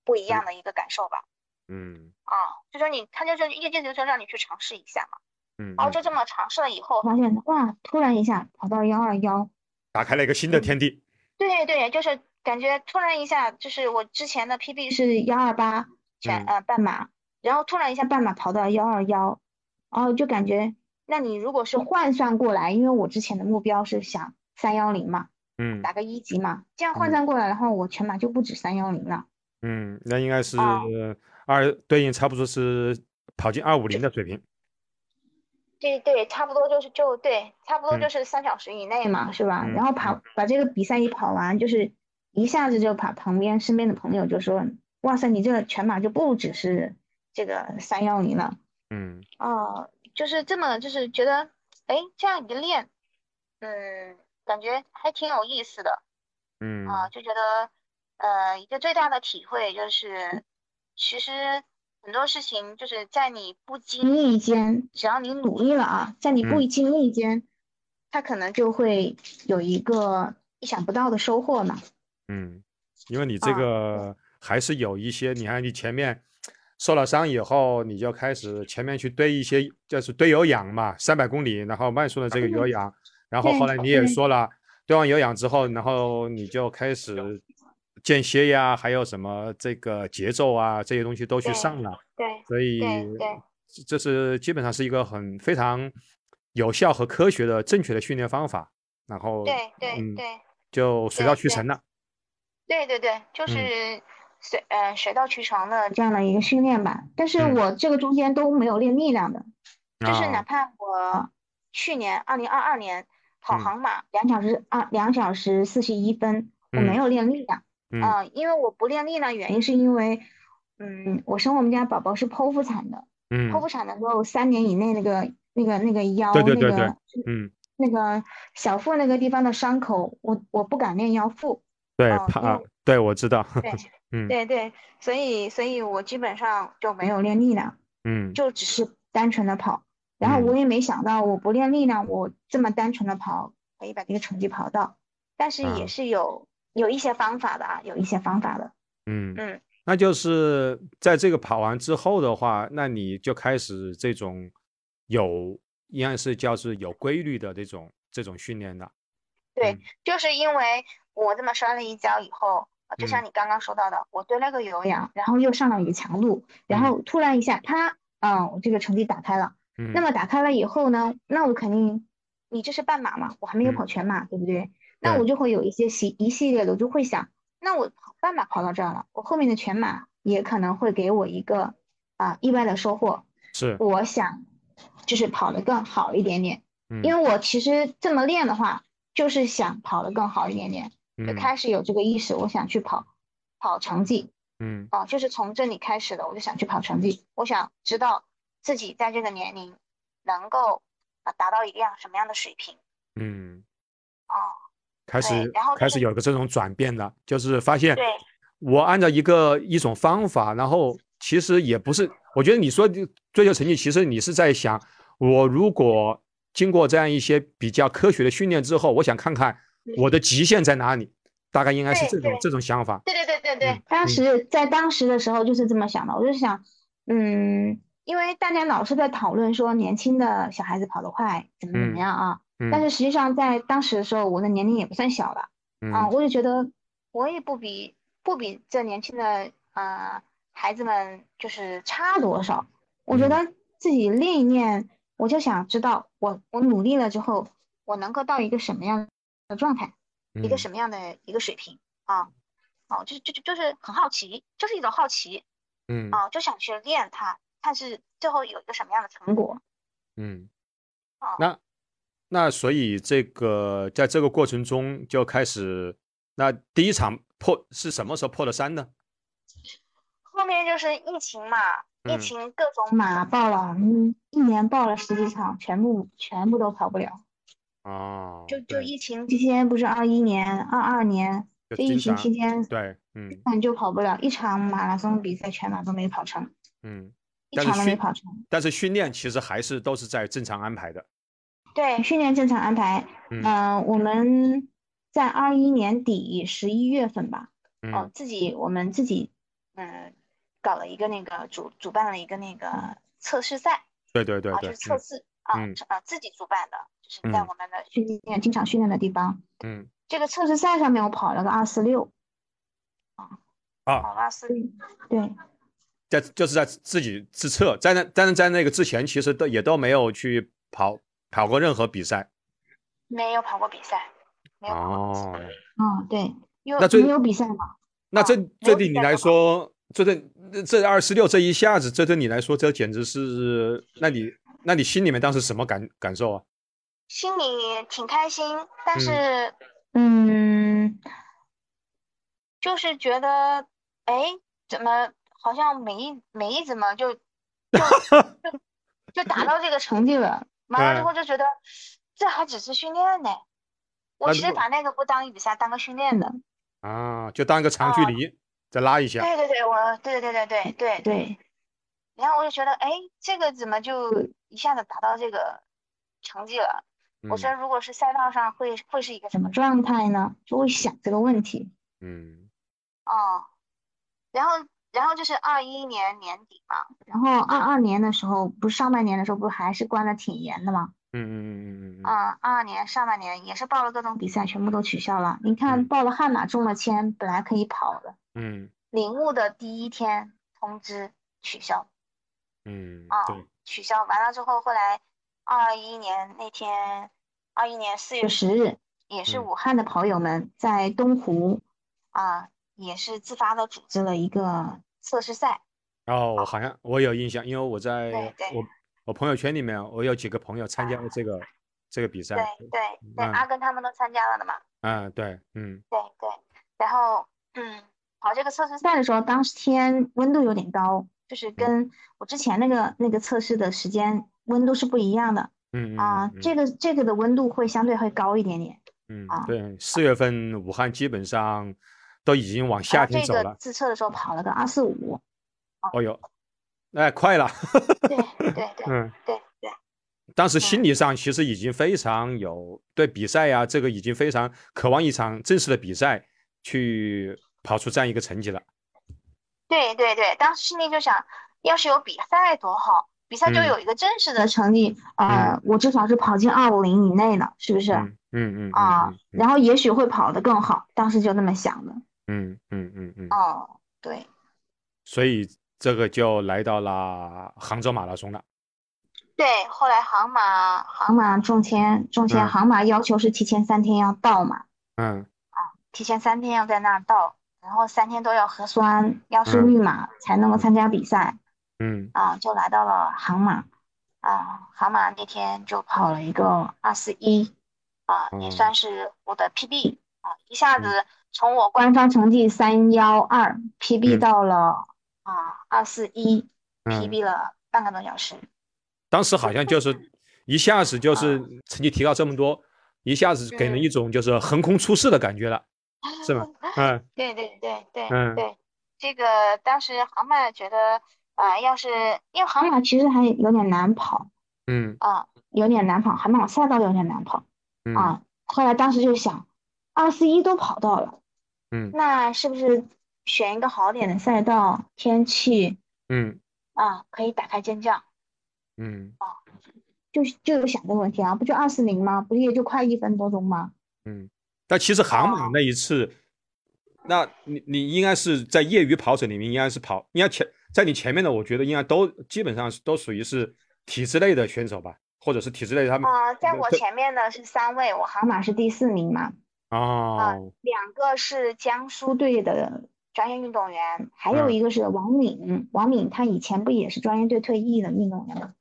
[SPEAKER 1] 不一样的一个感受吧。
[SPEAKER 2] 嗯
[SPEAKER 1] 啊，就说你，他就是业界就说让你去尝试一下嘛，哦
[SPEAKER 2] 嗯，
[SPEAKER 1] 然后就
[SPEAKER 2] 嗯
[SPEAKER 1] 这么尝试了以后，发现哇，突然一下跑到幺二幺，
[SPEAKER 2] 打开了一个新
[SPEAKER 1] 嗯
[SPEAKER 2] 的天地。
[SPEAKER 1] 对对，就是感觉突然一下，就是我之前的 PB 是幺二八全
[SPEAKER 2] 嗯
[SPEAKER 1] 呃半马，然后突然一下半马跑到幺二幺，然后就感觉，那你如果是换算过来，因为我之前的目标是想三幺零嘛，
[SPEAKER 2] 嗯
[SPEAKER 1] 打个一级嘛，这样换
[SPEAKER 2] 嗯
[SPEAKER 1] 算过来的话，我全马就不止三幺零了。
[SPEAKER 2] 嗯，那应该是
[SPEAKER 1] 啊
[SPEAKER 2] 二对应差不多是跑进二五零的水平。
[SPEAKER 1] 对对，差不多就是就对，差不多就
[SPEAKER 2] 嗯
[SPEAKER 1] 是三小时以内嘛，是吧？
[SPEAKER 2] 嗯
[SPEAKER 1] 然后跑把这个比赛一跑完，就是一下子就把旁边身边的朋友就说：“哇塞，你这个全马就不只是这个三幺零了。
[SPEAKER 2] 嗯”
[SPEAKER 1] 哦，就是这么，就是觉得，哎，这样一练，嗯，感觉还挺有意思的
[SPEAKER 2] 嗯
[SPEAKER 1] 啊，就觉得，呃，一个最大的体会就是，其实。很多事情就是在你不经意间，只要你努力了啊，在你不
[SPEAKER 2] 嗯
[SPEAKER 1] 经意间，它可能就会有一个意想不到的收获嘛。
[SPEAKER 2] 嗯，因为你这
[SPEAKER 1] 啊
[SPEAKER 2] 个还是有一些，你看你前面受了伤以后，你就开始前面去堆一些，就是堆有氧嘛，三百公里，然后慢速的这个有氧，然后后
[SPEAKER 1] 对
[SPEAKER 2] 来你也
[SPEAKER 1] 对
[SPEAKER 2] 说了，堆完有氧之后，然后你就开始间歇呀，还有什么这个节奏啊，这些东西都去
[SPEAKER 1] 对
[SPEAKER 2] 上了，
[SPEAKER 1] 对
[SPEAKER 2] 所以
[SPEAKER 1] 对对
[SPEAKER 2] 这是基本上是一个很非常有效和科学的正确的训练方法。然后，
[SPEAKER 3] 对对
[SPEAKER 2] 嗯
[SPEAKER 3] 对
[SPEAKER 2] 就水
[SPEAKER 3] 对
[SPEAKER 2] 到渠
[SPEAKER 3] 对
[SPEAKER 2] 成了。
[SPEAKER 3] 对对对，
[SPEAKER 2] 嗯
[SPEAKER 3] 就是水呃水到渠成的这
[SPEAKER 1] 这
[SPEAKER 3] 样，
[SPEAKER 1] 样的一个训练吧。但是
[SPEAKER 2] 嗯
[SPEAKER 1] 我这个中间都没有练力量的，
[SPEAKER 3] 就是哪
[SPEAKER 2] 啊
[SPEAKER 3] 怕我去年二零二二年跑
[SPEAKER 2] 嗯
[SPEAKER 3] 航马，
[SPEAKER 1] 两小时二两小时四十一分，我没
[SPEAKER 2] 嗯
[SPEAKER 1] 有练力量。啊
[SPEAKER 2] 嗯
[SPEAKER 3] 嗯、因为我不练力量，原因是因为
[SPEAKER 1] 嗯，我生我们家宝宝是剖腹产的，
[SPEAKER 2] 嗯
[SPEAKER 1] 剖腹产的时候三年以内那个那个那个腰
[SPEAKER 2] 对对
[SPEAKER 1] 那
[SPEAKER 2] 对
[SPEAKER 1] 个
[SPEAKER 2] 嗯，
[SPEAKER 1] 那个小腹那个地方的伤口，我我不敢练腰腹。
[SPEAKER 2] 对，
[SPEAKER 3] 哦因
[SPEAKER 2] 怕
[SPEAKER 3] 为，
[SPEAKER 2] 对我知道，
[SPEAKER 3] 对
[SPEAKER 2] 嗯
[SPEAKER 3] 对对，所以所以我基本上就没
[SPEAKER 1] 没
[SPEAKER 3] 有
[SPEAKER 1] 有练力量，
[SPEAKER 2] 嗯
[SPEAKER 1] 就只是单纯的跑。然后我也没想到，我不练力量，我这么单纯的跑可以把这个成绩跑到。
[SPEAKER 3] 但是也
[SPEAKER 2] 啊
[SPEAKER 3] 是有有一些方法的啊，有一些方法的。
[SPEAKER 2] 嗯
[SPEAKER 3] 嗯，
[SPEAKER 2] 那就是在这个跑完之后的话，那你就开始这种有应该是叫是有规律的这种这种训练了。
[SPEAKER 3] 对
[SPEAKER 2] 嗯，
[SPEAKER 3] 就是因为我这么摔了一跤以后，呃就
[SPEAKER 2] 嗯
[SPEAKER 3] 像你刚刚说到的，我蹲了个有氧，
[SPEAKER 1] 然后又上了一个强度，然
[SPEAKER 2] 嗯
[SPEAKER 1] 后突然一下，啪，啊，我这个成绩打开了。
[SPEAKER 2] 嗯，
[SPEAKER 1] 那么打开了以后呢，那我肯定，你这是半马嘛，我还没有
[SPEAKER 2] 嗯
[SPEAKER 1] 跑全马，对不对？那
[SPEAKER 2] 对
[SPEAKER 1] 我就会有一些系一系列的，我就会想，那我跑半马跑到这儿了，我后面的全马也可能会给我一个啊、意外的收获。
[SPEAKER 2] 是
[SPEAKER 1] 我想就是跑得更好一点点，
[SPEAKER 2] 嗯
[SPEAKER 1] 因为我其实这么练的话，就是想跑得更好一点点，就
[SPEAKER 2] 嗯
[SPEAKER 1] 开始有这个意识，我想去跑跑成绩。
[SPEAKER 2] 嗯
[SPEAKER 1] 哦，就是从这里开始的，我就想去跑成绩，我想知道自己在这个年龄能够呃
[SPEAKER 3] 啊，达到一个样什么样的水平
[SPEAKER 2] 嗯，
[SPEAKER 1] 哦
[SPEAKER 3] 啊？
[SPEAKER 2] 开
[SPEAKER 3] 对
[SPEAKER 2] 始
[SPEAKER 3] 然后就
[SPEAKER 2] 开始
[SPEAKER 3] 是
[SPEAKER 2] 有个这种转变了，就是发现
[SPEAKER 3] 对
[SPEAKER 2] 我按照一个一种方法，然后其实也不是，我觉得你说的追求成绩，其实你是在想，我如果经过这样一些比较科学的训练之后，我想看看我的极限在哪里，大概应该是
[SPEAKER 3] 对
[SPEAKER 2] 这种
[SPEAKER 3] 对
[SPEAKER 2] 这种想法。
[SPEAKER 3] 对对对对对
[SPEAKER 2] 嗯，
[SPEAKER 1] 当时在当时的时候就是这么想的，我就想，嗯，因为大家老是在讨论说年轻的小孩子跑得快，怎么怎
[SPEAKER 2] 嗯
[SPEAKER 1] 么样啊，
[SPEAKER 2] 嗯
[SPEAKER 1] 但是实际上在当时的时候，我的年龄也不算小了啊，
[SPEAKER 2] 嗯
[SPEAKER 1] 我就觉得
[SPEAKER 3] 我也不比不比这年轻的呃孩子们就是差多少，
[SPEAKER 1] 我觉
[SPEAKER 2] 嗯
[SPEAKER 1] 得自己练一练，我就想知道我我努力了之后，
[SPEAKER 3] 我能够到一个什么样的状态，一个
[SPEAKER 2] 嗯
[SPEAKER 3] 什么样的一个水平啊？哦，就就就就是很好奇，就是一种好奇
[SPEAKER 2] 嗯
[SPEAKER 3] 啊，就想去练它，看是最后有一个什么样的成果。
[SPEAKER 2] 嗯
[SPEAKER 3] 哦，
[SPEAKER 2] 那那所以这个在这个过程中就开始，那第一场破是什么时候破的三呢？
[SPEAKER 3] 后面就是疫情嘛，疫
[SPEAKER 2] 嗯
[SPEAKER 3] 情各种
[SPEAKER 1] 马报了，嗯，一年报了十几场，全部全部都跑不了。
[SPEAKER 2] 哦，
[SPEAKER 3] 就就
[SPEAKER 2] 对
[SPEAKER 3] 疫情
[SPEAKER 1] 之前不是二一年、二二年，
[SPEAKER 2] 就
[SPEAKER 1] 这疫
[SPEAKER 2] 经
[SPEAKER 1] 情
[SPEAKER 2] 常
[SPEAKER 1] 期间，
[SPEAKER 2] 对，嗯
[SPEAKER 1] 根本就跑不了一场马拉松比赛，全马都没跑成，
[SPEAKER 2] 嗯。
[SPEAKER 1] 一
[SPEAKER 2] 但是
[SPEAKER 1] 场都没
[SPEAKER 2] 训
[SPEAKER 1] 跑成。
[SPEAKER 2] 但是训练其实还是都是在正常安排的。
[SPEAKER 3] 对
[SPEAKER 1] 训练正常安排，
[SPEAKER 2] 嗯
[SPEAKER 1] 呃，我们在二一年底十一月份吧，
[SPEAKER 3] 哦
[SPEAKER 2] 嗯，
[SPEAKER 3] 自己我们自己
[SPEAKER 1] 呃
[SPEAKER 3] 嗯搞了一个那个主主办了一个那个测试赛
[SPEAKER 2] 对对对
[SPEAKER 3] 啊，就
[SPEAKER 2] 对
[SPEAKER 3] 是，测试啊
[SPEAKER 2] 嗯
[SPEAKER 3] 啊自己主办的，就是在
[SPEAKER 2] 嗯
[SPEAKER 3] 我们的
[SPEAKER 1] 训练经常训练的地方。
[SPEAKER 2] 嗯
[SPEAKER 1] 这个测试赛上面我跑了个二四六，
[SPEAKER 2] 嗯啊，
[SPEAKER 3] 考拉斯
[SPEAKER 1] 对，
[SPEAKER 2] 在就是在自己自测，在那但是在那个之前，其实都也都没有去跑跑过任何比赛。
[SPEAKER 3] 没有跑过比赛，没有跑过比赛，
[SPEAKER 2] 哦，
[SPEAKER 1] 嗯，对，
[SPEAKER 3] 因为
[SPEAKER 2] 那最
[SPEAKER 1] 没有比赛嘛，
[SPEAKER 2] 那这
[SPEAKER 3] 哦没
[SPEAKER 2] 这
[SPEAKER 3] 有
[SPEAKER 2] 对
[SPEAKER 3] 比
[SPEAKER 2] 你
[SPEAKER 3] 赛
[SPEAKER 2] 来
[SPEAKER 3] 的话
[SPEAKER 2] 说，这对这二十六这一下子，这对你来说，这简直是，那你那你心里面当时什么感感受啊？
[SPEAKER 3] 心里挺开心，
[SPEAKER 2] 嗯
[SPEAKER 3] 但是
[SPEAKER 1] 嗯，
[SPEAKER 3] 就是觉得哎怎么好像没没怎么 就就就就达到这个成
[SPEAKER 1] 成
[SPEAKER 3] 绩，
[SPEAKER 1] 绩了。
[SPEAKER 3] 完了之
[SPEAKER 2] 对
[SPEAKER 3] 后就觉得这还只是训练呢。我
[SPEAKER 2] 那
[SPEAKER 3] 其
[SPEAKER 2] 如
[SPEAKER 3] 实
[SPEAKER 2] 果
[SPEAKER 3] 把那个不当一比赛，当个训练的。
[SPEAKER 1] 嗯
[SPEAKER 2] 啊，就当一个长距
[SPEAKER 3] 哦
[SPEAKER 2] 离再拉一下。
[SPEAKER 3] 对对对，我对对对对对对对。
[SPEAKER 1] 对，
[SPEAKER 3] 然后我就觉得，哎，这个怎么就一下子达到这个成绩了？我
[SPEAKER 2] 嗯
[SPEAKER 3] 说，如果是赛道上会会是一个什
[SPEAKER 1] 什
[SPEAKER 3] 么
[SPEAKER 1] 么状态呢？就会想这个问题。
[SPEAKER 2] 嗯
[SPEAKER 3] 哦，然后然后就是二一年年底嘛，
[SPEAKER 1] 然后二二年的时候，不是上半年的时候，不是还是关的挺严的吗？
[SPEAKER 2] 嗯嗯嗯嗯嗯嗯
[SPEAKER 3] 啊、二二年上半年也是报了各种比
[SPEAKER 1] 比
[SPEAKER 3] 赛，
[SPEAKER 1] 赛全部都取消了。你看，
[SPEAKER 2] 嗯
[SPEAKER 1] 报了悍马，中了签，本来可以跑的，
[SPEAKER 2] 嗯
[SPEAKER 3] 领悟的第一天通知取消。
[SPEAKER 2] 嗯
[SPEAKER 1] 啊，
[SPEAKER 2] 对，
[SPEAKER 1] 取消。完了之后，后来二一年那天，二一年四月十日，也是
[SPEAKER 2] 嗯
[SPEAKER 1] 武汉的朋友们在东湖啊，也是自发的组织了一个测试赛。
[SPEAKER 2] 然后我好像我有印象，因为我在
[SPEAKER 1] 对
[SPEAKER 2] 我我朋友圈里面，我有几个朋友参加了这个这个比
[SPEAKER 1] 对
[SPEAKER 2] 赛。
[SPEAKER 1] 对对，
[SPEAKER 2] 嗯
[SPEAKER 1] 阿根他们都参加了的嘛。
[SPEAKER 2] 嗯，对，嗯
[SPEAKER 1] 对对，然后嗯，跑这个测试赛的时候，当天温度有点高，就是
[SPEAKER 2] 嗯
[SPEAKER 1] 跟我之前那个那个测试的时间温度是不一样的
[SPEAKER 2] 嗯嗯
[SPEAKER 1] 啊。
[SPEAKER 2] 嗯
[SPEAKER 1] 这个这个的温度会相对会高一点点。
[SPEAKER 2] 嗯
[SPEAKER 1] 啊
[SPEAKER 2] 对，四月份武汉基本上都已经往夏
[SPEAKER 1] 然后啊
[SPEAKER 2] 天
[SPEAKER 1] 这
[SPEAKER 2] 走
[SPEAKER 1] 哦个
[SPEAKER 2] 了。
[SPEAKER 1] 自测的时候跑了个二四五，
[SPEAKER 2] 哦哟，哎，快了，
[SPEAKER 1] 对对对嗯
[SPEAKER 2] 嗯。
[SPEAKER 1] 对对，
[SPEAKER 2] 当时心理上其实已经非常有对比赛呀、这个已经非常渴望一场正式的比赛，去跑出这样一个成绩了。
[SPEAKER 1] 对对对，当时心里就想，要是有比赛多好，比赛就
[SPEAKER 2] 嗯
[SPEAKER 1] 有一个正式的成绩，呃，我至少是跑进二五零以内了，是不是？
[SPEAKER 2] 嗯嗯嗯
[SPEAKER 1] 啊，
[SPEAKER 2] 嗯嗯
[SPEAKER 1] 然后也许会跑得更好，当时就那么想的。
[SPEAKER 2] 嗯嗯嗯嗯，
[SPEAKER 1] 哦，对，
[SPEAKER 2] 所以这个就来到了杭州马拉松了。
[SPEAKER 1] 对，后来杭马杭马中签中签，
[SPEAKER 2] 嗯
[SPEAKER 1] 杭马要求是提前三天要到嘛，
[SPEAKER 2] 嗯
[SPEAKER 1] 提前三天要在那儿到，然后三天都要核酸，要是
[SPEAKER 2] 嗯
[SPEAKER 1] 绿码才能够参加比赛。
[SPEAKER 2] 嗯
[SPEAKER 1] 啊，就来到了杭马，啊，杭马那天就跑了一个二四一，啊，也
[SPEAKER 2] 哦嗯
[SPEAKER 1] 算是我的 PB 啊，一下子从我官方成绩三幺二 PB
[SPEAKER 2] 嗯
[SPEAKER 1] 到了啊二四一
[SPEAKER 2] 嗯，
[SPEAKER 1] ，PB 了半个多小时。
[SPEAKER 2] 当时好像就是一下子就是成绩提高这么多，一下子给人一种就是横空出世的感觉了，是吗？嗯
[SPEAKER 1] 对对对对
[SPEAKER 2] 嗯
[SPEAKER 1] 对，这个当时杭马觉得，啊，要是因为杭马其实还有点难跑
[SPEAKER 2] 嗯
[SPEAKER 1] 啊，有点难跑，杭马赛道有点难跑。
[SPEAKER 2] 嗯
[SPEAKER 1] 啊，后来当时就想，二四一都跑到了，
[SPEAKER 2] 嗯
[SPEAKER 1] 那是不是选一个好点的赛道、天气
[SPEAKER 2] 嗯
[SPEAKER 1] 啊，可以打开天降？
[SPEAKER 2] 嗯
[SPEAKER 1] 就就有想这个问题啊，不就二四零吗？不是也就快一分多钟吗？
[SPEAKER 2] 嗯。但其实杭马那一次，那你你应该是在业余跑者里面应该是跑，应该前在你前面的，我觉得应该都基本上是都属于是体制内的选手吧，或者是体制内他们
[SPEAKER 1] 啊，在
[SPEAKER 2] 对
[SPEAKER 1] 我
[SPEAKER 2] 嗯对
[SPEAKER 1] 前面的是三位，我杭马是第四名嘛，
[SPEAKER 2] 哦。
[SPEAKER 1] 两个是江苏队的专业运动员，还有
[SPEAKER 2] 嗯
[SPEAKER 1] 一个是王敏，王敏她以前不也是专业队退役的运动员吗？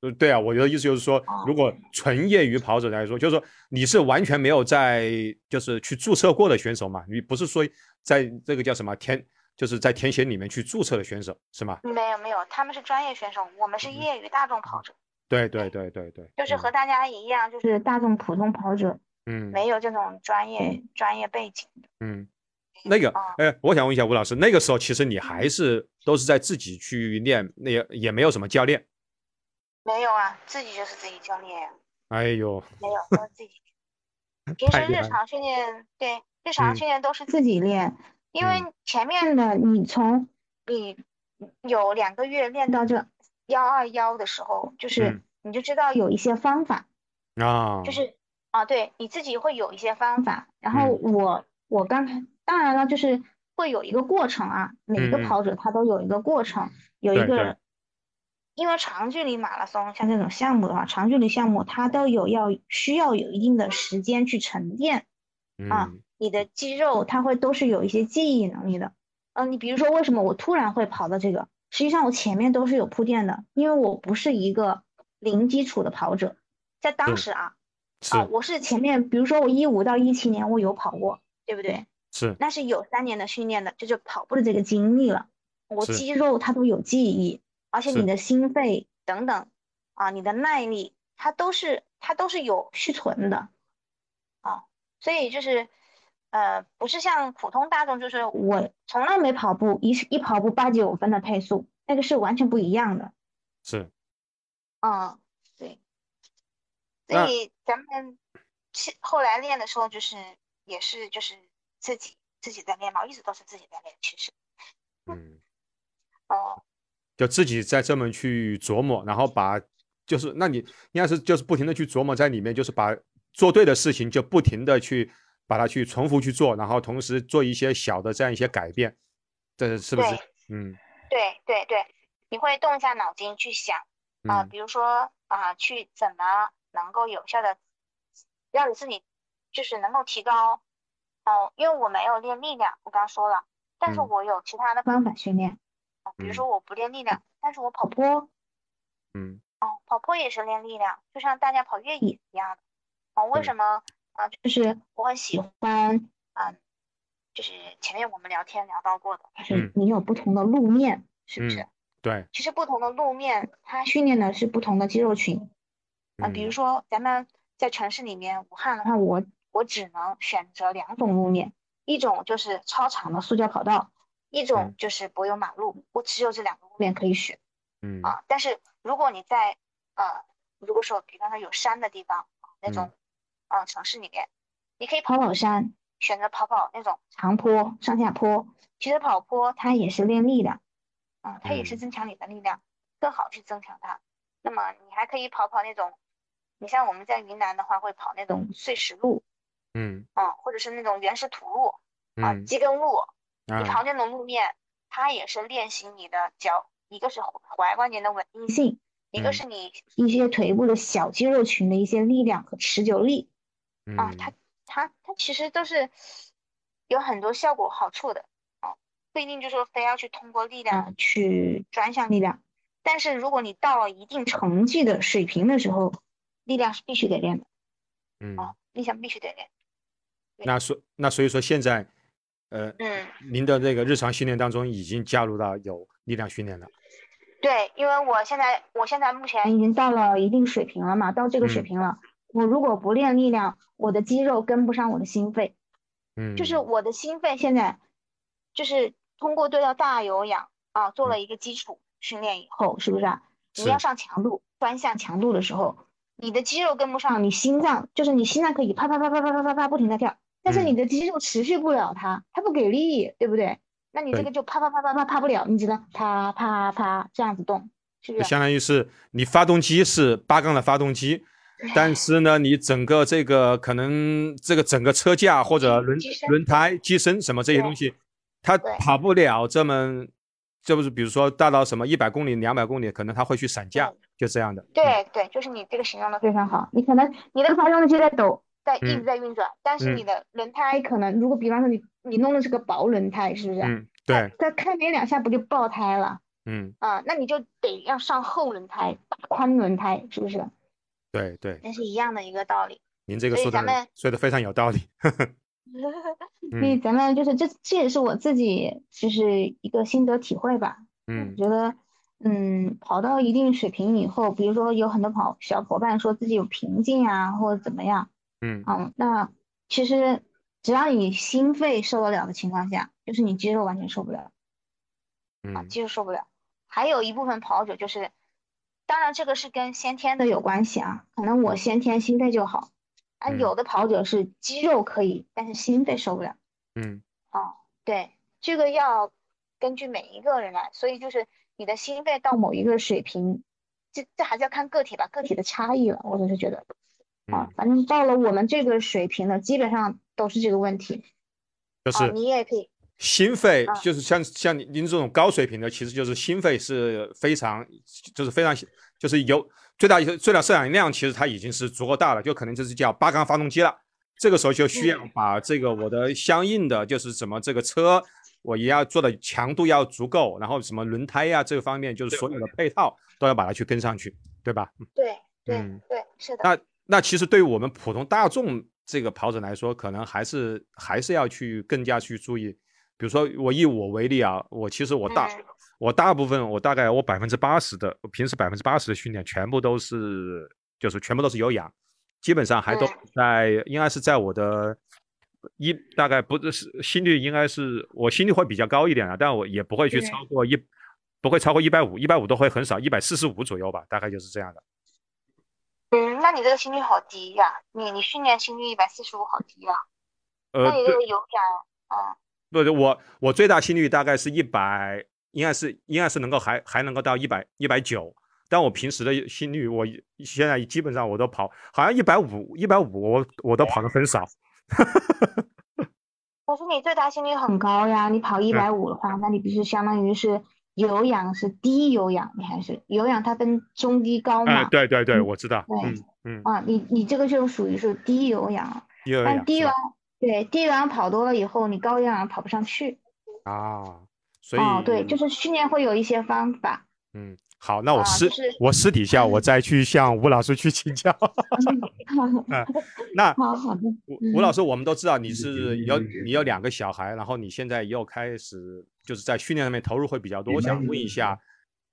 [SPEAKER 2] 呃，对啊，我觉得意思就是说，
[SPEAKER 1] 哦
[SPEAKER 2] 如果纯业余跑者来说，就是说你是完全没有在就是去注册过的选手嘛，你不是说在这个叫什么田，就是在田协里面去注册的选手是吗？
[SPEAKER 1] 没有没有，他们是专业选手，我们是
[SPEAKER 2] 嗯
[SPEAKER 1] 业余大众跑者，
[SPEAKER 2] 对对对对对，
[SPEAKER 1] 就是
[SPEAKER 2] 嗯
[SPEAKER 1] 和大家一样，就是大众普通跑者。
[SPEAKER 2] 嗯
[SPEAKER 1] 没有这种专业专业背景
[SPEAKER 2] 嗯，那个
[SPEAKER 1] 啊，
[SPEAKER 2] 哎，我想问一下吴老师，那个时候其实你还是都是在自己去练，那也也没有什么教练。
[SPEAKER 1] 没有啊，自己就是自己教练呀，
[SPEAKER 2] 哎呦，
[SPEAKER 1] 没有都是自己练。平
[SPEAKER 2] 太
[SPEAKER 1] 时
[SPEAKER 2] 厉害
[SPEAKER 1] 日
[SPEAKER 2] 了
[SPEAKER 1] 常训练，对，日常
[SPEAKER 2] 嗯
[SPEAKER 1] 训练都是自己练，因为前面的你从你有两个月练到这幺二幺的时候，就是
[SPEAKER 2] 嗯
[SPEAKER 1] 你就知道有一些方法，
[SPEAKER 2] 啊，
[SPEAKER 1] 就是啊，对，你自己会有一些方法。然后
[SPEAKER 2] 嗯
[SPEAKER 1] 我我刚开，当然了，就是会有一个过程啊，每个
[SPEAKER 2] 嗯嗯
[SPEAKER 1] 跑者他都有一个过程，有一
[SPEAKER 2] 对对
[SPEAKER 1] 个，因为长距离马拉松像这种项目的话，长距离项目它都有要需要有一定的时间去沉淀，啊
[SPEAKER 2] 嗯
[SPEAKER 1] 你的肌肉它会都是有一些记忆能力的。呃，你比如说为什么我突然会跑到这个，实际上我前面都是有铺垫的，因为我不是一个零基础的跑者，在当
[SPEAKER 2] 嗯
[SPEAKER 1] 时啊。
[SPEAKER 2] 是
[SPEAKER 1] 啊，我是前面，比如说我一五到一七年我有跑过，对不对？
[SPEAKER 2] 是，
[SPEAKER 1] 那是有三年的训练的，这就跑步的这个经历了。我
[SPEAKER 2] 是
[SPEAKER 1] 肌肉它都有记忆，而且
[SPEAKER 2] 是
[SPEAKER 1] 你的心肺等等啊，你的耐力，它都是它都是有续存的啊。所以就是，呃，不是像普通大众，就是我从来没跑步，一一跑步八九分的配速，那个是完全不一样的。
[SPEAKER 2] 是，
[SPEAKER 1] 嗯，对，所
[SPEAKER 2] 那
[SPEAKER 1] 以咱们是后来练的时候，就是也是就是自己自己在练嘛，一直都是自己在练。其实，
[SPEAKER 2] 嗯。
[SPEAKER 1] 哦，
[SPEAKER 2] 就自己再这么去琢磨，然后把就是那你应该是就是不停的去琢磨在里面，就是把做对的事情就不停的去把它去重复去做，然后同时做一些小的这样一些改变，这是不是
[SPEAKER 1] 对？
[SPEAKER 2] 嗯
[SPEAKER 1] 对对对，
[SPEAKER 3] 你会动一下脑筋去想啊、
[SPEAKER 2] 嗯
[SPEAKER 3] 比如说啊、去怎么能够有效的让你自己就是能够提高，哦、因为我没有练力量，我刚刚说了，但是
[SPEAKER 2] 嗯
[SPEAKER 3] 我有其他的方法训练，啊比
[SPEAKER 2] 嗯
[SPEAKER 3] 如说我不练力量，但是我跑坡，哦、
[SPEAKER 2] 嗯
[SPEAKER 3] 跑坡也是练力量，就像大家跑越野一样的，哦、为
[SPEAKER 2] 对
[SPEAKER 3] 什么啊、就是我很喜欢，嗯，就是前面我们聊天聊到过的，
[SPEAKER 1] 就是
[SPEAKER 2] 嗯
[SPEAKER 1] 你有不同的路面，是不是？
[SPEAKER 2] 嗯，对，
[SPEAKER 3] 其实不同的路面它
[SPEAKER 1] 它训练的是不同的肌肉群。
[SPEAKER 3] 啊，比如
[SPEAKER 2] 嗯
[SPEAKER 3] 说咱们在城市里面，武汉的话，
[SPEAKER 1] 那我
[SPEAKER 3] 我只能选择两种路面，一种就是操场的塑胶跑道，一种
[SPEAKER 2] 嗯
[SPEAKER 3] 就是柏油马路，我只有这两个路面可以选
[SPEAKER 2] 嗯
[SPEAKER 3] 啊。但是如果你在呃，如果说比方说有山的地方，那种啊、呃城市里面，你可以跑
[SPEAKER 1] 跑跑山、
[SPEAKER 3] 选择跑跑那种，
[SPEAKER 1] 长坡、上下坡，
[SPEAKER 3] 其实跑坡
[SPEAKER 1] 它也是练力量。
[SPEAKER 3] 啊，它也是
[SPEAKER 2] 嗯
[SPEAKER 3] 增强你的力量，更好去增强它。那么你还可以跑跑那种，你像我们在云南的话，会跑那种碎石路
[SPEAKER 2] 嗯
[SPEAKER 3] 啊，或者是那种原始土路啊、
[SPEAKER 2] 嗯
[SPEAKER 3] 机耕路，你
[SPEAKER 1] 嗯
[SPEAKER 2] 啊
[SPEAKER 3] 跑那种路面，它也是练习你的脚，一个是踝关节的稳定性，一个
[SPEAKER 2] 嗯
[SPEAKER 3] 是你
[SPEAKER 1] 一些腿部的小肌肉群的一些力量和持久力。
[SPEAKER 3] 啊
[SPEAKER 2] 嗯，
[SPEAKER 3] 它它它其实都是有很多效果好处的啊，不一定就说非要去通过力量
[SPEAKER 1] 啊，去专项力量。
[SPEAKER 3] 但是如果你到了一定程
[SPEAKER 1] 成绩的水平的时候，力量是必须得练的。
[SPEAKER 2] 嗯
[SPEAKER 3] 度，啊力量必须得练。
[SPEAKER 2] 那所那所以说现在，呃，
[SPEAKER 3] 嗯，
[SPEAKER 2] 您的这个日常训练当中已经加入到有力量训练了。
[SPEAKER 3] 对，因为我现在我现在目前
[SPEAKER 1] 已经到了一定水平了嘛，到这个水
[SPEAKER 2] 嗯
[SPEAKER 1] 平了，我如果不练力量，我的肌肉跟不上我的心肺，
[SPEAKER 2] 嗯，
[SPEAKER 3] 就是我的心肺现在就是通过对到大有氧啊做
[SPEAKER 2] 嗯
[SPEAKER 3] 了一个基础训练以后，
[SPEAKER 1] 后是不是啊？
[SPEAKER 2] 是
[SPEAKER 1] 你要上强度、专项强度的时候，你的肌肉跟不上，你心脏就是你心脏可以啪啪啪啪啪啪啪啪不停的跳，但是
[SPEAKER 2] 嗯
[SPEAKER 1] 你的肌肉持续不了它，它不给力，对不对？那你这
[SPEAKER 2] 对
[SPEAKER 1] 个就啪啪啪啪啪啪不了，你只能啪啪啪这样子动，是啊不？
[SPEAKER 2] 就是相当于是你发动机是八缸的发动机，但是呢，你整个这个可能这个整个车架或者
[SPEAKER 3] 机
[SPEAKER 2] 轮
[SPEAKER 3] 机身
[SPEAKER 2] 轮胎、机身什么这些东西，它
[SPEAKER 3] 对
[SPEAKER 2] 跑不了这么，这不是比如说大到什么一百公里、两百公里，可能它会去散架，就这样的。嗯，
[SPEAKER 3] 对对，就是你这个形容的
[SPEAKER 1] 非常好，你可能你那个发动机在抖，
[SPEAKER 3] 在一直
[SPEAKER 2] 嗯
[SPEAKER 3] 在运转，但是
[SPEAKER 2] 嗯
[SPEAKER 3] 你的轮
[SPEAKER 1] 它
[SPEAKER 3] 胎
[SPEAKER 1] 可能如果比方说你你弄的是个薄轮胎，是不是啊？
[SPEAKER 2] 嗯，对，
[SPEAKER 1] 它开没两下不就爆胎了
[SPEAKER 2] 嗯，
[SPEAKER 3] 啊，
[SPEAKER 1] 那你就得要上后轮胎、大宽轮胎，是不是？
[SPEAKER 2] 对对，
[SPEAKER 3] 那是一样的一个道理。
[SPEAKER 2] 您这个
[SPEAKER 3] 所以
[SPEAKER 2] 说的
[SPEAKER 3] 咱们
[SPEAKER 2] 说的非常有道 理。
[SPEAKER 1] 所以
[SPEAKER 2] 嗯
[SPEAKER 1] 咱们就是这，这也是我自己就是一个心得体会吧。我
[SPEAKER 2] 嗯
[SPEAKER 1] 觉得，嗯，跑到一定水平以后，比如说有很多跑小伙伴说自己有瓶颈啊，或者怎么样，
[SPEAKER 2] 嗯
[SPEAKER 1] 嗯，那其实只要你心肺受得了的情况下，就是你肌肉完全受不了。啊，
[SPEAKER 2] 嗯
[SPEAKER 3] 肌肉受不了。还有一部分跑者就是，
[SPEAKER 1] 当然，这个是跟先天的有关系啊，可能我先天心肺就好，啊，
[SPEAKER 2] 嗯
[SPEAKER 1] 有的跑者是肌肉可以，但是心肺受不了。
[SPEAKER 2] 嗯
[SPEAKER 3] 对，
[SPEAKER 1] 这个要根据每一个人来，所以就是你的心肺到某一个水平，
[SPEAKER 3] 这这还是要看个体吧，个
[SPEAKER 1] 个
[SPEAKER 3] 体
[SPEAKER 1] 体
[SPEAKER 3] 的
[SPEAKER 1] 的差异了。我就是觉得啊
[SPEAKER 2] 嗯，，
[SPEAKER 1] 反正到了我们这个水平了，基本上都是这个问题。
[SPEAKER 2] 就
[SPEAKER 3] 啊，
[SPEAKER 2] 是
[SPEAKER 3] 你也可以
[SPEAKER 2] 心肺
[SPEAKER 3] 啊
[SPEAKER 2] 就是像像您您这种高水平的，其实就是心肺是非常就是非常就是有最大最大摄氧量，其实它已经是足够大了，就可能就是叫八缸发动机了。这个时候就需要把这个我的相应的就是什么这个车，我也要做的强度要足够，然后什么轮胎呀、这个方面，就是所有的配套都要把它去跟上去，对吧？
[SPEAKER 3] 对对
[SPEAKER 2] 嗯
[SPEAKER 3] 对，是的，
[SPEAKER 2] 那那其实对于我们普通大众这个跑者来说，可能还是还是要去更加去注意。比如说我以我为例啊，我其实我大、
[SPEAKER 3] 嗯
[SPEAKER 2] 我大部分我大概我百分之八十的，我平时百分之八十的训练全部都是就是全部都是有氧，基本上还都
[SPEAKER 3] 嗯
[SPEAKER 2] 在、应该是在我的一大概不是心率应该是我心率会比较高一点啊，但我也不会去
[SPEAKER 3] 嗯
[SPEAKER 2] 超过一、不会超过一百五，一百五都会很少，一百四十五左右吧，大概就是这样的。
[SPEAKER 3] 嗯，那你这个心率好低呀、你你训练心率一百四十五好低呀、
[SPEAKER 2] 呃，
[SPEAKER 3] 那你
[SPEAKER 2] 对
[SPEAKER 3] 这个有氧，嗯，
[SPEAKER 2] 不是我，我最大心率大概是一百，应该是应该是能够还还能够到一百一百九，但我平时的心率，我一现在基本上我都跑，好像一百五一百五，我我都跑的很少。
[SPEAKER 1] 哦
[SPEAKER 3] 可是你最大心率很
[SPEAKER 1] 很
[SPEAKER 3] 高，
[SPEAKER 1] 高呀，你跑一百五的话，那你必须相当于是有氧是低有氧，你还是有氧它分中低高
[SPEAKER 2] 哎，
[SPEAKER 1] 嘛？
[SPEAKER 2] 对对对，
[SPEAKER 1] 嗯
[SPEAKER 2] 我知道，
[SPEAKER 1] 对
[SPEAKER 2] 嗯嗯，
[SPEAKER 1] 啊，你你这个就属于是低有氧了，
[SPEAKER 2] 第二
[SPEAKER 1] 但
[SPEAKER 2] 样
[SPEAKER 1] 低
[SPEAKER 2] 是
[SPEAKER 1] 有
[SPEAKER 2] 吧
[SPEAKER 1] 氧对低有氧跑多了以后，你高有氧跑不上去。
[SPEAKER 2] 啊，所以
[SPEAKER 1] 哦，对，就是训练会有一些方法。
[SPEAKER 2] 嗯，好，那我
[SPEAKER 1] 啊
[SPEAKER 2] 私、
[SPEAKER 1] 就是
[SPEAKER 2] 我私底下我再去向吴老师去请教。
[SPEAKER 1] 嗯
[SPEAKER 2] 那
[SPEAKER 1] 好好的，
[SPEAKER 2] 吴吴老
[SPEAKER 1] 嗯
[SPEAKER 2] 师，我们都知道你是有你有两个小孩，然后你现在又开始就是在训练上面投入会比较多。我想问一下，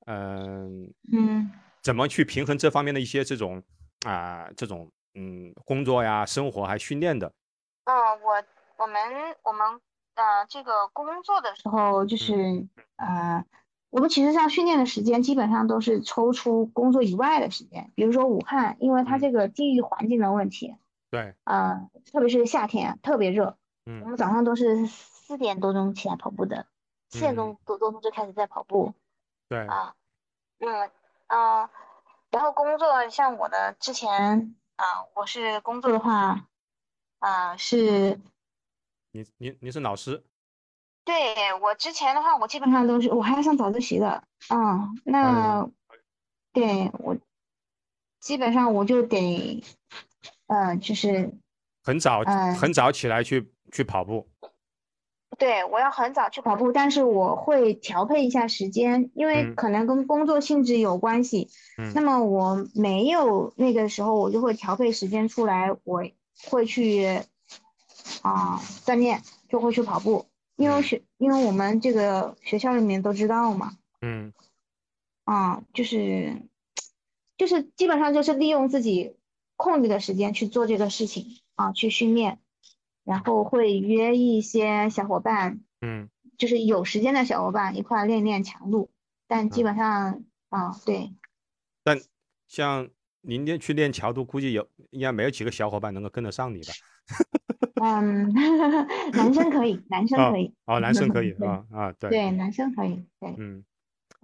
[SPEAKER 2] 嗯、
[SPEAKER 1] 嗯。
[SPEAKER 2] 怎么去平衡这方面的一些这种啊、这种嗯工作呀、生活还训练的？
[SPEAKER 1] 嗯，我我们我们呃，这个工作的时候
[SPEAKER 2] 嗯
[SPEAKER 1] 就是呃，我们其实像训练的时间基本上都是抽出工作以外的时间，比如说武汉，因为它
[SPEAKER 2] 嗯
[SPEAKER 1] 这个地域环境的问题，
[SPEAKER 2] 对，
[SPEAKER 1] 呃，特别是夏天特别热，我
[SPEAKER 2] 嗯
[SPEAKER 1] 们早上都是四点多钟起来跑步的，四点
[SPEAKER 2] 嗯
[SPEAKER 1] 钟多钟就开始在跑步
[SPEAKER 2] 对，
[SPEAKER 1] 啊，嗯呃，然后工作像我的之前啊，我是工作的话啊是。
[SPEAKER 2] 你你你是老师，
[SPEAKER 1] 对，我之前的话，我基本上都是我还要上早自习的，嗯，
[SPEAKER 2] 哎
[SPEAKER 1] 那对我基本上我就得，呃，就是
[SPEAKER 2] 很早、
[SPEAKER 1] 哎
[SPEAKER 2] 很早起来去去跑步。
[SPEAKER 1] 对我要很早去跑步，但是我会调配一下时间，因为
[SPEAKER 2] 嗯
[SPEAKER 1] 可能跟工作性质有关系。
[SPEAKER 2] 嗯
[SPEAKER 1] 那么我没有那个时候，我就会调配时间出来，我会去啊、锻炼，就会去跑步，因为
[SPEAKER 2] 嗯
[SPEAKER 1] 学因为我们这个学校里面都知道嘛。
[SPEAKER 2] 嗯
[SPEAKER 1] 啊，就是，就是基本上就是利用自己空余的时间去做这个事情啊，去训练，然后会约一些小伙伴，
[SPEAKER 2] 嗯
[SPEAKER 1] 就是有时间的小伙伴一块儿练练强度，但基
[SPEAKER 2] 嗯
[SPEAKER 1] 本上啊，对，
[SPEAKER 2] 像您练去练桥度，估计有应该没有几个小伙伴能够跟得上你 吧？
[SPEAKER 1] 嗯， 男生可以，男生可以，
[SPEAKER 2] 哦，男生可以
[SPEAKER 1] 对
[SPEAKER 2] 啊啊，对，
[SPEAKER 1] 对，男生可以，对，
[SPEAKER 2] 嗯，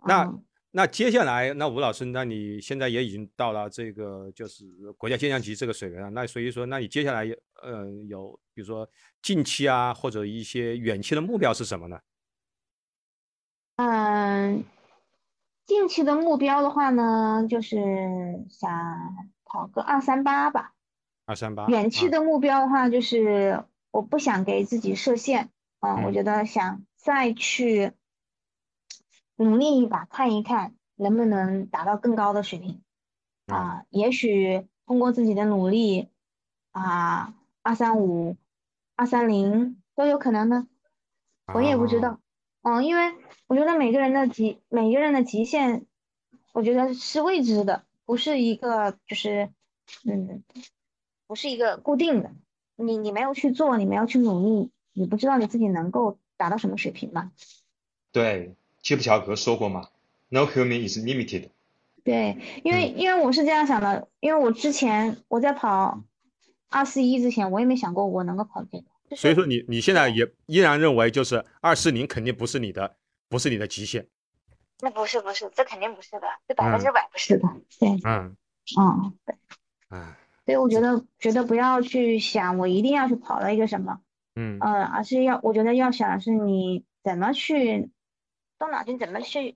[SPEAKER 2] 那
[SPEAKER 1] 嗯
[SPEAKER 2] 那接下来，那吴老师，那你现在也已经到了这个就是国家健将级这个水平了，那所以说，那你接下来有呃有比如说近期啊，或者一些远期的目标是什么呢？
[SPEAKER 1] 嗯，近期的目标的话呢，就是想跑个二三八吧。
[SPEAKER 2] 二三八，
[SPEAKER 1] 远期
[SPEAKER 2] 啊
[SPEAKER 1] 的目标的话，就是我不想给自己设限，嗯、我
[SPEAKER 2] 嗯
[SPEAKER 1] 觉得想再去努力一把，看一看能不能达到更高的水平
[SPEAKER 2] 嗯
[SPEAKER 1] 啊、也许通过自己的努力啊，二三五、二三零都有可能的，我也不知
[SPEAKER 2] 啊
[SPEAKER 1] 道。嗯，因为我觉得每个人的极，每个人的极限，我觉得是未知的，不是一个就是，嗯，不是一个固定的。你你没有去做，你没有去努力，你不知道你自己能够达到什么水平嘛？
[SPEAKER 5] 对，基普乔格说过嘛，No human is limited。
[SPEAKER 1] 对，因为因为我是这样想的，因为我之前我在跑二四一之前，我也没想过我能够跑这个。就
[SPEAKER 2] 所以
[SPEAKER 1] 是
[SPEAKER 2] 说你你现在也依然认为就是二四零肯定不是你的，不是你的极限。
[SPEAKER 1] 那不是不是，这肯定不是的，这百
[SPEAKER 2] 嗯
[SPEAKER 1] 分之百不是的。对，
[SPEAKER 2] 嗯
[SPEAKER 1] 嗯。
[SPEAKER 2] 啊
[SPEAKER 1] 所以我觉得，觉得不要去想我一定要去跑到一个什么，
[SPEAKER 2] 嗯
[SPEAKER 1] 呃，而是要，我觉得要想的是你怎么去动脑筋，怎么去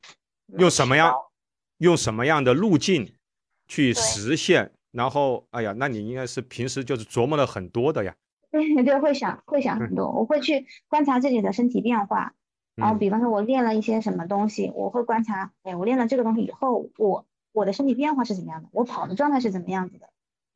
[SPEAKER 2] 用什么样
[SPEAKER 1] 搞
[SPEAKER 2] 用什么样的路径去
[SPEAKER 1] 呃对
[SPEAKER 2] 实现？然后，哎呀，那你应该是平时就是琢磨了很多的呀。
[SPEAKER 1] 对 对，会想会想很多，我会去观察自己的身体变化，然后
[SPEAKER 2] 嗯
[SPEAKER 1] 啊比方说我练了一些什么东西，我会观察，哎，我练了这个东西以后，我我的身体变化是怎么样的，我跑的状态是怎么样子的。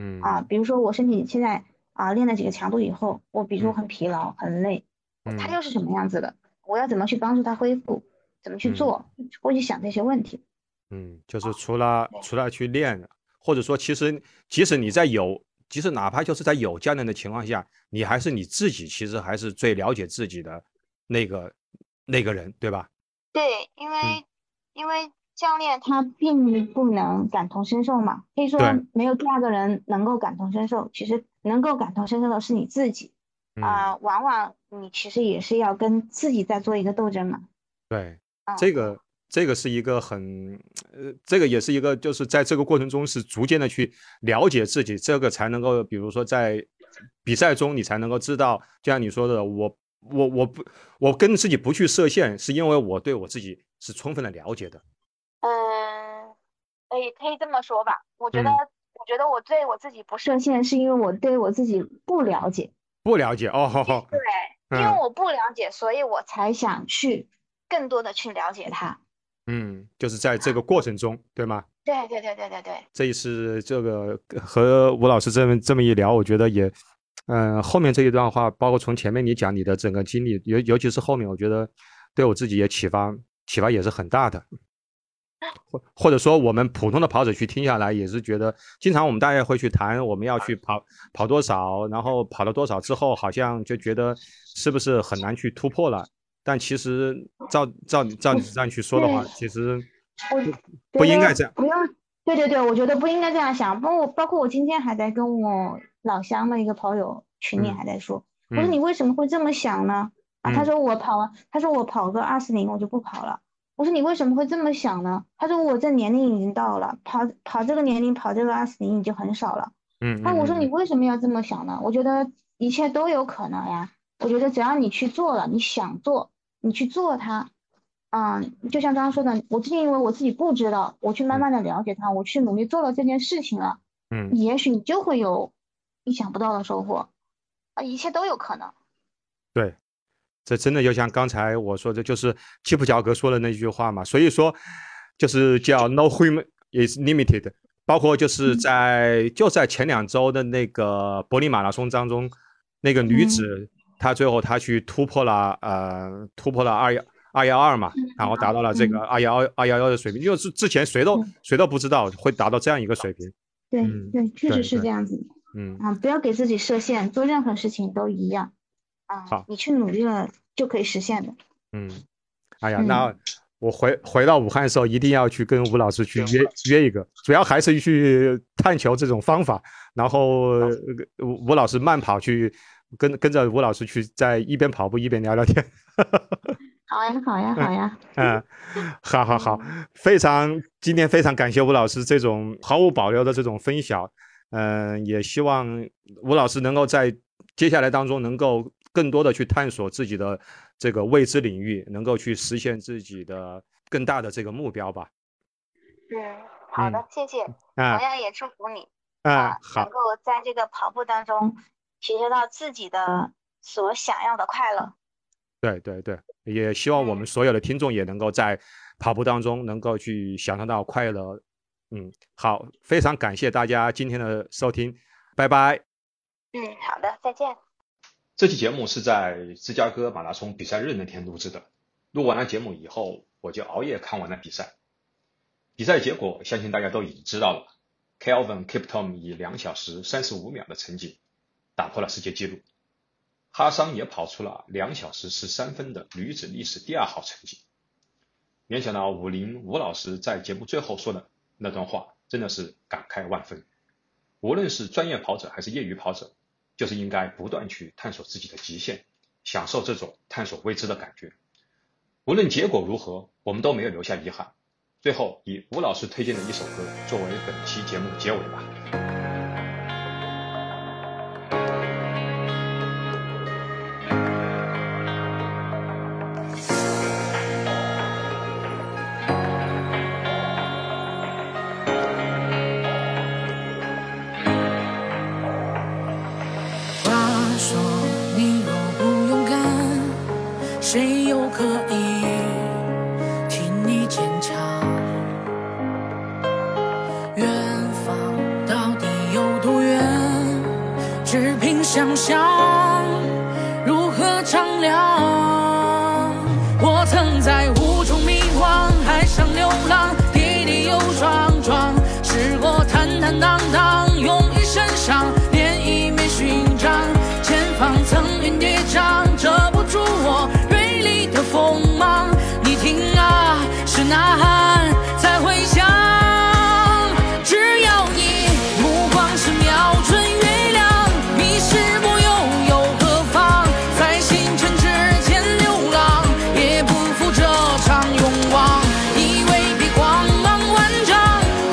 [SPEAKER 2] 嗯
[SPEAKER 1] 啊，比如说我身体现在啊练了几个强度以后，我比如说
[SPEAKER 2] 嗯
[SPEAKER 1] 很疲劳、很累，它
[SPEAKER 2] 嗯
[SPEAKER 1] 又是什么样子的？我要怎么去帮助它恢复？怎么去
[SPEAKER 2] 嗯
[SPEAKER 1] 做？会去想这些问题。啊
[SPEAKER 2] 嗯，就是除了除了去练，或者说，其实即使你在有，即使哪怕就是在有教练的情况下，你还是你自己，其实还是最了解自己的那个那个人，对吧？
[SPEAKER 1] 对，因
[SPEAKER 2] 嗯
[SPEAKER 1] 为因为教练他并不能感同身受嘛，可以说
[SPEAKER 2] 对
[SPEAKER 1] 没有第二个人能够感同身受。其实能够感同身受的是你自己
[SPEAKER 2] 嗯，
[SPEAKER 1] 啊，往往你其实也是要跟自己在做一个斗争嘛。
[SPEAKER 2] 对，
[SPEAKER 1] 啊，
[SPEAKER 2] 这个这个是一个很呃，这个也是一个，就是在这个过程中是逐渐的去了解自己，这个才能够，比如说在比赛中，你才能够知道，就像你说的，我我我不我跟自己不去设限，是因为我对我自己是充分的了解的。
[SPEAKER 1] 嗯，可以可以这么说吧。我觉
[SPEAKER 2] 嗯
[SPEAKER 1] 得，我觉得我对我自己不设限，是因为我对我自己不了解。
[SPEAKER 2] 不了解哦，好好，
[SPEAKER 1] 对，因
[SPEAKER 2] 嗯
[SPEAKER 1] 为我不了解，所以我才想去更多的去了解它。
[SPEAKER 2] 嗯，就是在这个过程中，对吗？
[SPEAKER 1] 对对对对对对，
[SPEAKER 2] 这一次这个和吴老师这么这么一聊，我觉得也，嗯、后面这一段话，包括从前面你讲你的整个经历，尤尤其是后面，我觉得对我自己也启发启发也是很大的。或或者说，我们普通的跑者去听下来，也是觉得，经常我们大家会去谈我们要去跑跑多少，然后跑了多少之后，好像就觉得是不是很难去突破了。但其实照照你照你这样去说的话，其实
[SPEAKER 1] 我
[SPEAKER 2] 不
[SPEAKER 1] 觉
[SPEAKER 2] 应该
[SPEAKER 1] 得
[SPEAKER 2] 这样
[SPEAKER 1] 不用，对对对，我觉得不应该这样想。包括包括我今天还在跟我老乡的一个跑友群里
[SPEAKER 2] 嗯
[SPEAKER 1] 还在说，我说
[SPEAKER 2] 嗯
[SPEAKER 1] 你为什么会这么想呢？啊，他
[SPEAKER 2] 嗯
[SPEAKER 1] 说我跑完，他说我跑个二四零我就不跑了。我说你为什么会这么想呢？他说我这年龄已经到了，跑跑这个年龄跑这个二四零已经很少了。
[SPEAKER 2] 嗯。
[SPEAKER 1] 那我说
[SPEAKER 2] 嗯
[SPEAKER 1] 你为什么要这么想呢？我觉得一切都有可能呀。我觉得只要你去做了，你想做，你去做它，嗯，就像刚刚说的，我最近因为我自己不知道，我去慢慢的了解它，我去努力做了这件事情了，
[SPEAKER 2] 嗯
[SPEAKER 1] 也许你就会有意想不到的收获，啊，一切都有可能。
[SPEAKER 2] 这真的就像刚才我说的，就是基普乔格说的那句话嘛。所以说，就是叫 “no human is limited”。包括就是
[SPEAKER 1] 嗯
[SPEAKER 2] 在就在前两周的那个柏林马拉松当中，那个女
[SPEAKER 1] 嗯
[SPEAKER 2] 子她最后她去突破了呃突破了二幺二幺二
[SPEAKER 1] 嗯
[SPEAKER 2] 嘛，然后达到了这个二幺二幺幺的水平，就是之前谁都
[SPEAKER 1] 嗯
[SPEAKER 2] 谁都不知道会达到这样一个水平。
[SPEAKER 1] 对
[SPEAKER 2] 嗯
[SPEAKER 1] 对，确实
[SPEAKER 2] 对
[SPEAKER 1] 是
[SPEAKER 2] 对
[SPEAKER 1] 这样子的
[SPEAKER 2] 嗯，
[SPEAKER 1] 啊，不要给自己设限，做任何事情都一样，啊
[SPEAKER 2] 好，
[SPEAKER 1] 你去努力了就可以实现的。
[SPEAKER 2] 嗯，哎呀，那我回回到武汉的时候，一定要去跟吴老师去约约一个，主要还是去探求这种方法，然后呃吴吴老师慢跑去跟跟着吴老师去，在一边跑步一边聊聊天。
[SPEAKER 1] 好呀，好呀，好呀，
[SPEAKER 2] 嗯，好好好，非常今天非常感谢吴老师这种毫无保留的这种分享，嗯、也希望吴老师能够在接下来当中能够更多的去探索自己的这个未知领域，能够去实现自己的更大的这个目标吧。
[SPEAKER 1] 嗯，好的，谢谢。
[SPEAKER 2] 啊
[SPEAKER 1] 同样也祝福你
[SPEAKER 2] 啊，好
[SPEAKER 1] 能，够在这个跑步当中体会到自己的所想要的快乐。
[SPEAKER 2] 对对对，也希望我们所有的听众也能够在跑步当中能够去享受到快乐。嗯，好，非常感谢大家今天的收听，拜拜。
[SPEAKER 1] 嗯，好的，再见。
[SPEAKER 6] 这期节目是在芝加哥马拉松比赛日那天录制的。录完了节目以后，我就熬夜看完了比赛。比赛结果相信大家都已经知道了。Kelvin Kiptom 以两小时三十五秒的成绩打破了世界纪录，哈桑也跑出了两小时十三分的女子历史第二好成绩。联想到武林吴老师在节目最后说的那段话，真的是感慨万分。无论是专业跑者还是业余跑者，就是应该不断去探索自己的极限，享受这种探索未知的感觉。无论结果如何，我们都没有留下遗憾。最后，以吴老师推荐的一首歌作为本期节目结尾吧。
[SPEAKER 7] 话说，你若不勇敢，谁又可以替你坚强？远方到底有多远？只凭想象，如何丈量？我曾在雾中迷惘，海上流浪，跌跌又撞撞，试过坦坦荡荡，勇于身上，涟漪没寻章，前方层云叠嶂，遮不住我锐利的锋芒。你听啊，是呐喊在回响。只要你目光是瞄准月亮，迷失不忧又何妨？在星辰之间流浪，也不负这场勇往。你未必光芒万丈，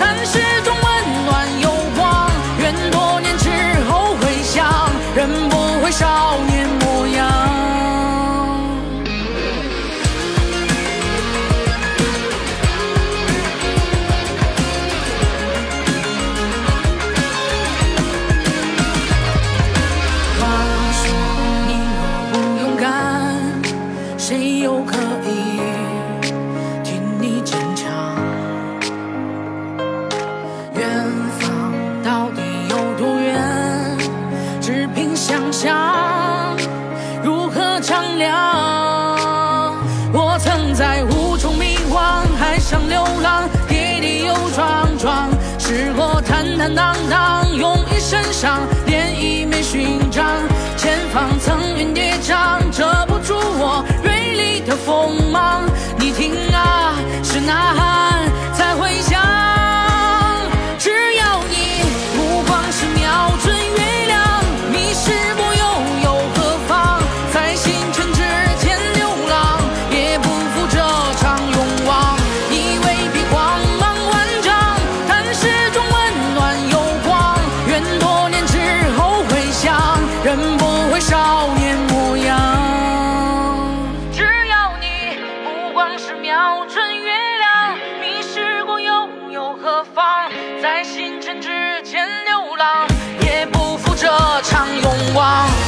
[SPEAKER 7] 但始终温暖有光。愿多年之后回想，仍不会少年模样。上流浪，跌跌又撞撞，试过坦坦荡荡，勇于身上，涟漪没寻常，前方层云叠嶂，遮不住我锐利的锋芒。你听啊，是呐喊在回响，只要你目光是瞄准月亮，迷失不用有何妨，在星辰之间流浪，也不负这场勇往。你未必光芒万丈，但始终温暖有光。愿多年之后回想，仍不会少年模样。只要你目光是瞄准月亮，迷失过又有何妨？在星辰之间流浪，也不负这场勇往。